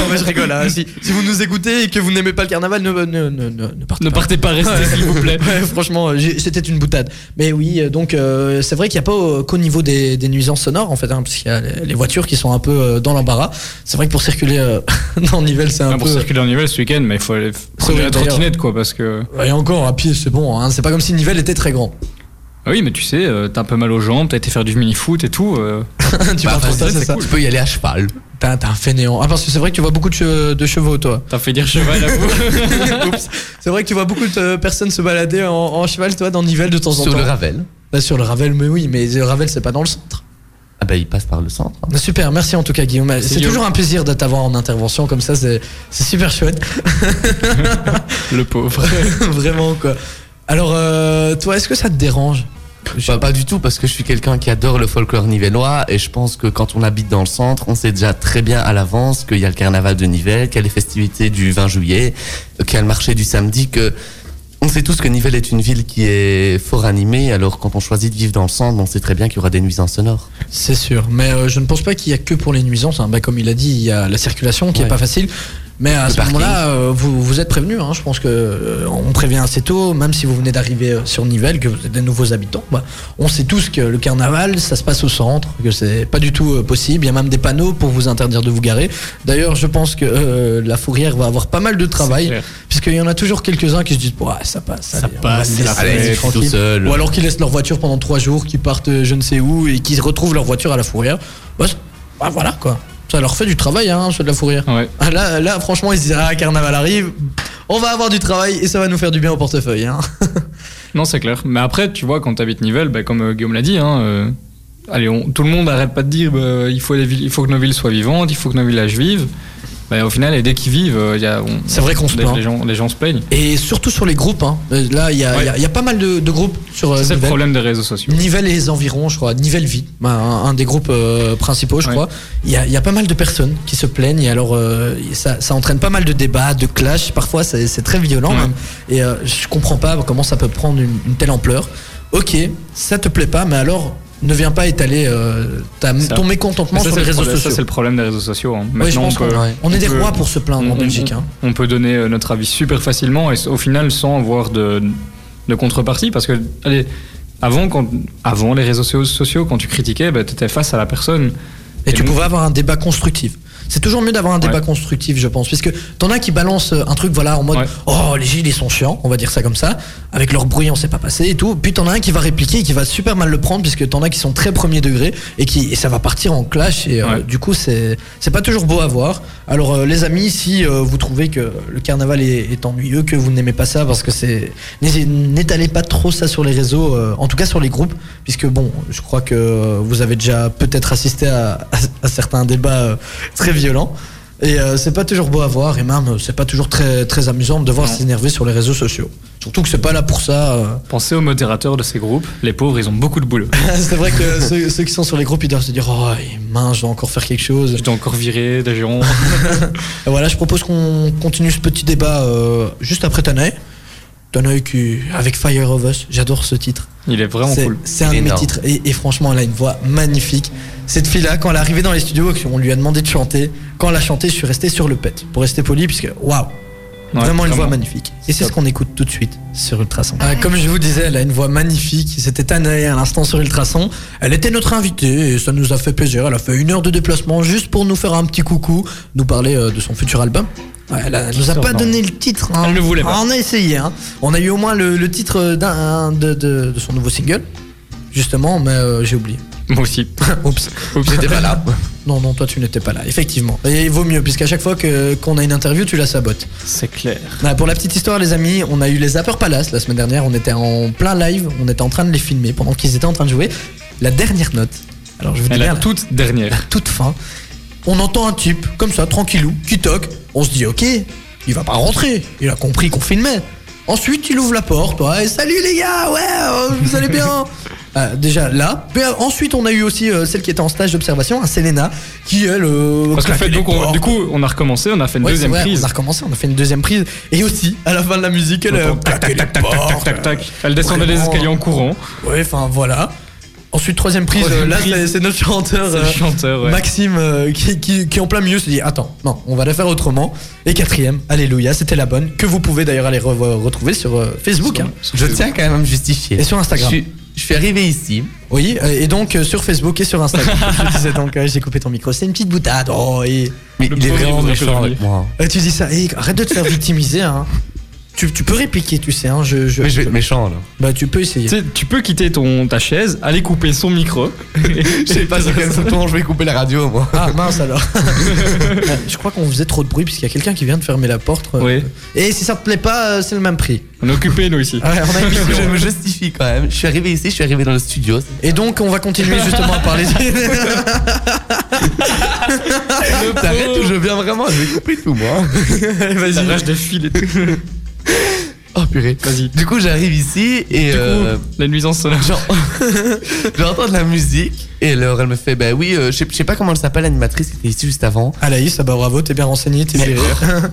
Speaker 1: *laughs* Non, mais je rigole. hein. Si, si vous nous écoutez et que vous n'aimez pas le carnaval, ne, ne, ne, ne- ne partez
Speaker 2: Ne
Speaker 1: pas.
Speaker 2: partez pas, restez s'il vous *laughs* plaît.
Speaker 1: Ah. Ouais, franchement, euh, j'ai- c'était une boutade. Mais oui, euh, donc euh, c'est vrai qu'il n'y a pas euh, qu'au niveau des, des nuisances sonores, en fait, hein, parce qu'il y a les, les voitures qui sont un peu euh, dans l'embarras. C'est vrai que pour circuler euh, *laughs* dans Nivelles, c'est *laughs* un
Speaker 2: Ah, Pour
Speaker 1: peu.
Speaker 2: circuler en Nivelles ce week-end, mais il faut aller prendre
Speaker 1: oui,
Speaker 2: la
Speaker 1: d'ailleurs.
Speaker 2: trottinette, quoi, parce que.
Speaker 1: Et encore, à pied, c'est bon. hein. C'est pas comme si Nivelles était très grand. *laughs*
Speaker 2: Ah oui, mais tu sais, euh, t'as un peu mal aux jambes, t'as été faire du mini-foot et tout. euh,
Speaker 1: tu parles
Speaker 6: Bah,
Speaker 1: pour ça,
Speaker 6: vas-y,
Speaker 1: c'est ça.
Speaker 6: Tu peux y aller à cheval.
Speaker 1: T'as t'as un fainéant. Ah, parce que c'est vrai que tu vois beaucoup de, che- de chevaux,
Speaker 6: *laughs*
Speaker 1: toi.
Speaker 2: T'as fait dire cheval à vous.
Speaker 1: *laughs* Oups. c'est vrai que tu vois beaucoup de euh, personnes se balader en, en cheval, toi, dans Nivelles de temps en
Speaker 6: Sur
Speaker 1: temps.
Speaker 6: le Ravel.
Speaker 1: Bah, sur le Ravel, mais oui, mais le Ravel, c'est pas dans le centre.
Speaker 6: Ah bah il passe par le centre.
Speaker 1: Bah, Super, merci en tout cas Guillaume. C'est
Speaker 2: Guillaume.
Speaker 1: toujours un plaisir de t'avoir en intervention comme ça, c'est c'est super chouette,
Speaker 2: Le pauvre.
Speaker 1: *laughs* vraiment quoi. Alors euh, toi, est-ce que ça te dérange
Speaker 6: Bah, pas du tout parce que je suis quelqu'un qui adore le folklore nivellois et je pense que quand on habite dans le centre, on sait déjà très bien à l'avance qu'il y a le carnaval de Nivelles, qu'il y a les festivités du 20 juillet, qu'il y a le marché du samedi, que on sait tous que Nivelles est une ville qui est fort animée. Alors quand on choisit de vivre dans le centre, on sait très bien qu'il y aura des nuisances sonores.
Speaker 1: C'est sûr, mais euh, je ne pense pas qu'il y a que pour les nuisances. hein. Bah, comme il a dit, il y a la circulation qui est
Speaker 6: Ouais.
Speaker 1: pas facile. Mais à
Speaker 6: Le
Speaker 1: ce
Speaker 6: parking.
Speaker 1: moment-là, euh, vous, vous êtes prévenus. hein. Je pense que euh, on prévient assez tôt, même si vous venez d'arriver euh, sur Nivelles, que vous êtes des nouveaux habitants. bah, on sait tous que le carnaval, ça se passe au centre, que c'est pas du tout euh, possible. Il y a même des panneaux pour vous interdire de vous garer. D'ailleurs, je pense que euh, la fourrière va avoir pas mal de
Speaker 2: C'est
Speaker 1: travail,
Speaker 2: clair.
Speaker 1: puisqu'il y en a toujours quelques-uns qui se disent "Ouah, ça passe,
Speaker 2: Ça
Speaker 1: allez, on va
Speaker 2: passe,
Speaker 1: le
Speaker 2: c'est
Speaker 1: laisser
Speaker 2: la fête, je suis
Speaker 1: tranquille."
Speaker 6: tout seul.
Speaker 1: Ou alors qu'ils laissent leur voiture pendant trois jours, qu'ils partent euh, je ne sais où et qu'ils retrouvent leur voiture à la fourrière. Bah, c'est- bah, voilà quoi. Ça leur fait du travail, hein, ceux de la fourrière.
Speaker 2: Ouais.
Speaker 1: Ah, Là, là, franchement, ils se disent Ah, carnaval arrive, on va avoir du travail et ça va nous faire du bien au portefeuille. Hein.
Speaker 2: Non, c'est clair. Mais après, tu vois, quand t'habites Nivelles, bah, comme euh, Guillaume l'a dit, hein, euh, allez, on- tout le monde arrête pas de dire bah, il, faut les villes- il faut que nos villes soient vivantes, il faut que nos villages vivent. Bah, au final, et dès qu'ils vivent, euh, il y a, on-
Speaker 1: C'est vrai qu'on se
Speaker 2: les-
Speaker 1: plaint.
Speaker 2: Les gens, les gens se plaignent.
Speaker 1: Et surtout sur les groupes. Hein. Euh, Là, il y, a- il y a- il y a pas mal de, de groupes sur euh,
Speaker 2: C'est le
Speaker 1: Nivelles.
Speaker 2: problème des réseaux sociaux.
Speaker 1: Nivelles et les environs, je crois. Nivelles Vie, bah, un, un des groupes euh, principaux, je
Speaker 2: Ouais.
Speaker 1: crois. Il y a, il y a pas mal de personnes qui se plaignent et alors euh, ça, ça entraîne pas mal de débats, de clashs. Parfois, c'est c'est très violent
Speaker 2: Ouais.
Speaker 1: même. Et euh, je comprends pas comment ça peut prendre une, une telle ampleur. Ok, ça te plaît pas, mais alors ne viens pas étaler euh, ta-
Speaker 2: Ça.
Speaker 1: ton
Speaker 2: Mais
Speaker 1: mécontentement
Speaker 2: ça,
Speaker 1: sur
Speaker 2: c'est
Speaker 1: les
Speaker 2: le
Speaker 1: réseaux
Speaker 2: problème- ça,
Speaker 1: sociaux.
Speaker 2: c'est le problème des réseaux sociaux. hein.
Speaker 1: Ouais, je
Speaker 2: Maintenant,
Speaker 1: pense
Speaker 2: on
Speaker 1: qu'on
Speaker 2: peut-
Speaker 1: on est des
Speaker 2: peut-
Speaker 1: rois pour se plaindre en Belgique. hein.
Speaker 2: on peut donner euh, notre avis super facilement et s- au final sans avoir de, de contrepartie parce que allez, avant, quand, avant les réseaux so- sociaux, quand tu critiquais, bah, tu étais face à la personne.
Speaker 1: Et, tu
Speaker 2: nous-
Speaker 1: pouvais avoir un débat constructif. C'est toujours mieux d'avoir un débat
Speaker 2: Ouais.
Speaker 1: constructif, je pense, puisque t'en as qui balancent euh, un truc, voilà, en mode,
Speaker 2: Ouais.
Speaker 1: oh, les gilets sont chiants, on va dire ça comme ça, avec leur bruit, on s'est pas passé et tout. Puis t'en as un qui va répliquer et qui va super mal le prendre, puisque t'en as qui sont très premier degré et qui et ça va partir en clash. Et euh,
Speaker 2: Ouais.
Speaker 1: du coup, c'est c'est pas toujours beau à voir. Alors, euh, les amis, si euh, vous trouvez que le carnaval est, est ennuyeux, que vous n'aimez pas ça, parce que c'est n'hésitez- n'étalez pas trop ça sur les réseaux, euh, en tout cas sur les groupes, puisque bon, je crois que euh, vous avez déjà peut-être assisté à, à- à certains débats euh, très violents. Et euh, c'est pas toujours beau à voir, et même euh, c'est pas toujours très, très amusant de devoir
Speaker 2: Non.
Speaker 1: s'énerver sur les réseaux sociaux. Surtout que c'est pas là pour ça. euh,
Speaker 2: Pensez aux modérateurs de ces groupes. Les pauvres, ils ont beaucoup de boulot.
Speaker 1: *laughs* c'est vrai *laughs* que ceux, ceux qui sont sur les groupes, ils doivent se dire Oh, mince, je dois encore faire quelque chose.
Speaker 2: Je dois encore virer des gens.
Speaker 1: Et voilà, je propose qu'on continue ce petit débat euh, juste après Tanae. Tanae qui, avec Fire of Us, j'adore ce titre.
Speaker 2: Il est vraiment
Speaker 1: C'est
Speaker 2: cool.
Speaker 1: c'est un de mes
Speaker 6: Énorme.
Speaker 1: titres. Et, et franchement, elle a une voix magnifique. Cette fille-là, quand elle est arrivée dans les studios, on lui a demandé de chanter. Quand elle a chanté, je suis resté sur le pet. Pour rester poli, puisque waouh!
Speaker 2: Ouais,
Speaker 1: vraiment une voix
Speaker 2: vraiment.
Speaker 1: magnifique. Et c'est
Speaker 2: Top.
Speaker 1: ce qu'on écoute tout de suite sur Ultrason. comme je vous disais, elle a une voix magnifique. C'était Tanae à l'instant sur Ultrason. Elle était notre invitée et ça nous a fait plaisir. Elle a fait une heure de déplacement juste pour nous faire un petit coucou, nous parler euh, de son futur album. Ouais, elle, a- elle nous a
Speaker 2: Sort,
Speaker 1: pas
Speaker 2: non.
Speaker 1: donné le titre. hein.
Speaker 2: Elle ne voulait pas.
Speaker 1: On a essayé. hein. On a eu au moins le, le titre d'un- de, de- de son nouveau single, justement, mais euh, j'ai oublié. *laughs*
Speaker 2: Moi aussi.
Speaker 1: Oups.
Speaker 6: J'étais pas là.
Speaker 1: *laughs* Non, non, toi tu n'étais pas là, effectivement. Et il vaut mieux, puisqu'à chaque fois que- qu'on a une interview, tu la sabotes.
Speaker 2: C'est clair.
Speaker 1: Voilà, pour la petite histoire, les amis, on a eu les Zapper Palace la semaine dernière. On était en plein live, on était en train de les filmer pendant qu'ils étaient en train de jouer. La dernière note. Alors je vous dis
Speaker 2: Elle
Speaker 1: bien,
Speaker 2: la
Speaker 1: la
Speaker 2: toute dernière.
Speaker 1: toute fin. On entend un type comme ça, tranquillou, qui toque. On se dit ok, il va pas rentrer. Il a compris qu'on filmait. Ensuite, il ouvre la porte. Ouais, salut les gars, ouais, euh, vous allez bien.
Speaker 2: *laughs*
Speaker 1: Euh, déjà là. Puis, euh, ensuite, on a eu aussi euh, celle qui était en stage d'observation, un Selena, qui elle. euh,
Speaker 2: Parce qu'en
Speaker 1: claquait
Speaker 2: fait,
Speaker 1: les
Speaker 2: donc, on-
Speaker 1: portes.
Speaker 2: du coup, on a recommencé, on a fait une
Speaker 1: Ouais,
Speaker 2: deuxième
Speaker 1: c'est vrai,
Speaker 2: prise.
Speaker 1: On a recommencé, on a fait une deuxième prise. Et aussi, à la fin de la musique, elle.
Speaker 2: On
Speaker 1: euh,
Speaker 2: entend tac,
Speaker 1: claquait
Speaker 2: tac,
Speaker 1: les
Speaker 2: tac, tac,
Speaker 1: portes.
Speaker 2: tac, tac, tac. Elle descendait les
Speaker 1: Vraiment.
Speaker 2: escaliers en courant.
Speaker 1: Ouais, enfin voilà. Ensuite, troisième prise,
Speaker 2: Troisième
Speaker 1: euh, là,
Speaker 2: prise.
Speaker 1: c'est- c'est notre chanteur.
Speaker 2: C'est le
Speaker 1: euh,
Speaker 2: chanteur, ouais.
Speaker 1: Maxime, euh, qui, qui- qui en plein milieu se dit Attends, non, on va la faire autrement. Et quatrième, Alléluia, c'était la bonne, que vous pouvez d'ailleurs aller re- retrouver sur euh, Facebook hein,
Speaker 6: Je tiens quand même à me justifier.
Speaker 1: et sur Instagram.
Speaker 6: Je suis, je suis arrivé ici.
Speaker 1: Oui, euh, et donc euh, sur Facebook et sur *laughs* Instagram. je disais donc, euh, j'ai coupé ton micro, c'est une petite boutade. Oh, et,
Speaker 6: Mais
Speaker 2: Le
Speaker 6: il est
Speaker 2: pauvre, il
Speaker 6: vraiment
Speaker 2: voudrait
Speaker 6: méchant
Speaker 2: changer.
Speaker 6: avec moi.
Speaker 1: et tu dis ça, et arrête de te faire victimiser. hein. Tu, tu peux répliquer, tu sais. Hein, je, je-
Speaker 6: Mais je vais être méchant là.
Speaker 1: Bah, tu peux essayer.
Speaker 2: Tu sais, tu peux quitter ton, ta chaise, aller couper son *laughs* micro.
Speaker 6: Je sais pas sur *laughs* quel bouton je vais couper la radio moi.
Speaker 1: Ah mince alors. *laughs* Euh, je crois qu'on faisait trop de bruit puisqu'il y a quelqu'un qui vient de fermer la porte. euh.
Speaker 2: Oui.
Speaker 1: Et si ça te plaît pas, euh, c'est le même prix.
Speaker 2: On est occupé, nous, ici.
Speaker 1: Ah ouais, *laughs* on a une mission.
Speaker 6: Je me justifie quand même. Je suis arrivé ici, je suis arrivé dans le studio.
Speaker 1: Et donc on va continuer justement à parler.
Speaker 6: T'arrêtes ou je viens vraiment Je vais couper tout moi.
Speaker 2: Vas-y. Rage des fils et tout.
Speaker 6: Oh purée.
Speaker 2: Vas-y.
Speaker 6: Du coup, j'arrive ici et euh,
Speaker 2: La nuisance sonore.
Speaker 6: j'en- *laughs* j'entends de la musique. Et alors, elle me fait Bah oui, euh, je sais- je sais pas comment elle s'appelle, l'animatrice qui était ici juste avant.
Speaker 1: Alaïs, ah bah bravo, t'es bien renseigné, t'es
Speaker 6: Mais-
Speaker 1: derrière.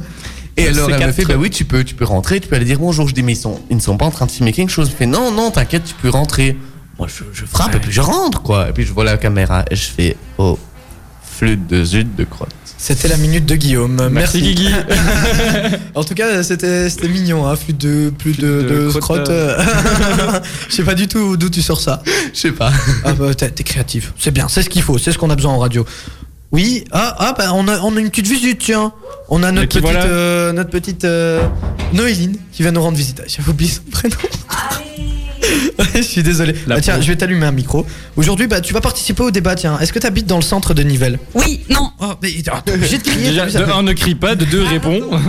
Speaker 6: Et
Speaker 2: Euh,
Speaker 6: alors
Speaker 2: c'est
Speaker 6: elle me
Speaker 2: quatre.
Speaker 6: fait bah oui tu peux tu peux rentrer tu peux aller dire bonjour je dis mais ils sont ils ne sont pas en train de filmer quelque chose je fais non non t'inquiète tu peux rentrer moi je, je frappe et puis je rentre quoi et puis je vois la caméra et je fais oh flûte de zut de crotte
Speaker 1: C'était la minute de Guillaume. Merci.
Speaker 2: Merci, Guigui.
Speaker 10: Ah,
Speaker 1: En tout cas, c'était c'était mignon, hein, plus de plus de,
Speaker 2: de
Speaker 1: de
Speaker 2: crotte,
Speaker 1: crotte. euh. *laughs* Je sais pas du tout d'où tu sors ça.
Speaker 6: je sais pas
Speaker 1: Ah bah t'es t'es créatif, c'est bien, c'est ce qu'il faut, c'est ce qu'on a besoin en radio. Oui, ah, ah bah on a, on a une petite visite, tiens. On a notre
Speaker 2: qui
Speaker 1: petite,
Speaker 2: voilà
Speaker 1: euh, notre petite euh, Noéline qui va nous rendre visite. Ah, J'avais oublié son prénom. *laughs* Ouais, je suis désolé.
Speaker 2: La
Speaker 1: Ah, tiens,
Speaker 2: peau.
Speaker 1: je vais t'allumer un micro. Aujourd'hui, bah, tu vas participer au débat, tiens. Est-ce que t'habites dans le centre de Nivelles
Speaker 10: Oui, non.
Speaker 1: Oh, mais ah, t'es obligé de crier.
Speaker 2: Déjà,
Speaker 1: t'as vu ça
Speaker 2: de un, ne crie pas, de deux,
Speaker 10: Ah,
Speaker 2: réponds. *laughs*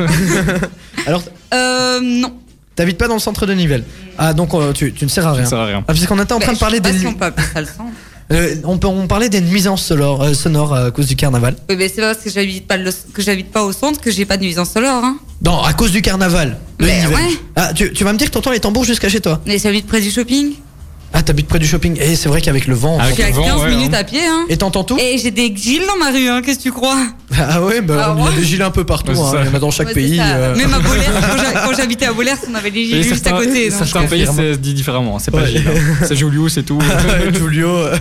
Speaker 1: Alors,
Speaker 10: Euh, non.
Speaker 1: t'habites pas dans le centre de Nivelles Ah, donc euh, tu, tu ne sers à rien.
Speaker 2: Ça sert à rien.
Speaker 1: Ah, parce qu'on était en train de parler
Speaker 10: des.
Speaker 1: des.
Speaker 10: Si on peut appeler ça le centre.
Speaker 1: euh, on, peut- on parlait des nuisances sonores, euh, sonores à cause du carnaval.
Speaker 10: Oui, mais c'est pas parce que j'habite pas, le- que j'habite pas au centre que j'ai pas de nuisance sonore. Hein.
Speaker 1: Non, à cause du carnaval. de
Speaker 10: Mais
Speaker 1: Nivelles.
Speaker 10: ouais.
Speaker 1: Ah, tu, tu vas me dire que t'entends les tambours jusqu'à chez toi.
Speaker 10: Mais j'habite près du shopping.
Speaker 1: Ah, t'habites près du shopping. Et c'est vrai qu'avec le vent. on
Speaker 2: Ah,
Speaker 10: Je
Speaker 1: s'entend.
Speaker 10: suis à
Speaker 2: le vent,
Speaker 10: 15
Speaker 2: ouais,
Speaker 10: minutes
Speaker 2: hein.
Speaker 10: à pied. Hein.
Speaker 1: Et t'entends tout
Speaker 10: Et j'ai des gilles dans ma rue, hein, qu'est-ce que tu crois
Speaker 1: Ah ouais, bah,
Speaker 10: Ah
Speaker 1: on a
Speaker 10: ouais
Speaker 1: des gilets un peu partout.
Speaker 2: Ouais, c'est
Speaker 1: hein.
Speaker 2: ça.
Speaker 1: Il y en a dans chaque
Speaker 10: Ouais, c'est
Speaker 1: pays.
Speaker 10: ça.
Speaker 1: euh.
Speaker 10: Même à Bollers, quand j'ha- quand j'habitais à Bollers, on avait les
Speaker 2: Et
Speaker 10: gilles juste à
Speaker 2: certains-
Speaker 10: côté. donc,
Speaker 2: Certains
Speaker 10: euh,
Speaker 2: pays, ça se dit différemment. C'est pas
Speaker 1: Ouais.
Speaker 2: Gilles, hein.
Speaker 10: *laughs*
Speaker 2: C'est Julio, c'est tout.
Speaker 10: Ah,
Speaker 2: *laughs*
Speaker 1: Julio. euh.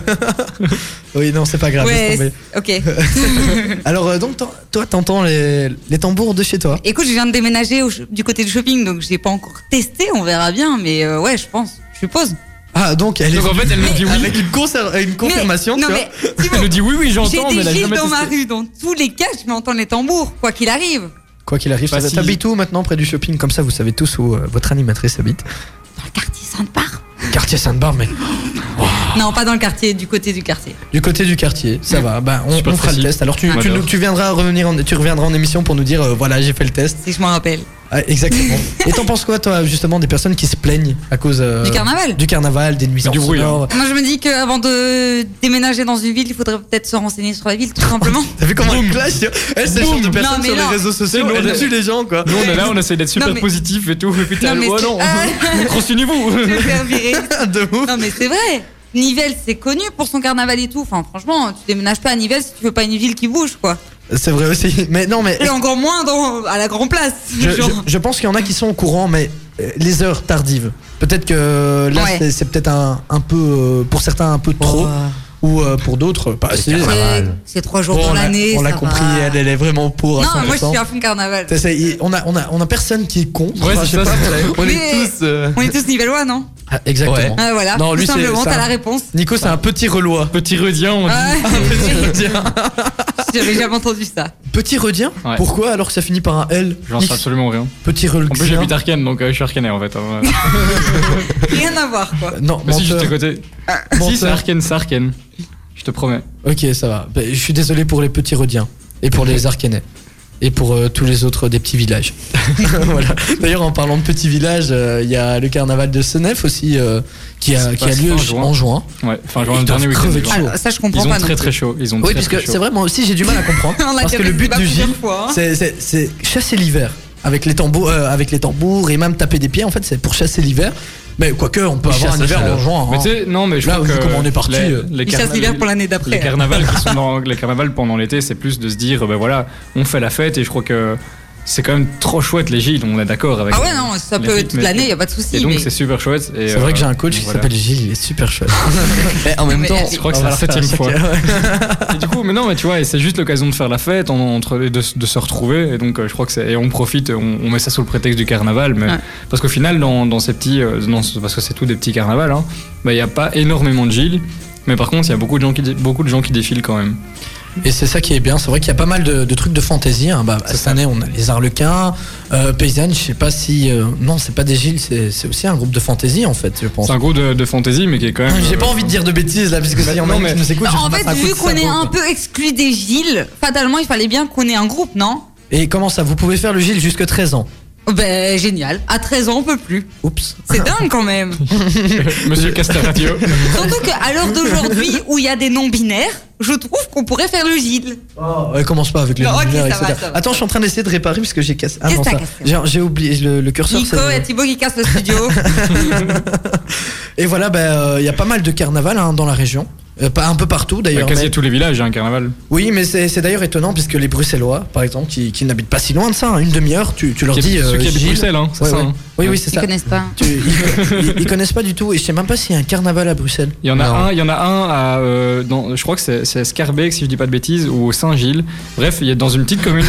Speaker 1: oui, non, c'est pas grave. laisse
Speaker 10: Ouais,
Speaker 1: tomber.
Speaker 10: ok.
Speaker 1: Alors, euh, donc, t'en- toi, t'entends les, les tambours de chez toi.
Speaker 10: Écoute, je viens de déménager au ch- du côté du shopping, donc j'ai pas encore testé, on verra bien, mais euh, ouais, je pense, je suppose.
Speaker 1: Ah, donc, elle est
Speaker 2: Donc en fait, elle nous dit oui.
Speaker 1: avec une, conser- une
Speaker 10: Mais-
Speaker 1: confirmation.
Speaker 10: non,
Speaker 1: tu vois.
Speaker 10: mais, tu vois,
Speaker 2: Elle nous dit oui, oui, j'entends, mais
Speaker 10: J'ai
Speaker 2: elle
Speaker 10: des
Speaker 2: a
Speaker 10: gilles
Speaker 2: jamais
Speaker 10: dans ma
Speaker 2: testé.
Speaker 10: rue, dans tous les cas, je vais entendre les tambours, quoi qu'il arrive.
Speaker 1: Quoi qu'il arrive, ça
Speaker 2: Facile.
Speaker 1: t'habites où maintenant près du shopping Comme ça, vous savez tous où euh, votre animatrice habite.
Speaker 10: Dans le quartier Sainte-Barbe
Speaker 1: Quartier Sainte-Barbe, mec.
Speaker 10: *laughs* Non, pas dans le quartier, du côté du quartier.
Speaker 1: Du côté du quartier, ça va. Bah, on,
Speaker 2: Super
Speaker 1: on fera le
Speaker 2: facile.
Speaker 1: test. Alors, tu,
Speaker 2: Ah,
Speaker 1: tu,
Speaker 2: j'adore.
Speaker 1: nous- tu viendras revenir, en, tu reviendras en émission pour nous dire, euh, voilà, j'ai fait le test.
Speaker 10: Si je m'en rappelle.
Speaker 1: Ah,
Speaker 10: *laughs*
Speaker 1: exactement. Et t'en penses quoi, toi, justement, des personnes qui se plaignent à cause euh,
Speaker 10: Du carnaval
Speaker 1: du carnaval, des nuisances
Speaker 2: Du bruit, hein.
Speaker 1: sonores.
Speaker 10: Moi, je me dis qu'avant de déménager dans une ville, il faudrait peut-être se renseigner sur la ville, tout simplement.
Speaker 1: T'as vu comment elle clash Elle, c'est le genre de
Speaker 10: Non,
Speaker 1: personnes
Speaker 10: mais
Speaker 1: sur
Speaker 10: non.
Speaker 1: les réseaux sociaux.
Speaker 2: C'est bon,
Speaker 1: Elle
Speaker 2: elle-
Speaker 1: tue les gens, quoi.
Speaker 2: Nous, on est là, on essaie d'être super
Speaker 10: mais-
Speaker 2: positif et tout. Et puis t'es
Speaker 10: Non,
Speaker 2: là,
Speaker 10: mais
Speaker 2: oh
Speaker 10: c'est-
Speaker 2: non,
Speaker 10: *laughs* Ah.
Speaker 2: continuez-vous.
Speaker 10: *laughs* Je vais faire virer.
Speaker 1: *laughs* de ouf.
Speaker 10: Non, mais c'est vrai. Nivelles, c'est connu pour son carnaval et tout. Enfin, franchement, tu déménages pas à Nivelles si tu veux pas une ville qui bouge, quoi.
Speaker 1: C'est vrai aussi. Mais non, mais.
Speaker 10: Et encore moins dans, à la Grand Place.
Speaker 1: Je,
Speaker 10: genre.
Speaker 1: je- je pense qu'il y en a qui sont au courant, mais euh, les heures tardives. Peut-être que là,
Speaker 10: Ouais.
Speaker 1: c'est- c'est peut-être un, un peu, euh, pour certains, un peu trop, ou euh, pour d'autres, pas assez.
Speaker 10: C'est- C'est trois jours
Speaker 1: Bon,
Speaker 10: dans
Speaker 1: on l'a-
Speaker 10: l'année.
Speaker 1: on l'a
Speaker 10: ça
Speaker 1: compris,
Speaker 10: va.
Speaker 1: elle, elle est vraiment pour. à
Speaker 10: Non, moi, je
Speaker 1: 100%.
Speaker 10: suis à fond carnaval.
Speaker 1: Ça, c'est- il- on, a, on, a, on a personne qui est contre.
Speaker 2: Ouais,
Speaker 1: Enfin,
Speaker 2: c'est
Speaker 1: je sais
Speaker 2: ça,
Speaker 1: pas.
Speaker 2: c'est-
Speaker 6: on
Speaker 10: Mais-
Speaker 6: est tous euh,
Speaker 10: On est tous nivellois, non
Speaker 1: Ah, exactement.
Speaker 10: Ouais, voilà.
Speaker 1: Non, lui,
Speaker 10: Tout
Speaker 1: c'est-
Speaker 10: simplement,
Speaker 1: ça-
Speaker 10: t'as la réponse.
Speaker 1: Nico, c'est un petit relois.
Speaker 2: Petit redien, on dit.
Speaker 10: Ouais.
Speaker 1: redien.
Speaker 10: J'avais jamais entendu ça.
Speaker 1: Petit redien
Speaker 2: Ouais.
Speaker 1: Pourquoi alors que ça finit par un L
Speaker 2: J'en sais
Speaker 1: Nico,
Speaker 2: absolument rien.
Speaker 1: Petit
Speaker 2: En plus,
Speaker 1: relois.
Speaker 2: j'habite Arken, donc euh, je suis Arkenais en fait. hein.
Speaker 10: Rien à voir, quoi.
Speaker 1: Non,
Speaker 2: Mais si,
Speaker 1: menteur. Ah,
Speaker 2: juste à côté. Si, c'est
Speaker 1: Menteur.
Speaker 2: Arken, c'est Arken. Je te promets.
Speaker 1: Ok, ça va. Bah, je suis désolé pour les petits Rodiens et pour les Arcanais et pour euh, tous les autres des petits villages. voilà. D'ailleurs, en parlant de petits villages, euh, il y a le carnaval de Senef aussi euh, qui a,
Speaker 2: Ça se
Speaker 1: qui a
Speaker 2: passe
Speaker 1: lieu
Speaker 2: fin
Speaker 1: en
Speaker 2: juin.
Speaker 1: juin.
Speaker 2: Ouais, enfin,
Speaker 1: Ils
Speaker 2: genre
Speaker 1: doivent
Speaker 2: le dernier week-end.
Speaker 1: crever
Speaker 2: de
Speaker 1: de
Speaker 2: juin.
Speaker 1: chaud.
Speaker 10: Ah, ça, je comprends
Speaker 2: Ils
Speaker 10: pas.
Speaker 2: ont
Speaker 10: non
Speaker 2: très
Speaker 10: plus.
Speaker 2: très chaud. Ils ont
Speaker 1: Oui,
Speaker 2: très,
Speaker 1: parce
Speaker 2: très
Speaker 1: que
Speaker 2: chaud.
Speaker 1: c'est vrai, moi aussi j'ai du mal à comprendre.
Speaker 10: On l'a
Speaker 1: parce que
Speaker 10: déjà
Speaker 1: le
Speaker 10: fait
Speaker 1: but
Speaker 10: pas
Speaker 1: du
Speaker 10: plusieurs
Speaker 1: gym,
Speaker 10: fois, hein.
Speaker 1: c'est- c'est c'est chasser l'hiver avec les tambours, euh, avec les tambours et même taper des pieds. En fait, c'est pour chasser l'hiver. Mais quoique, on peut
Speaker 6: Ils
Speaker 1: avoir un
Speaker 6: chassent la
Speaker 1: hiver en
Speaker 6: chaleur.
Speaker 1: juin.
Speaker 2: Mais
Speaker 1: hein.
Speaker 2: tu sais, non, mais je
Speaker 1: Là,
Speaker 2: crois
Speaker 1: vu
Speaker 2: que
Speaker 1: comment on est parti,
Speaker 2: les-
Speaker 1: euh,
Speaker 2: les
Speaker 10: Ils chassent
Speaker 2: carnavals-
Speaker 10: l'hiver pour l'année
Speaker 2: Les
Speaker 1: *laughs*
Speaker 10: d'après.
Speaker 2: carnavals qui sont dans les carnavals pendant l'été, c'est plus de se dire ben voilà, on fait la fête et je crois que c'est quand même trop chouette les Gilles, on est d'accord avec
Speaker 10: Ah ouais, non, ça
Speaker 2: les
Speaker 10: peut
Speaker 2: rythmes
Speaker 10: toute
Speaker 2: et-
Speaker 10: l'année, y a pas de
Speaker 2: Et
Speaker 10: souci.
Speaker 2: donc
Speaker 10: mais-
Speaker 2: c'est super chouette. et,
Speaker 1: C'est vrai que j'ai un
Speaker 2: euh,
Speaker 1: coach qui
Speaker 2: voilà.
Speaker 1: s'appelle Gilles, il est super chouette.
Speaker 6: Mais en même
Speaker 10: Mais
Speaker 6: temps,
Speaker 10: elle-
Speaker 2: Je crois que c'est la
Speaker 1: *laughs*
Speaker 2: septième fois. Et du coup, mais non, mais tu vois, et c'est juste l'occasion de faire la fête, en- entre, de, de se retrouver. Et donc, euh, je crois que c'est. Et on profite, on, on met ça sous le prétexte du carnaval. Mais,
Speaker 10: Ouais.
Speaker 2: Parce qu'au final, dans, dans ces petits. euh, dans ce- parce que c'est tout des petits carnavals, hein, bah, il n'y a pas énormément de Gilles. Mais par contre, il y a beaucoup de, gens qui, dé- beaucoup de gens qui défilent quand même.
Speaker 1: Et c'est ça qui est bien, c'est vrai qu'il y a pas mal de, de trucs de fantaisie. hein. Bah, cette
Speaker 2: ça.
Speaker 1: année, on a les Arlequins, euh, Paysanne, je sais pas si. euh, non, c'est pas des Gilles, c'est c'est aussi un groupe de fantaisie en fait, je pense.
Speaker 2: C'est un groupe de, de fantaisie, mais qui est quand même.
Speaker 1: *laughs* J'ai pas
Speaker 2: euh,
Speaker 1: envie de dire de bêtises là, parce que s'il y en a
Speaker 2: Non,
Speaker 1: un
Speaker 2: mais-
Speaker 1: qui nous écoute,
Speaker 10: Bah,
Speaker 1: je
Speaker 10: en
Speaker 1: passe
Speaker 10: fait,
Speaker 1: un coup
Speaker 10: vu
Speaker 1: de
Speaker 10: qu'on est
Speaker 1: sabot,
Speaker 10: un
Speaker 1: quoi.
Speaker 10: peu exclu des Gilles, fatalement, il fallait bien qu'on ait un groupe, non
Speaker 1: Et comment ça Vous pouvez faire le Gilles jusque 13 ans.
Speaker 10: Ben génial. À 13 ans, on peut plus.
Speaker 1: Oups.
Speaker 10: C'est dingue quand même.
Speaker 2: Monsieur
Speaker 1: *laughs*
Speaker 2: Castaratio.
Speaker 10: Surtout qu'à l'heure d'aujourd'hui où il y a des non-binaires, je trouve qu'on pourrait faire le Gilles.
Speaker 1: Oh, ouais, commence pas avec les
Speaker 10: Non, ok,
Speaker 1: lumières,
Speaker 10: ça va,
Speaker 1: etc.
Speaker 10: ça va.
Speaker 1: Attends, je suis en train d'essayer de réparer parce que j'ai cassé. Ah
Speaker 10: Qu'est-ce
Speaker 1: non,
Speaker 10: que
Speaker 1: ça.
Speaker 10: t'as cassé
Speaker 1: J'ai- J'ai oublié le, le curseur.
Speaker 10: Nico
Speaker 1: c'est-
Speaker 10: et Thibaut qui cassent le studio.
Speaker 1: *laughs* Et voilà, ben, euh, il y a pas mal de carnaval hein, dans la région. Euh, pas- un peu partout d'ailleurs.
Speaker 2: Bah, Quasi
Speaker 1: mais-
Speaker 2: à tous les villages, il y a un carnaval.
Speaker 1: Oui, mais c'est c'est d'ailleurs étonnant puisque les Bruxellois, par exemple, qui, qui n'habitent pas si loin de ça, hein, une demi-heure, tu, tu leur
Speaker 2: Qui-
Speaker 1: dis.
Speaker 2: ceux
Speaker 1: euh,
Speaker 2: qui habitent
Speaker 1: Gilles.
Speaker 2: Bruxelles, hein, c'est
Speaker 1: Ouais,
Speaker 2: ça,
Speaker 1: ouais.
Speaker 2: hein.
Speaker 1: Oui, oui, c'est
Speaker 10: Ils
Speaker 1: ça.
Speaker 10: connaissent pas.
Speaker 1: Tu- ils, ils- ils connaissent pas du tout et je sais même pas s'il y a un carnaval à Bruxelles.
Speaker 2: Il y en a
Speaker 6: Non.
Speaker 2: un, il y en a un à, euh, dans, je crois que c'est, c'est à Scarbeck si je dis pas de bêtises ou au Saint-Gilles. Bref, il y a dans une petite
Speaker 10: *laughs*
Speaker 2: commune.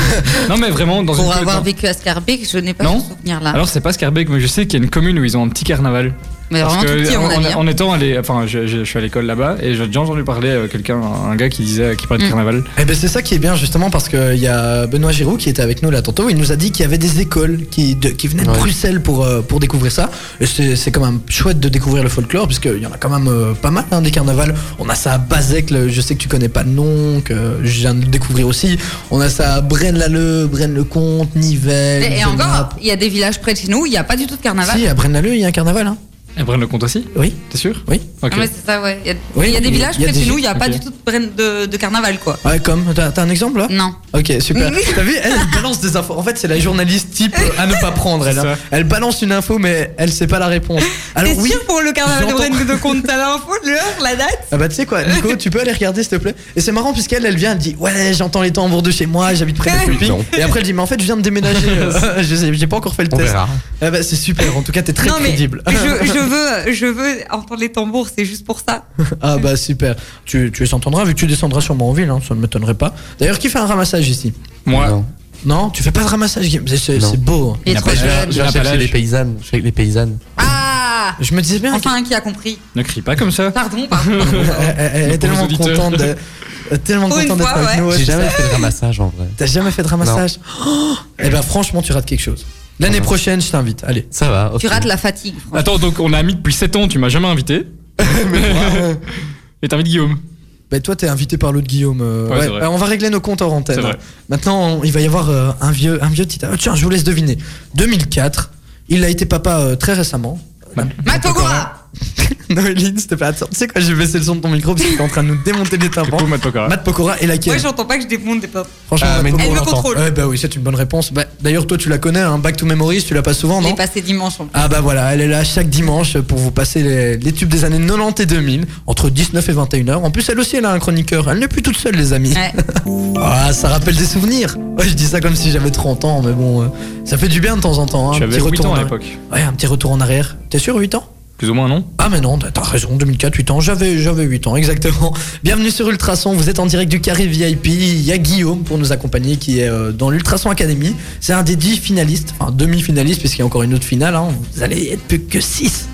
Speaker 2: non mais vraiment dans une
Speaker 10: Pour
Speaker 2: co-
Speaker 10: avoir
Speaker 2: dans-
Speaker 10: vécu à Scarbeck, je n'ai pas
Speaker 2: Non.
Speaker 10: ce souvenir là.
Speaker 2: Alors c'est pas Scarbeck, mais je sais qu'il y a une commune où ils ont un petit carnaval.
Speaker 10: Mais
Speaker 2: Parce
Speaker 10: vraiment tout
Speaker 2: que
Speaker 10: petit, à mon
Speaker 2: en,
Speaker 10: avis. hein.
Speaker 2: en- en étant allé, enfin je, je- je suis à l'école là-bas et j'ai déjà entendu parler euh, quelqu'un, un gars qui disait qui parlait de
Speaker 10: Mm.
Speaker 2: carnaval.
Speaker 1: Et ben c'est ça qui est bien justement parce qu'il y a Benoît Giroud qui était avec nous là tantôt. Il nous a dit qu'il y avait des écoles qui, de- qui venaient de
Speaker 6: Ouais.
Speaker 1: Bruxelles pour, euh, pour découvrir ça. Et c'est c'est quand même chouette de découvrir le folklore puisqu'il y en a quand même euh, pas mal hein, des carnavals. On a ça à Bazec, le- je sais que tu connais pas le nom, que je viens de le découvrir aussi. On a ça à Braine-l'Alleud, Braine-le-Comte, Nivelles.
Speaker 10: Et, et
Speaker 1: Genappe.
Speaker 10: encore, Ah bah. il y a des villages près de chez nous, il n'y a pas du tout de carnaval.
Speaker 1: Si, à Braine-l'Alleud, il y a un carnaval. Hein.
Speaker 2: Et Brenne le compte aussi,
Speaker 1: Oui,
Speaker 2: t'es sûr
Speaker 1: oui.
Speaker 2: Ok.
Speaker 10: Ah ouais, c'est ça, ouais. Il y a,
Speaker 1: Oui,
Speaker 10: il y a des
Speaker 1: il-
Speaker 10: villages
Speaker 1: il y a
Speaker 10: près de
Speaker 1: des
Speaker 10: chez nous,
Speaker 1: Gilles,
Speaker 10: il n'y a pas
Speaker 2: ok.
Speaker 10: du tout de, brain- de- de carnaval, quoi.
Speaker 1: Ouais, comme, t'as t'as un exemple là
Speaker 10: Non.
Speaker 1: Ok, super. *laughs* T'as vu, elle, elle balance des infos. En fait, c'est la journaliste type euh, à ne pas prendre. Elle,
Speaker 2: C'est
Speaker 1: hein.
Speaker 2: ça.
Speaker 1: elle balance une info, mais elle sait pas la
Speaker 10: *laughs*
Speaker 1: réponse. Alors
Speaker 10: T'es
Speaker 1: oui.
Speaker 10: sûr pour le carnaval de
Speaker 1: j'entends.
Speaker 10: Rennes de Comte, t'as l'info, l'heure, la date
Speaker 1: Ah bah tu sais quoi, Nico, tu peux aller regarder s'il te plaît. Et c'est marrant puisqu'elle, elle vient, elle dit ouais, j'entends les tambours de chez moi, j'habite près de shopping. Et après elle dit mais en fait je viens de déménager,
Speaker 6: *laughs*
Speaker 1: euh, je sais- j'ai pas encore fait le
Speaker 6: on
Speaker 1: test.
Speaker 6: verra.
Speaker 1: Ah bah c'est super, en tout cas t'es très
Speaker 10: Non, mais
Speaker 1: crédible. *laughs*
Speaker 10: je, je veux, je veux entendre les tambours, c'est juste pour ça.
Speaker 1: Ah bah super, tu, tu les entendras vu que tu descendras sûrement en ville, hein, ça ne m'étonnerait pas. D'ailleurs qui fait un ramassage ici
Speaker 2: Moi,
Speaker 6: Non.
Speaker 1: Non, tu fais pas de ramassage, Guillaume C'est- c'est
Speaker 6: Non.
Speaker 1: c'est beau. hein.
Speaker 10: Il est
Speaker 2: n'a
Speaker 10: trop
Speaker 2: pas-
Speaker 10: jeune.
Speaker 6: Je vais
Speaker 2: Ah, bah là,
Speaker 6: chercher les
Speaker 2: je-
Speaker 6: paysannes. Je suis avec les paysannes.
Speaker 10: Ah
Speaker 1: Je me disais bien,
Speaker 10: Enfin, un qui a compris.
Speaker 2: ne crie pas comme ça.
Speaker 10: Pardon,
Speaker 1: *laughs*
Speaker 10: pardon.
Speaker 1: Elle, elle- elle est
Speaker 2: Nos
Speaker 1: tellement
Speaker 2: pauvres auditeurs.
Speaker 1: contente de- euh, tellement
Speaker 10: Pour une
Speaker 1: contente d'être
Speaker 10: fois,
Speaker 1: avec
Speaker 10: ouais.
Speaker 1: nous. ouais,
Speaker 6: J'ai
Speaker 1: c'est
Speaker 6: jamais
Speaker 1: ça.
Speaker 6: fait de ramassage en vrai.
Speaker 1: T'as jamais fait de ramassage Et bah franchement, tu rates quelque chose. L'année prochaine, je t'invite.
Speaker 2: *laughs*
Speaker 1: Allez.
Speaker 6: Ça va.
Speaker 10: tu
Speaker 6: ok.
Speaker 10: rates la fatigue, franchement.
Speaker 2: Attends, donc on a mis depuis 7 ans, tu m'as jamais
Speaker 10: *laughs*
Speaker 2: invité. *laughs* Et t'invites Guillaume.
Speaker 10: Ah
Speaker 1: Bah toi, t'es invité par l'autre Guillaume. euh,
Speaker 2: Ouais, c'est vrai.
Speaker 1: euh, on va régler nos comptes en
Speaker 2: C'est
Speaker 1: antenne.
Speaker 2: vrai.
Speaker 1: Maintenant, on- il va y avoir euh, un vieux, un vieux titre. Ah, tiens, je vous laisse deviner. 2004. Il a été papa euh, très récemment. *laughs*
Speaker 10: Matogora
Speaker 1: Noéline, s'il te plaît, attends, tu sais quoi, j'ai baissé le son de ton micro parce que t'es en train de nous démonter les tympans.
Speaker 2: Pour Matt Pokora.
Speaker 1: Matt Pokora et laquelle
Speaker 10: Moi, j'entends pas que je démonte des pop.
Speaker 2: Bah,
Speaker 1: Franchement,
Speaker 6: Ah,
Speaker 1: Matt
Speaker 6: mais
Speaker 1: Pokora-
Speaker 10: Elle me
Speaker 6: l'entend.
Speaker 10: contrôle.
Speaker 1: Ouais, bah oui, c'est une bonne réponse. Bah, D'ailleurs, toi, tu la connais, hein, Back to Memories, tu l'as pas souvent,
Speaker 10: Je
Speaker 1: non
Speaker 10: l'ai passé dimanche en plus.
Speaker 1: Ah bah voilà, elle est là chaque dimanche pour vous passer les, les tubes des années 90 et 2000, entre 19 et 21h. En plus, elle aussi, elle a un chroniqueur. Elle n'est plus toute seule, les amis.
Speaker 10: Ouais.
Speaker 1: *laughs* Ah, ça rappelle des souvenirs. Ouais, je dis ça comme si j'avais 30 ans, mais bon, euh, ça fait du bien de temps en temps. hein,
Speaker 2: Tu
Speaker 1: un
Speaker 2: avais
Speaker 1: petit
Speaker 2: 8
Speaker 1: retour
Speaker 2: ans
Speaker 1: en
Speaker 2: à
Speaker 1: arrière.
Speaker 2: l'époque.
Speaker 1: Ouais, un petit retour en arrière. T'es sûr, 8 ans
Speaker 2: Plus ou moins, non
Speaker 1: ah mais non, t'as raison, 2004, 8 ans, j'avais j'avais 8 ans, exactement. Bienvenue sur Ultrason, vous êtes en direct du carré VIP, il y a Guillaume pour nous accompagner qui est euh, dans l'Ultrason Academy. C'est un des 10 finalistes, enfin demi-finalistes puisqu'il y a encore une autre finale, hein. vous allez être plus que 6.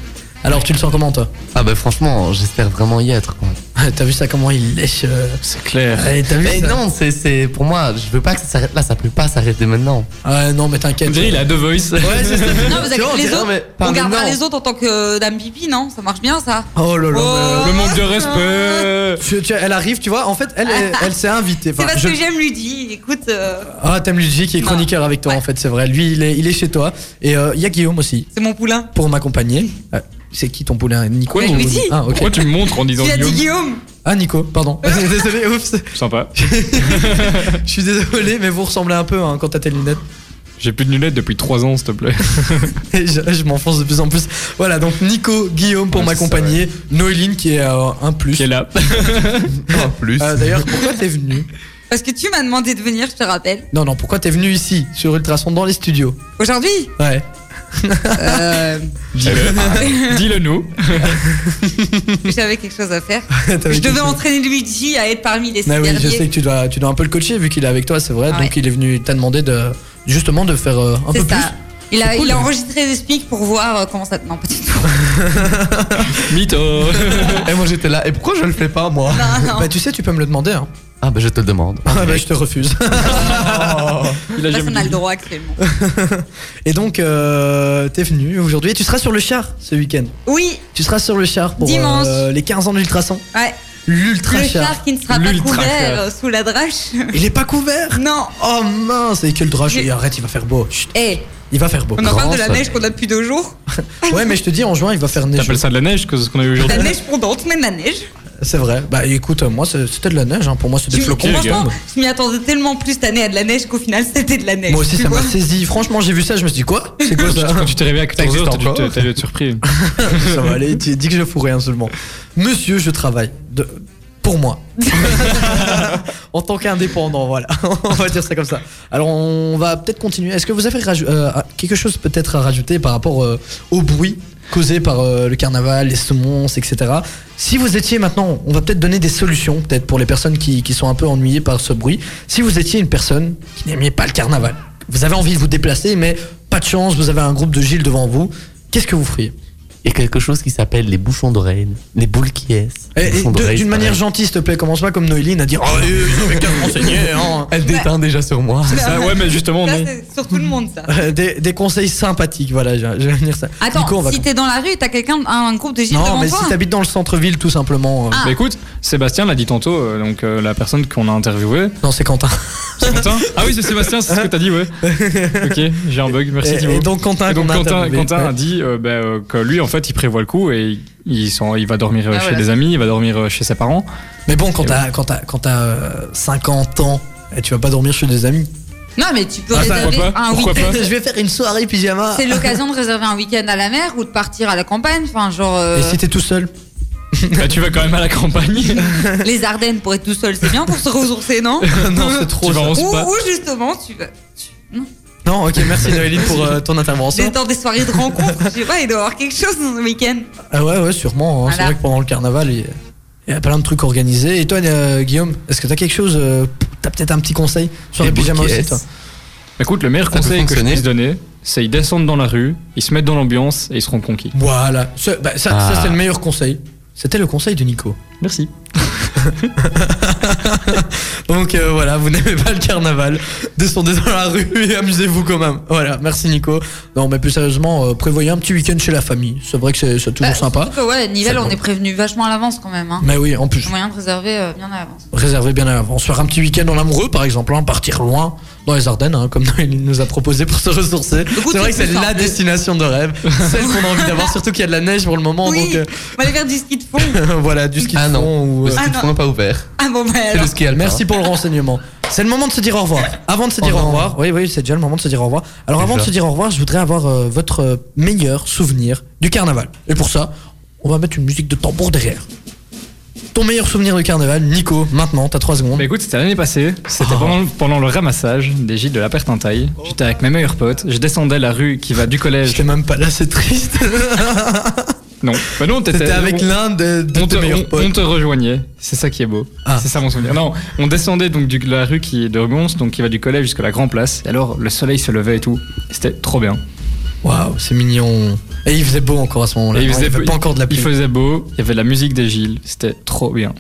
Speaker 1: Alors tu le sens comment toi *laughs*
Speaker 6: Ah bah franchement, j'espère vraiment y être. Quoi.
Speaker 1: T'as vu ça comment il lèche euh,
Speaker 2: C'est clair.
Speaker 1: ouais, T'as vu
Speaker 6: Mais
Speaker 1: ça
Speaker 6: non, c'est c'est pour moi. Je veux pas que ça s'arrête là. Ça peut pas s'arrêter maintenant.
Speaker 1: Ouais, non mais
Speaker 2: On
Speaker 1: t'inquiète.
Speaker 2: dirait il a deux voices.
Speaker 1: Ouais, c'est ça.
Speaker 10: *laughs* Non, vous
Speaker 1: Tu vois, on
Speaker 10: avez les
Speaker 1: dirait-
Speaker 10: autres.
Speaker 6: pas
Speaker 1: Ah,
Speaker 10: on gardera
Speaker 6: maintenant.
Speaker 10: les autres en tant que euh, dame bibi, non Ça marche bien, ça
Speaker 1: Oh là là.
Speaker 10: Oh.
Speaker 2: Le manque de respect.
Speaker 1: Tu- tu- elle arrive, tu vois, en fait, elle, elle, elle s'est invitée.
Speaker 10: C'est
Speaker 1: Enfin,
Speaker 10: parce
Speaker 1: Bah, je-
Speaker 10: que j'aime Ludie. Écoute, euh,
Speaker 1: Ah, t'aimes Luigi qui est
Speaker 10: Non.
Speaker 1: chroniqueur avec toi,
Speaker 10: Ouais.
Speaker 1: en fait, c'est vrai. Lui, il est, il est chez toi. Et euh, il y a Guillaume aussi.
Speaker 10: c'est mon poulain.
Speaker 1: pour m'accompagner. Euh, C'est qui ton poulain Nico
Speaker 10: Mais je
Speaker 1: ou-
Speaker 10: lui dis.
Speaker 1: Ah, ok.
Speaker 2: Pourquoi tu me montres en disant
Speaker 10: Tu as dit
Speaker 2: Guillaume
Speaker 10: Guillaume
Speaker 1: Ah, Nico, pardon.
Speaker 10: *laughs*
Speaker 1: *laughs* désolé, oups.
Speaker 2: Sympa.
Speaker 1: Je suis désolé, mais vous ressemblez un peu hein, quand t'as tes lunettes.
Speaker 2: J'ai plus de lunettes depuis 3 ans, s'il te plaît.
Speaker 1: Et je je m'enfonce de plus en plus. Voilà, donc Nico, Guillaume pour
Speaker 2: Ouais, c'est ça,
Speaker 1: m'accompagner. Noéline qui est euh, un plus.
Speaker 2: Qui est là.
Speaker 6: Plus.
Speaker 1: *laughs* Euh, D'ailleurs, pourquoi t'es venu
Speaker 10: Parce que tu m'as demandé de venir, je te rappelle.
Speaker 1: Non, non, pourquoi t'es venu ici, sur Ultrason, dans les studios
Speaker 10: Aujourd'hui
Speaker 1: Ouais. *laughs*
Speaker 10: euh,
Speaker 2: Dis-le. Dis-le nous.
Speaker 10: J'avais quelque chose à faire.
Speaker 1: T'avais
Speaker 10: Je
Speaker 1: quelque
Speaker 10: devais
Speaker 1: chose.
Speaker 10: entraîner Luigi à être parmi les six
Speaker 1: Mais Ah Bah oui, je
Speaker 10: derniers.
Speaker 1: sais que tu dois, tu dois un peu le coacher vu qu'il est avec toi, c'est vrai.
Speaker 10: Ouais.
Speaker 1: Donc il est venu t'a demandé de justement de faire euh, un peu
Speaker 10: C'est
Speaker 1: plus.
Speaker 10: ça. Il a,
Speaker 1: C'est cool.
Speaker 10: il a enregistré des speaks pour voir euh, comment ça. Non, pas du tout. *laughs*
Speaker 2: Mytho.
Speaker 1: *laughs*
Speaker 6: Et moi j'étais là. Et pourquoi je le fais pas moi
Speaker 10: Non, Ah, non.
Speaker 1: Bah tu sais, tu peux me le demander. Hein. *laughs*
Speaker 6: Ah bah je te le demande.
Speaker 1: Ah, bah, je te refuse. *laughs*
Speaker 2: Il a
Speaker 10: Parce qu'on
Speaker 2: jamais
Speaker 10: a le
Speaker 2: dit.
Speaker 10: droit actuellement.
Speaker 1: Et donc euh, t'es venu aujourd'hui et tu seras sur le char ce week-end.
Speaker 10: Oui,
Speaker 1: Tu seras sur le char pour
Speaker 10: Dimanche.
Speaker 1: euh, les 15 ans de l'ultrason.
Speaker 10: ouais.
Speaker 1: L'ultra
Speaker 10: Le
Speaker 1: char.
Speaker 10: char qui ne sera pas
Speaker 2: L'ultra
Speaker 10: couvert
Speaker 2: char.
Speaker 10: euh, sous la drache. *laughs*
Speaker 1: Il est pas couvert.
Speaker 10: non.
Speaker 1: Oh mince, et quel drage.
Speaker 10: Mais-
Speaker 1: Et arrête, il va faire beau. Chut,
Speaker 10: Eh,
Speaker 1: il va faire beau.
Speaker 10: on en parle de la
Speaker 6: ça.
Speaker 10: neige qu'on a depuis deux jours.
Speaker 1: Ouais, mais je te dis, en juin, il va faire neige.
Speaker 2: T'appelles ça de la neige que c'est ce qu'on a eu
Speaker 10: La
Speaker 2: aujourd'hui
Speaker 10: neige fondante, mais de la neige.
Speaker 1: C'est vrai. Bah écoute, euh, moi c'est- c'était de la neige. hein. Pour moi, c'est des
Speaker 10: Je-
Speaker 1: flocons.
Speaker 2: les
Speaker 10: franchement,
Speaker 2: gars.
Speaker 10: je m'y attendais tellement plus cette année à de la neige qu'au final c'était de la neige.
Speaker 1: Moi aussi,
Speaker 10: tu
Speaker 1: ça m'a
Speaker 10: vois.
Speaker 1: saisi. Franchement, j'ai vu ça, je me suis dit quoi C'est quoi ça
Speaker 2: Quand tu t'es réveillé à 14
Speaker 1: existe
Speaker 2: heures, t'as dû
Speaker 1: encore
Speaker 2: te- t'as dû être
Speaker 10: *laughs*
Speaker 2: surpris.
Speaker 10: Bah
Speaker 1: Ça va aller, tu dis que je fous rien seulement. Monsieur, je travaille. De... Pour moi. en tant qu'indépendant, voilà. *laughs* on va dire ça comme ça. Alors, on va peut-être continuer. Est-ce que vous avez raj- euh, quelque chose peut-être à rajouter par rapport euh, au bruit causé par euh, le carnaval, les semonces, etc. Si vous étiez maintenant, on va peut-être donner des solutions, peut-être pour les personnes qui, qui sont un peu ennuyées par ce bruit. Si vous étiez une personne qui n'aimait pas le carnaval, vous avez envie de vous déplacer, mais pas de chance, vous avez un groupe de Gilles devant vous, qu'est-ce que vous feriez
Speaker 6: Il y a quelque chose qui s'appelle les bouchons d'oreilles, les boules qui est.
Speaker 1: Et- et Eh, de- D'une manière gentille, s'il te plaît, commence pas comme Noéline à dire Oh, euh, vous avez qu'à me renseigner, hein.
Speaker 6: Elle déteint déjà sur moi.
Speaker 2: Ça, ouais, mais justement,
Speaker 10: Ça,
Speaker 2: non.
Speaker 10: c'est sur tout le monde ça.
Speaker 1: Euh, des, des conseils sympathiques, voilà, je, je vais venir ça.
Speaker 10: Attends,
Speaker 1: Nico, on va-
Speaker 10: si t'es dans la rue, t'as quelqu'un, un, un groupe de gilets
Speaker 1: Non,
Speaker 10: devant
Speaker 1: mais
Speaker 10: toi.
Speaker 1: si t'habites dans le centre-ville, tout simplement. euh,
Speaker 10: Ah.
Speaker 2: Bah écoute, Sébastien l'a dit tantôt, euh, donc euh, la personne qu'on a interviewée.
Speaker 1: Non, c'est Quentin.
Speaker 2: C'est
Speaker 10: *laughs*
Speaker 2: Quentin Ah oui, c'est Sébastien, c'est ce que t'as dit, ouais. Ok, j'ai un bug, merci
Speaker 1: et,
Speaker 2: Thibaut.
Speaker 1: et donc, Quentin,
Speaker 2: Et donc
Speaker 1: qu'on a
Speaker 2: Quentin,
Speaker 1: interviewé.
Speaker 2: Quentin a
Speaker 1: Ouais.
Speaker 2: dit euh, bah, euh, que lui, en fait, il prévoit le coup et il, il s'en- il va dormir euh,
Speaker 10: Ah,
Speaker 2: chez
Speaker 10: voilà.
Speaker 2: des amis, il va dormir euh, chez ses parents.
Speaker 1: Mais bon, quand
Speaker 2: Et
Speaker 1: t'as quand t'as- quand t'as, euh, 50 ans. et tu vas pas dormir chez des amis.
Speaker 10: Non, mais tu peux
Speaker 2: Ah, ça,
Speaker 10: réserver
Speaker 2: pourquoi pas
Speaker 10: un
Speaker 2: Pourquoi
Speaker 10: week-end.
Speaker 2: pas
Speaker 1: *laughs* Je vais faire une soirée pyjama.
Speaker 10: C'est l'occasion de réserver un week-end à la mer ou de partir à la campagne. Enfin, genre euh,
Speaker 1: Et si t'es tout seul *laughs*
Speaker 2: Bah tu vas quand même à la campagne.
Speaker 10: euh, les Ardennes pour être tout seul, c'est bien pour se ressourcer, non
Speaker 1: Non, c'est trop.
Speaker 2: tu vas
Speaker 1: ça.
Speaker 2: en
Speaker 10: ou,
Speaker 2: spa.
Speaker 10: ou justement, tu vas
Speaker 1: Non, ok, merci Noéline pour euh, ton intervention.
Speaker 10: tu es dans des soirées de rencontres. Je sais pas, il doit y avoir quelque chose dans le week-end.
Speaker 1: Ah ouais, ouais, sûrement. hein. C'est
Speaker 10: Voilà.
Speaker 1: vrai que pendant le carnaval, il y a- il y a plein de trucs organisés. Et toi, euh, Guillaume, est-ce que t'as quelque chose euh, T'as peut-être un petit conseil sur les
Speaker 6: Les
Speaker 1: pyjamas aussi,
Speaker 6: bouquets.
Speaker 1: toi
Speaker 2: Écoute, le meilleur
Speaker 6: Ça peut
Speaker 2: conseil que je
Speaker 6: fonctionner.
Speaker 2: puisse donner, c'est ils descendent dans la rue, ils se mettent dans l'ambiance et ils seront conquis.
Speaker 1: Voilà. Ce- bah, ça, ça,
Speaker 6: Ah.
Speaker 1: c'est le meilleur conseil. C'était le conseil de Nico.
Speaker 2: Merci.
Speaker 1: Donc euh, voilà, vous n'aimez pas le carnaval, descendez dans la rue et amusez-vous quand même. Voilà, merci Nico. Non, mais plus sérieusement, euh, prévoyez un petit week-end chez la famille. C'est vrai que c'est c'est toujours
Speaker 10: Bah,
Speaker 1: sympa.
Speaker 10: surtout que, ouais, Nivelle,
Speaker 1: Ça
Speaker 10: on
Speaker 1: demande.
Speaker 10: est prévenu vachement à l'avance quand même. Hein.
Speaker 1: Ah, Mais oui, en plus,
Speaker 10: Il y a moyen de réserver euh, bien à l'avance.
Speaker 1: réservez bien avant. Faire un petit week-end en amoureux, par exemple, hein, partir loin dans les Ardennes, hein, comme *laughs* Noéline nous a proposé pour se ressourcer.
Speaker 10: coup,
Speaker 1: C'est vrai que
Speaker 10: tu
Speaker 1: c'est
Speaker 10: peux
Speaker 1: la
Speaker 10: faire mieux.
Speaker 1: destination de rêve, celle qu'on a envie d'avoir, surtout qu'il y a de la neige pour le moment.
Speaker 10: oui,
Speaker 1: Donc euh,
Speaker 10: on va aller faire du ski de fond.
Speaker 1: *laughs* voilà, du ski de
Speaker 6: Ah non.
Speaker 1: fond ou, euh,
Speaker 6: Le ski de
Speaker 10: Ah,
Speaker 6: fond
Speaker 10: non.
Speaker 6: n'est pas ouvert.
Speaker 10: Ah bon, bah
Speaker 6: C'est
Speaker 10: alors.
Speaker 6: le ski alpin.
Speaker 1: Merci pour le renseignement. C'est le moment de se dire au revoir. Avant de se dire
Speaker 6: Oh
Speaker 1: au
Speaker 6: non.
Speaker 1: revoir, oui, oui, c'est déjà le moment de se dire au revoir. Alors avant de
Speaker 6: Déjà.
Speaker 1: se dire au revoir, je voudrais avoir euh, votre euh, meilleur souvenir du carnaval. Et pour ça, on va mettre une musique de tambour derrière. Ton meilleur souvenir du carnaval, Nico, maintenant, t'as 3 secondes.
Speaker 2: Bah écoute, c'était l'année passée, c'était
Speaker 1: Oh.
Speaker 2: pendant, pendant le ramassage des gîtes de la Pertintaille. J'étais avec mes meilleurs potes, je descendais la rue qui va du
Speaker 1: *laughs*
Speaker 2: collège.
Speaker 1: J'étais même pas là, c'est triste.
Speaker 2: Non, bah non, *laughs* t'étais
Speaker 1: T'étais avec
Speaker 2: on-
Speaker 1: l'un de, de
Speaker 2: on te,
Speaker 1: tes meilleurs
Speaker 2: on-
Speaker 1: potes.
Speaker 2: on te rejoignait, c'est ça qui est beau.
Speaker 1: Ah.
Speaker 2: C'est ça mon souvenir. Non, on descendait donc du- de la rue qui est de Gons, donc qui va du collège jusqu'à la Grand Place. Et alors le soleil se levait et tout, c'était trop bien.
Speaker 1: Waouh, c'est mignon. Et il faisait beau encore à ce moment-là.
Speaker 2: Et
Speaker 1: Non, il
Speaker 2: beau-
Speaker 1: faisait pas encore de la pluie.
Speaker 2: Il faisait beau, il y avait de la musique des Gilles, c'était trop bien.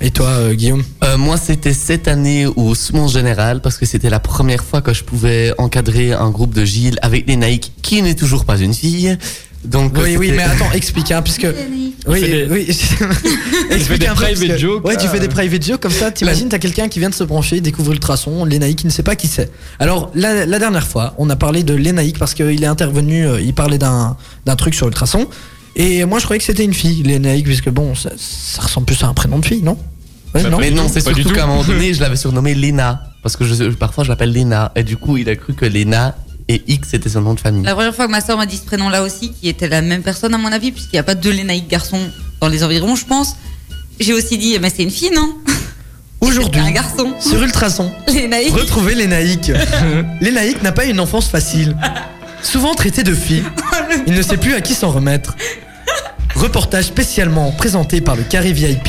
Speaker 1: Et toi, euh, Guillaume
Speaker 6: Euh, moi, c'était cette année au Semon Général parce que c'était la première fois que je pouvais encadrer un groupe de Gilles avec les Nike, qui n'est toujours pas une fille. Donc, euh,
Speaker 1: Oui, oui,
Speaker 6: c'était-
Speaker 1: mais attends, explique, hein, puisque. *laughs* Oui,
Speaker 2: fait des-
Speaker 1: oui.
Speaker 2: *laughs* fait des
Speaker 1: un peu, parce
Speaker 2: private
Speaker 1: que-
Speaker 2: jokes, euh.
Speaker 1: Ouais, tu
Speaker 2: là.
Speaker 1: fais des private jokes comme ça. T'imagines, t'as quelqu'un qui vient de se brancher, il découvre le traçon, Lénaïque, qui ne sait pas qui c'est. Alors, la, la dernière fois, on a parlé de Lénaïque parce qu'il est intervenu, euh, il parlait d'un d'un truc sur le traçon. Et moi, je croyais que c'était une fille, Lénaïque, puisque bon, ça, ça ressemble plus à un prénom de fille, non Ouais,
Speaker 2: Bah,
Speaker 1: non
Speaker 6: Mais
Speaker 2: du
Speaker 6: non,
Speaker 2: tout,
Speaker 6: c'est
Speaker 2: pas du
Speaker 6: surtout
Speaker 2: tout.
Speaker 6: qu'à un moment *laughs* donné, je l'avais surnommée Léna. Parce que je, parfois, je l'appelle Léna. Et du coup, il a cru que Léna et X étaient son nom de famille.
Speaker 10: La première fois que ma soeur m'a dit ce prénom-là aussi, qui était la même personne à mon avis, puisqu'il n'y a pas eh deux Lénaïque garçons dans les environs, je pense. J'ai aussi dit, mais c'est une ben, fille, non
Speaker 1: Oui, Aujourd'hui,
Speaker 10: un garçon. *laughs*
Speaker 1: sur Ultrason,
Speaker 10: Les naïfs.
Speaker 1: retrouvez les *laughs* Naïcs. les Naïcs n'a pas une enfance facile. Souvent traité de *laughs* fille, il ne sait plus à qui s'en remettre. Reportage spécialement présenté par le Carré VIP,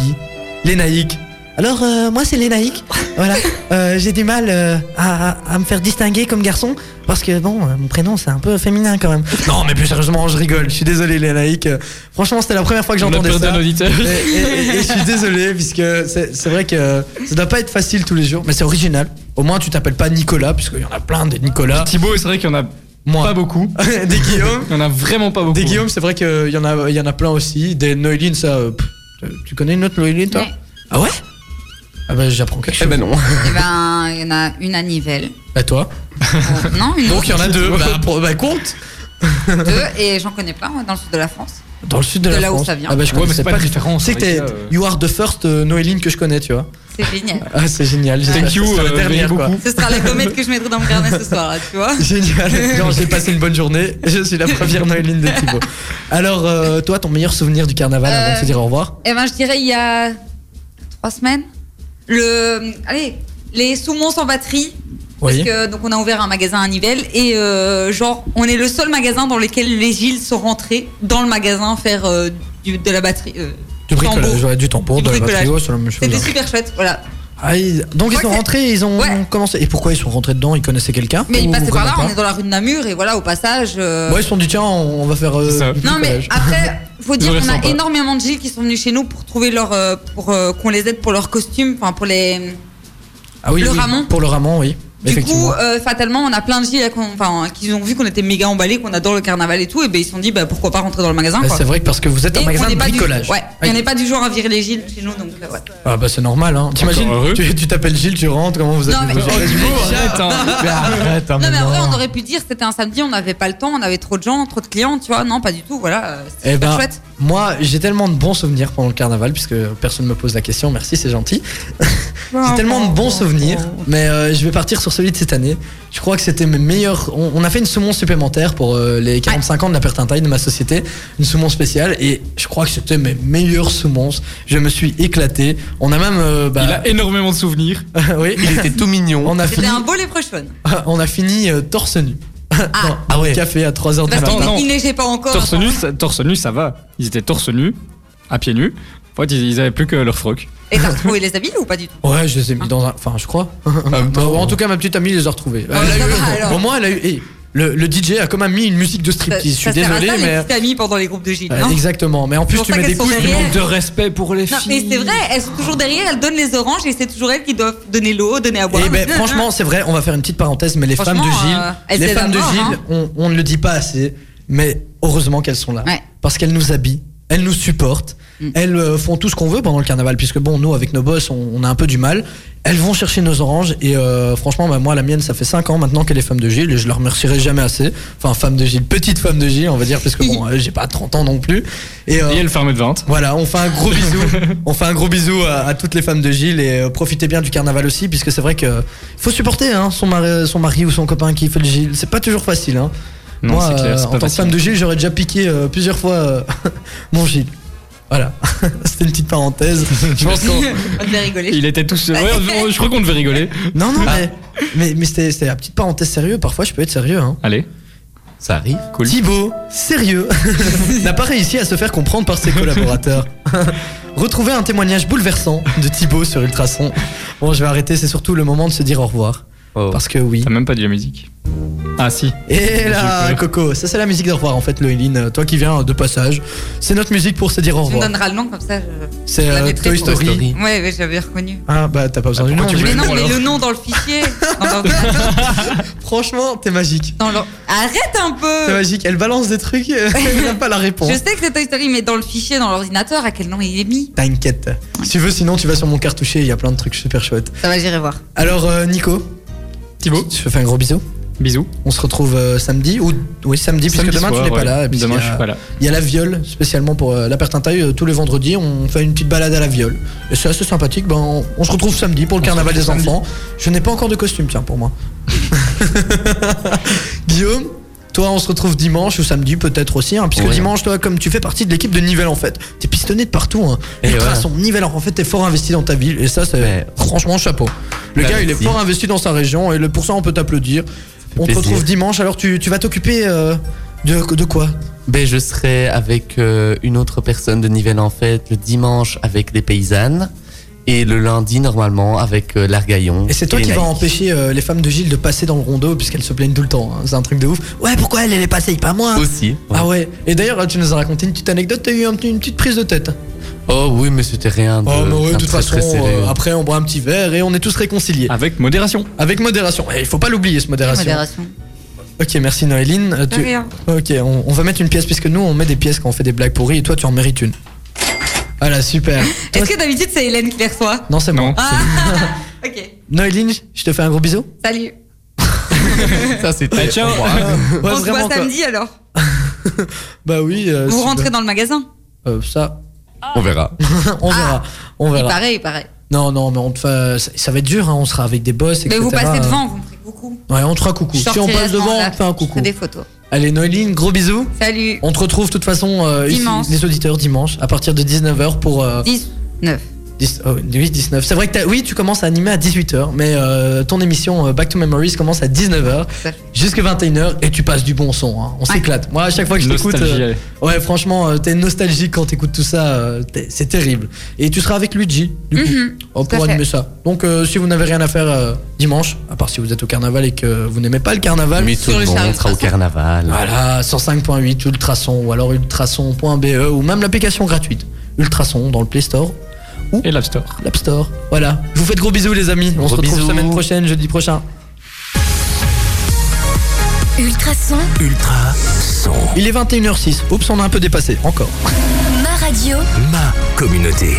Speaker 1: les Naïcs. Alors, euh, moi, c'est les Naïcs. *laughs* Voilà. Euh, J'ai du mal euh, à, à- à me faire distinguer comme garçon parce que, bon, euh, mon prénom, c'est un peu féminin quand même. Non, mais plus sérieusement, je rigole. Je suis désolé, les Naïcs. Euh, Franchement, c'était la première fois que
Speaker 2: On a
Speaker 1: j'entendais
Speaker 2: perdu
Speaker 1: ça.
Speaker 2: un auditeur.
Speaker 1: Et, et- et- et je suis désolé, puisque c'est c'est vrai que ça doit pas être facile tous les jours, mais c'est original. Au moins, tu t'appelles pas Nicolas, puisqu'il y en a plein des Nicolas.
Speaker 2: *laughs* Thibaut, c'est vrai qu'il y en a
Speaker 1: Moi. *laughs*
Speaker 2: pas beaucoup.
Speaker 1: des Guillaume.
Speaker 2: Il y en a vraiment pas beaucoup.
Speaker 1: Des Guillaume, c'est vrai qu'il y, en a- il y en a plein aussi. Des Noéline, ça. euh, pff, tu connais une autre Noéline, toi
Speaker 10: Ouais.
Speaker 1: Ah ouais Ah bah, j'apprends quelque chose.
Speaker 6: Eh ben *laughs* non.
Speaker 10: Eh ben, il y en a une à Nivelles.
Speaker 1: Bah, toi
Speaker 10: Euh, non, une
Speaker 1: Donc, il y en a deux. *laughs* bah, pro- bah, compte
Speaker 10: autre, deux. Et j'en connais plein, ouais, dans le sud de la France.
Speaker 1: Dans le sud de,
Speaker 10: De
Speaker 1: la
Speaker 10: là où
Speaker 1: France.
Speaker 10: ça vient.
Speaker 1: Ah bah, je
Speaker 2: Ouais, mais
Speaker 1: connaissais
Speaker 2: c'est pas de
Speaker 1: du-
Speaker 2: différence,
Speaker 1: C'est que
Speaker 2: avec
Speaker 1: t'es.
Speaker 2: ça, euh.
Speaker 1: You are the first euh, Noéline que je connais, tu vois.
Speaker 10: C'est génial.
Speaker 1: Ah, c'est génial. j'espère que
Speaker 2: you,
Speaker 1: ce sera la
Speaker 2: euh,
Speaker 1: dernière,
Speaker 2: merci
Speaker 1: quoi.
Speaker 2: beaucoup.
Speaker 10: Ce sera la comète que je mettrai dans mon carnet ce soir, là, tu vois.
Speaker 1: *laughs* Génial. Genre, j'ai passé une bonne journée. Je suis la première Noéline de Thibaut. Alors, euh, toi, ton meilleur souvenir du carnaval avant de
Speaker 10: Euh,
Speaker 1: se dire au revoir
Speaker 10: Eh ben, je dirais il y a trois semaines. Le, allez, les saumons sans batterie.
Speaker 1: Oui.
Speaker 10: Parce que, donc on a ouvert un magasin à Nivelles et euh, genre on est le seul magasin dans lequel les Gilles sont rentrés dans le magasin faire euh, du- de la batterie. euh,
Speaker 1: Du bricolage,
Speaker 10: tambour.
Speaker 1: ouais, du tambour,
Speaker 10: Du
Speaker 1: de la
Speaker 10: bricolage.
Speaker 1: batterie, ouais, c'est la même chose.
Speaker 10: C'était super chouette, voilà.
Speaker 1: Ah, ils- Donc, ils
Speaker 10: Ouais,
Speaker 1: sont
Speaker 10: c'est-
Speaker 1: rentrés, ils ont
Speaker 10: Ouais.
Speaker 1: commencé. Et pourquoi ils sont rentrés dedans Ils connaissaient quelqu'un
Speaker 10: Mais
Speaker 1: Ou
Speaker 10: ils passaient par là,
Speaker 1: vraiment
Speaker 10: on est dans la rue de Namur et voilà au passage. euh,
Speaker 1: pas Ouais, ils se sont dit, tiens, on on va faire. euh,
Speaker 2: C'est ça.
Speaker 1: du
Speaker 10: Non mais
Speaker 1: bricolage.
Speaker 10: après, faut dire
Speaker 2: Ils
Speaker 10: qu'on a
Speaker 2: ressemblent pas.
Speaker 10: énormément de Gilles qui sont venus chez nous pour trouver leur, euh, pour euh, qu'on les aide pour leurs costumes, enfin pour les.
Speaker 1: Ah oui,
Speaker 10: le
Speaker 1: oui,
Speaker 10: ramon.
Speaker 1: Pour le ramon, oui.
Speaker 10: Du
Speaker 1: Effectivement.
Speaker 10: coup, euh, fatalement, on a plein de Gilles là, qu'on- enfin, qui ont vu qu'on était méga emballés, qu'on adore le carnaval et tout, et ben ils se sont dit bah, pourquoi pas rentrer dans le magasin.
Speaker 1: Bah,
Speaker 10: quoi.
Speaker 1: c'est vrai que parce que vous êtes
Speaker 10: Et
Speaker 1: un magasin
Speaker 10: on
Speaker 1: de
Speaker 10: n'est pas du-
Speaker 1: bricolage.
Speaker 10: ouais, et on n'est pas du genre à virer les Gilles chez nous, donc euh, ouais.
Speaker 1: Ah bah c'est normal hein. T'imagines
Speaker 2: Encore heureux.
Speaker 1: tu, tu t'appelles Gilles, tu rentres, comment vous êtes
Speaker 10: Non, mais-
Speaker 1: vous-
Speaker 10: Oh,
Speaker 2: *laughs* Arrête,
Speaker 10: *laughs*
Speaker 2: hein.
Speaker 1: Mais arrête, hein,
Speaker 10: Non, mais en
Speaker 1: non.
Speaker 10: vrai, on aurait pu dire c'était un samedi, on n'avait pas le temps, on avait trop de gens, trop de clients, tu vois. Non, pas du tout, voilà. euh, C'était
Speaker 1: Eh
Speaker 10: super
Speaker 1: ben,
Speaker 10: chouette.
Speaker 1: moi, j'ai tellement de bons souvenirs pendant le carnaval, puisque personne ne me pose la question, merci, c'est gentil. j'ai tellement de bons souvenirs, mais euh, je vais partir sur celui de cette année. Je crois que c'était mes meilleurs. On, on a fait une saumon supplémentaire pour euh, les 45 ans de la Pertintaille de ma société, une saumon spéciale, et je crois que c'était mes meilleurs saumons. Je me suis éclaté. On a même. euh, bah,
Speaker 2: Il a énormément de souvenirs.
Speaker 1: *laughs* oui,
Speaker 6: Il était tout mignon.
Speaker 1: on a
Speaker 10: C'était
Speaker 1: fini,
Speaker 10: un beau léprechaun.
Speaker 1: *laughs* on a fini euh, torse nu. *laughs* Dans
Speaker 6: Ah ouais.
Speaker 1: un Café à 3h du
Speaker 10: Parce
Speaker 1: matin.
Speaker 2: Attends, non.
Speaker 10: qu'il ne neigeait pas encore.
Speaker 2: Torse nu, ça, torse nu, ça va. Ils étaient torse nu, à pieds nus. En fait, ils, ils avaient plus que leur froc.
Speaker 10: Et t'as retrouvé les habits ou pas du tout
Speaker 1: Ouais, je les ai mis dans un. Enfin, je crois. Bah, en tout cas, ma petite amie les a retrouvés.
Speaker 10: Ah,
Speaker 1: Elle a
Speaker 10: ça
Speaker 1: eu-
Speaker 10: va, alors.
Speaker 1: Au moins, elle a eu. eh, le, le DJ a quand même mis une musique de striptease. Je suis
Speaker 10: Ça- ça sert à
Speaker 1: désolé,
Speaker 10: ça, les
Speaker 1: mais.
Speaker 10: petites amies pendant les groupes de Gilles.
Speaker 1: Euh,
Speaker 10: non
Speaker 1: exactement. Mais en plus,
Speaker 10: pour
Speaker 1: tu
Speaker 10: ça
Speaker 1: mets des
Speaker 10: qu'elles sont
Speaker 1: couches du
Speaker 10: derrière.
Speaker 1: manque de respect pour les
Speaker 10: Non, mais
Speaker 1: filles.
Speaker 10: c'est vrai, elles sont toujours derrière, elles donnent les oranges et c'est toujours elles qui doivent donner l'eau, donner à boire.
Speaker 1: Et ben, franchement, c'est vrai, on va faire une petite parenthèse, mais les femmes de
Speaker 10: Franchement, euh,
Speaker 1: Gilles,
Speaker 10: elles
Speaker 1: les
Speaker 10: aident
Speaker 1: femmes
Speaker 10: à
Speaker 1: de
Speaker 10: mort,
Speaker 1: Gilles,
Speaker 10: hein.
Speaker 1: on, on ne le dit pas assez, mais heureusement qu'elles sont là.
Speaker 10: Ouais. Mm.
Speaker 1: Parce qu'elles nous habillent, elles nous supportent, elles euh, font tout ce qu'on veut pendant le carnaval, puisque bon, nous, avec nos boss, on, on a un peu du mal. Elles vont chercher nos oranges, et euh, franchement, bah, moi, la mienne, ça fait 5 ans maintenant qu'elle est femme de Gilles, et je la remercierai jamais assez. Enfin, femme de Gilles, petite femme de Gilles, on va dire, parce que
Speaker 10: *laughs*
Speaker 1: bon, euh, j'ai pas 30 ans non plus. Et, euh,
Speaker 2: Et elle fermait de 20.
Speaker 1: voilà, on fait un
Speaker 2: *laughs*
Speaker 1: gros bisou. on fait un gros bisou à, à toutes les femmes de Gilles et euh, profitez bien du carnaval aussi, puisque c'est vrai que faut supporter hein, son, mari, son mari ou son copain qui fait le Gilles. C'est pas toujours facile. Hein.
Speaker 2: Non,
Speaker 1: Moi,
Speaker 2: c'est clair,
Speaker 1: euh, en
Speaker 2: c'est pas
Speaker 1: tant que
Speaker 2: facile.
Speaker 1: femme de Gilles, j'aurais déjà piqué euh, plusieurs fois euh, *laughs* mon Gilles. Voilà, *laughs* c'était une petite parenthèse.
Speaker 2: Je pense qu'on-
Speaker 10: On devait rigoler.
Speaker 2: Il était tous. Ouais, on- je crois qu'on devait rigoler.
Speaker 1: Non,
Speaker 2: Ah.
Speaker 1: non, mais, mais, mais c'était c'était la petite parenthèse sérieux. Parfois, je peux être sérieux. Hein.
Speaker 2: Allez.
Speaker 6: Ça arrive.
Speaker 2: Cool.
Speaker 1: Thibaut, sérieux,
Speaker 2: *laughs*
Speaker 1: n'a pas réussi à se faire comprendre par ses collaborateurs. Retrouvez un témoignage bouleversant de Thibaut sur Ultrason. Bon, je vais arrêter, c'est surtout le moment de se dire au revoir.
Speaker 6: Oh.
Speaker 1: Parce que oui.
Speaker 2: T'as même pas dit la musique. Ah si.
Speaker 1: Et
Speaker 2: J'ai
Speaker 1: là,
Speaker 2: eu peur.
Speaker 1: Coco, ça c'est la musique d'au revoir en fait, Loéline, toi qui viens de passage. C'est notre musique pour se dire au
Speaker 10: Tu me
Speaker 1: revoir.
Speaker 10: donneras le nom comme ça. je-
Speaker 1: C'est
Speaker 10: je
Speaker 1: euh,
Speaker 10: l'avais pris
Speaker 1: Toy
Speaker 10: pour-
Speaker 1: Story.
Speaker 6: Story.
Speaker 10: Ouais, ouais, j'avais reconnu.
Speaker 1: Ah bah t'as pas besoin du nom.
Speaker 2: pourquoi tu
Speaker 10: Mais
Speaker 1: j'imagine.
Speaker 2: veux-
Speaker 10: non, mais
Speaker 2: alors.
Speaker 10: le nom dans le fichier. Dans le-
Speaker 1: Franchement, t'es magique.
Speaker 10: dans le- Arrête un
Speaker 1: T'es
Speaker 10: peu.
Speaker 1: magique, elle balance des trucs, euh,
Speaker 10: *laughs*
Speaker 1: elle n'a pas la réponse.
Speaker 10: Euh. Je sais que c'est Toy Story, mais dans le fichier, dans l'ordinateur, à quel nom il est mis
Speaker 1: T'inquiète. Si tu veux, sinon tu vas sur mon cartouché, il y a plein de trucs super chouettes.
Speaker 10: Ça va, j'irai voir.
Speaker 1: Alors euh, Nico,
Speaker 2: Thibaut,
Speaker 1: je te fais un gros bisou.
Speaker 2: bisous.
Speaker 1: On se retrouve euh, samedi ou oui samedi, puisque
Speaker 2: Samedi
Speaker 1: demain
Speaker 2: soir,
Speaker 1: tu n'es
Speaker 2: ouais.
Speaker 1: pas là. et puis
Speaker 2: Demain,
Speaker 1: il y a-
Speaker 2: je suis pas là.
Speaker 1: Il y a la viole spécialement pour euh, la Pertintaille euh, tous les vendredis. On fait une petite balade à la viole. Et c'est assez sympathique. Ben on, on se retrouve samedi pour le carnaval des *laughs* enfants. Je n'ai pas encore de costume tiens pour moi. Guillaume, Toi, on se retrouve dimanche ou samedi peut-être aussi, hein, puisque
Speaker 6: Ouais.
Speaker 1: dimanche, toi, comme tu fais partie de l'équipe de Nivelles en fait, t'es pistonné de partout. Hein.
Speaker 6: Et
Speaker 1: Ultrason, Nivelles, en fait, t'es fort investi dans ta ville, et ça, c'est
Speaker 6: Ouais.
Speaker 1: franchement chapeau. Le
Speaker 6: Bah,
Speaker 1: gars, il est
Speaker 6: merci.
Speaker 1: fort investi dans sa région, et le pour ça, on peut t'applaudir. On te
Speaker 6: plaisir.
Speaker 1: retrouve dimanche, alors tu, tu vas t'occuper euh, de, de quoi
Speaker 6: Ben, je serai avec euh, une autre personne de Nivelles en fait le dimanche avec des paysannes et le lundi normalement avec euh, l'Argaillon.
Speaker 1: Et c'est toi
Speaker 6: les
Speaker 1: qui vas
Speaker 6: Naïcs.
Speaker 1: empêcher euh, les femmes de Gilles de passer dans le rondeau, puisqu'elles se plaignent tout le temps. hein. C'est un truc de ouf. Ouais, pourquoi elle, elle est passée, pas moi
Speaker 6: Aussi.
Speaker 1: Ah ouais. Et d'ailleurs, là, tu nous as raconté une petite anecdote, t'as eu un petit- une petite prise de tête.
Speaker 6: Oh oui, mais c'était rien de.
Speaker 1: Oh, mais ouais,
Speaker 6: rien
Speaker 1: de toute
Speaker 6: très,
Speaker 1: façon,
Speaker 6: très serré.
Speaker 1: euh, après, on boit un petit verre et on est tous réconciliés.
Speaker 2: Avec modération.
Speaker 1: Avec modération. Et il faut pas l'oublier, ce modération.
Speaker 10: Modération.
Speaker 1: Ok, merci Noéline. Euh, tu-
Speaker 10: rien.
Speaker 1: Ok, on, on va mettre une pièce, puisque nous, on met des pièces quand on fait des blagues pourries, et toi, tu en mérites une. Voilà, super. Toi,
Speaker 10: Est-ce que d'habitude c'est Hélène qui les reçoit
Speaker 1: Non, c'est bon.
Speaker 2: Non.
Speaker 10: Ah *laughs* Ok.
Speaker 1: Noéline, je te fais un gros bisou.
Speaker 10: Salut.
Speaker 6: Ça c'était.
Speaker 2: Eh, tiens.
Speaker 6: au revoir.
Speaker 1: Ouais,
Speaker 10: *laughs* On se
Speaker 1: vraiment,
Speaker 10: voit
Speaker 1: quoi.
Speaker 10: samedi alors.
Speaker 1: Bah oui. euh,
Speaker 10: Vous
Speaker 1: super.
Speaker 10: rentrez dans le magasin
Speaker 1: Euh, ça,
Speaker 6: On verra.
Speaker 1: *laughs* on verra.
Speaker 10: Ah.
Speaker 1: On verra.
Speaker 10: Pareil, pareil.
Speaker 1: Non, non, mais on te fait- ça, ça va être dur, hein, on sera avec des boss, etc.
Speaker 10: Mais vous passez
Speaker 1: euh.
Speaker 10: devant, vous me ferez coucou.
Speaker 1: Ouais, on te fera coucou.
Speaker 10: Je
Speaker 1: Si on
Speaker 10: sortirai à
Speaker 1: passe
Speaker 10: ce
Speaker 1: devant,
Speaker 10: moment-là.
Speaker 1: on te fait un
Speaker 10: Je ferai
Speaker 1: coucou.
Speaker 10: des photos.
Speaker 1: Allez, Noéline, gros bisous.
Speaker 10: Salut.
Speaker 1: On te retrouve de toute façon, euh, ici,
Speaker 10: Dimanche.
Speaker 1: les auditeurs, dimanche, à partir de 19h pour... euh,
Speaker 10: 19.
Speaker 1: 10 oh, oui, 19. C'est vrai que t'as- oui, tu commences à animer à 18h, mais euh, ton émission euh, Back to Memories commence à 19h
Speaker 10: Ça fait.
Speaker 1: jusqu'à 21h et tu passes du bon son. hein. On s'éclate. Moi, à chaque fois que je t'écoute...
Speaker 2: Nostalgie,
Speaker 1: euh,
Speaker 2: allez.
Speaker 1: ouais, franchement, euh, t'es nostalgique quand t'écoutes tout ça. euh, t'es- c'est terrible. Et tu seras avec Luigi, du coup.
Speaker 10: Mhm.
Speaker 1: On
Speaker 10: Tout à
Speaker 1: pour
Speaker 10: fait.
Speaker 1: animer ça. Donc, euh, si vous n'avez rien à faire euh, dimanche, à part si vous êtes au carnaval et que vous n'aimez pas le carnaval, *laughs*
Speaker 6: Mais tout
Speaker 10: Sur
Speaker 6: le
Speaker 10: le
Speaker 6: monde
Speaker 10: service
Speaker 6: sera au
Speaker 10: façon.
Speaker 6: carnaval.
Speaker 1: voilà, 105.8 Ultrason ou alors ultrason.be ou même l'application gratuite Ultrason dans le Play Store,
Speaker 2: Et l'App Store.
Speaker 1: l'App Store. Voilà. Je vous fais de gros bisous, les amis. On se
Speaker 6: Gros
Speaker 1: retrouve
Speaker 6: bisous.
Speaker 1: semaine prochaine, jeudi prochain.
Speaker 3: Ultrason,
Speaker 5: Ultra son.
Speaker 1: Il est 21h06. Oups, on a un peu dépassé. Encore.
Speaker 3: ma radio.
Speaker 5: Ma communauté.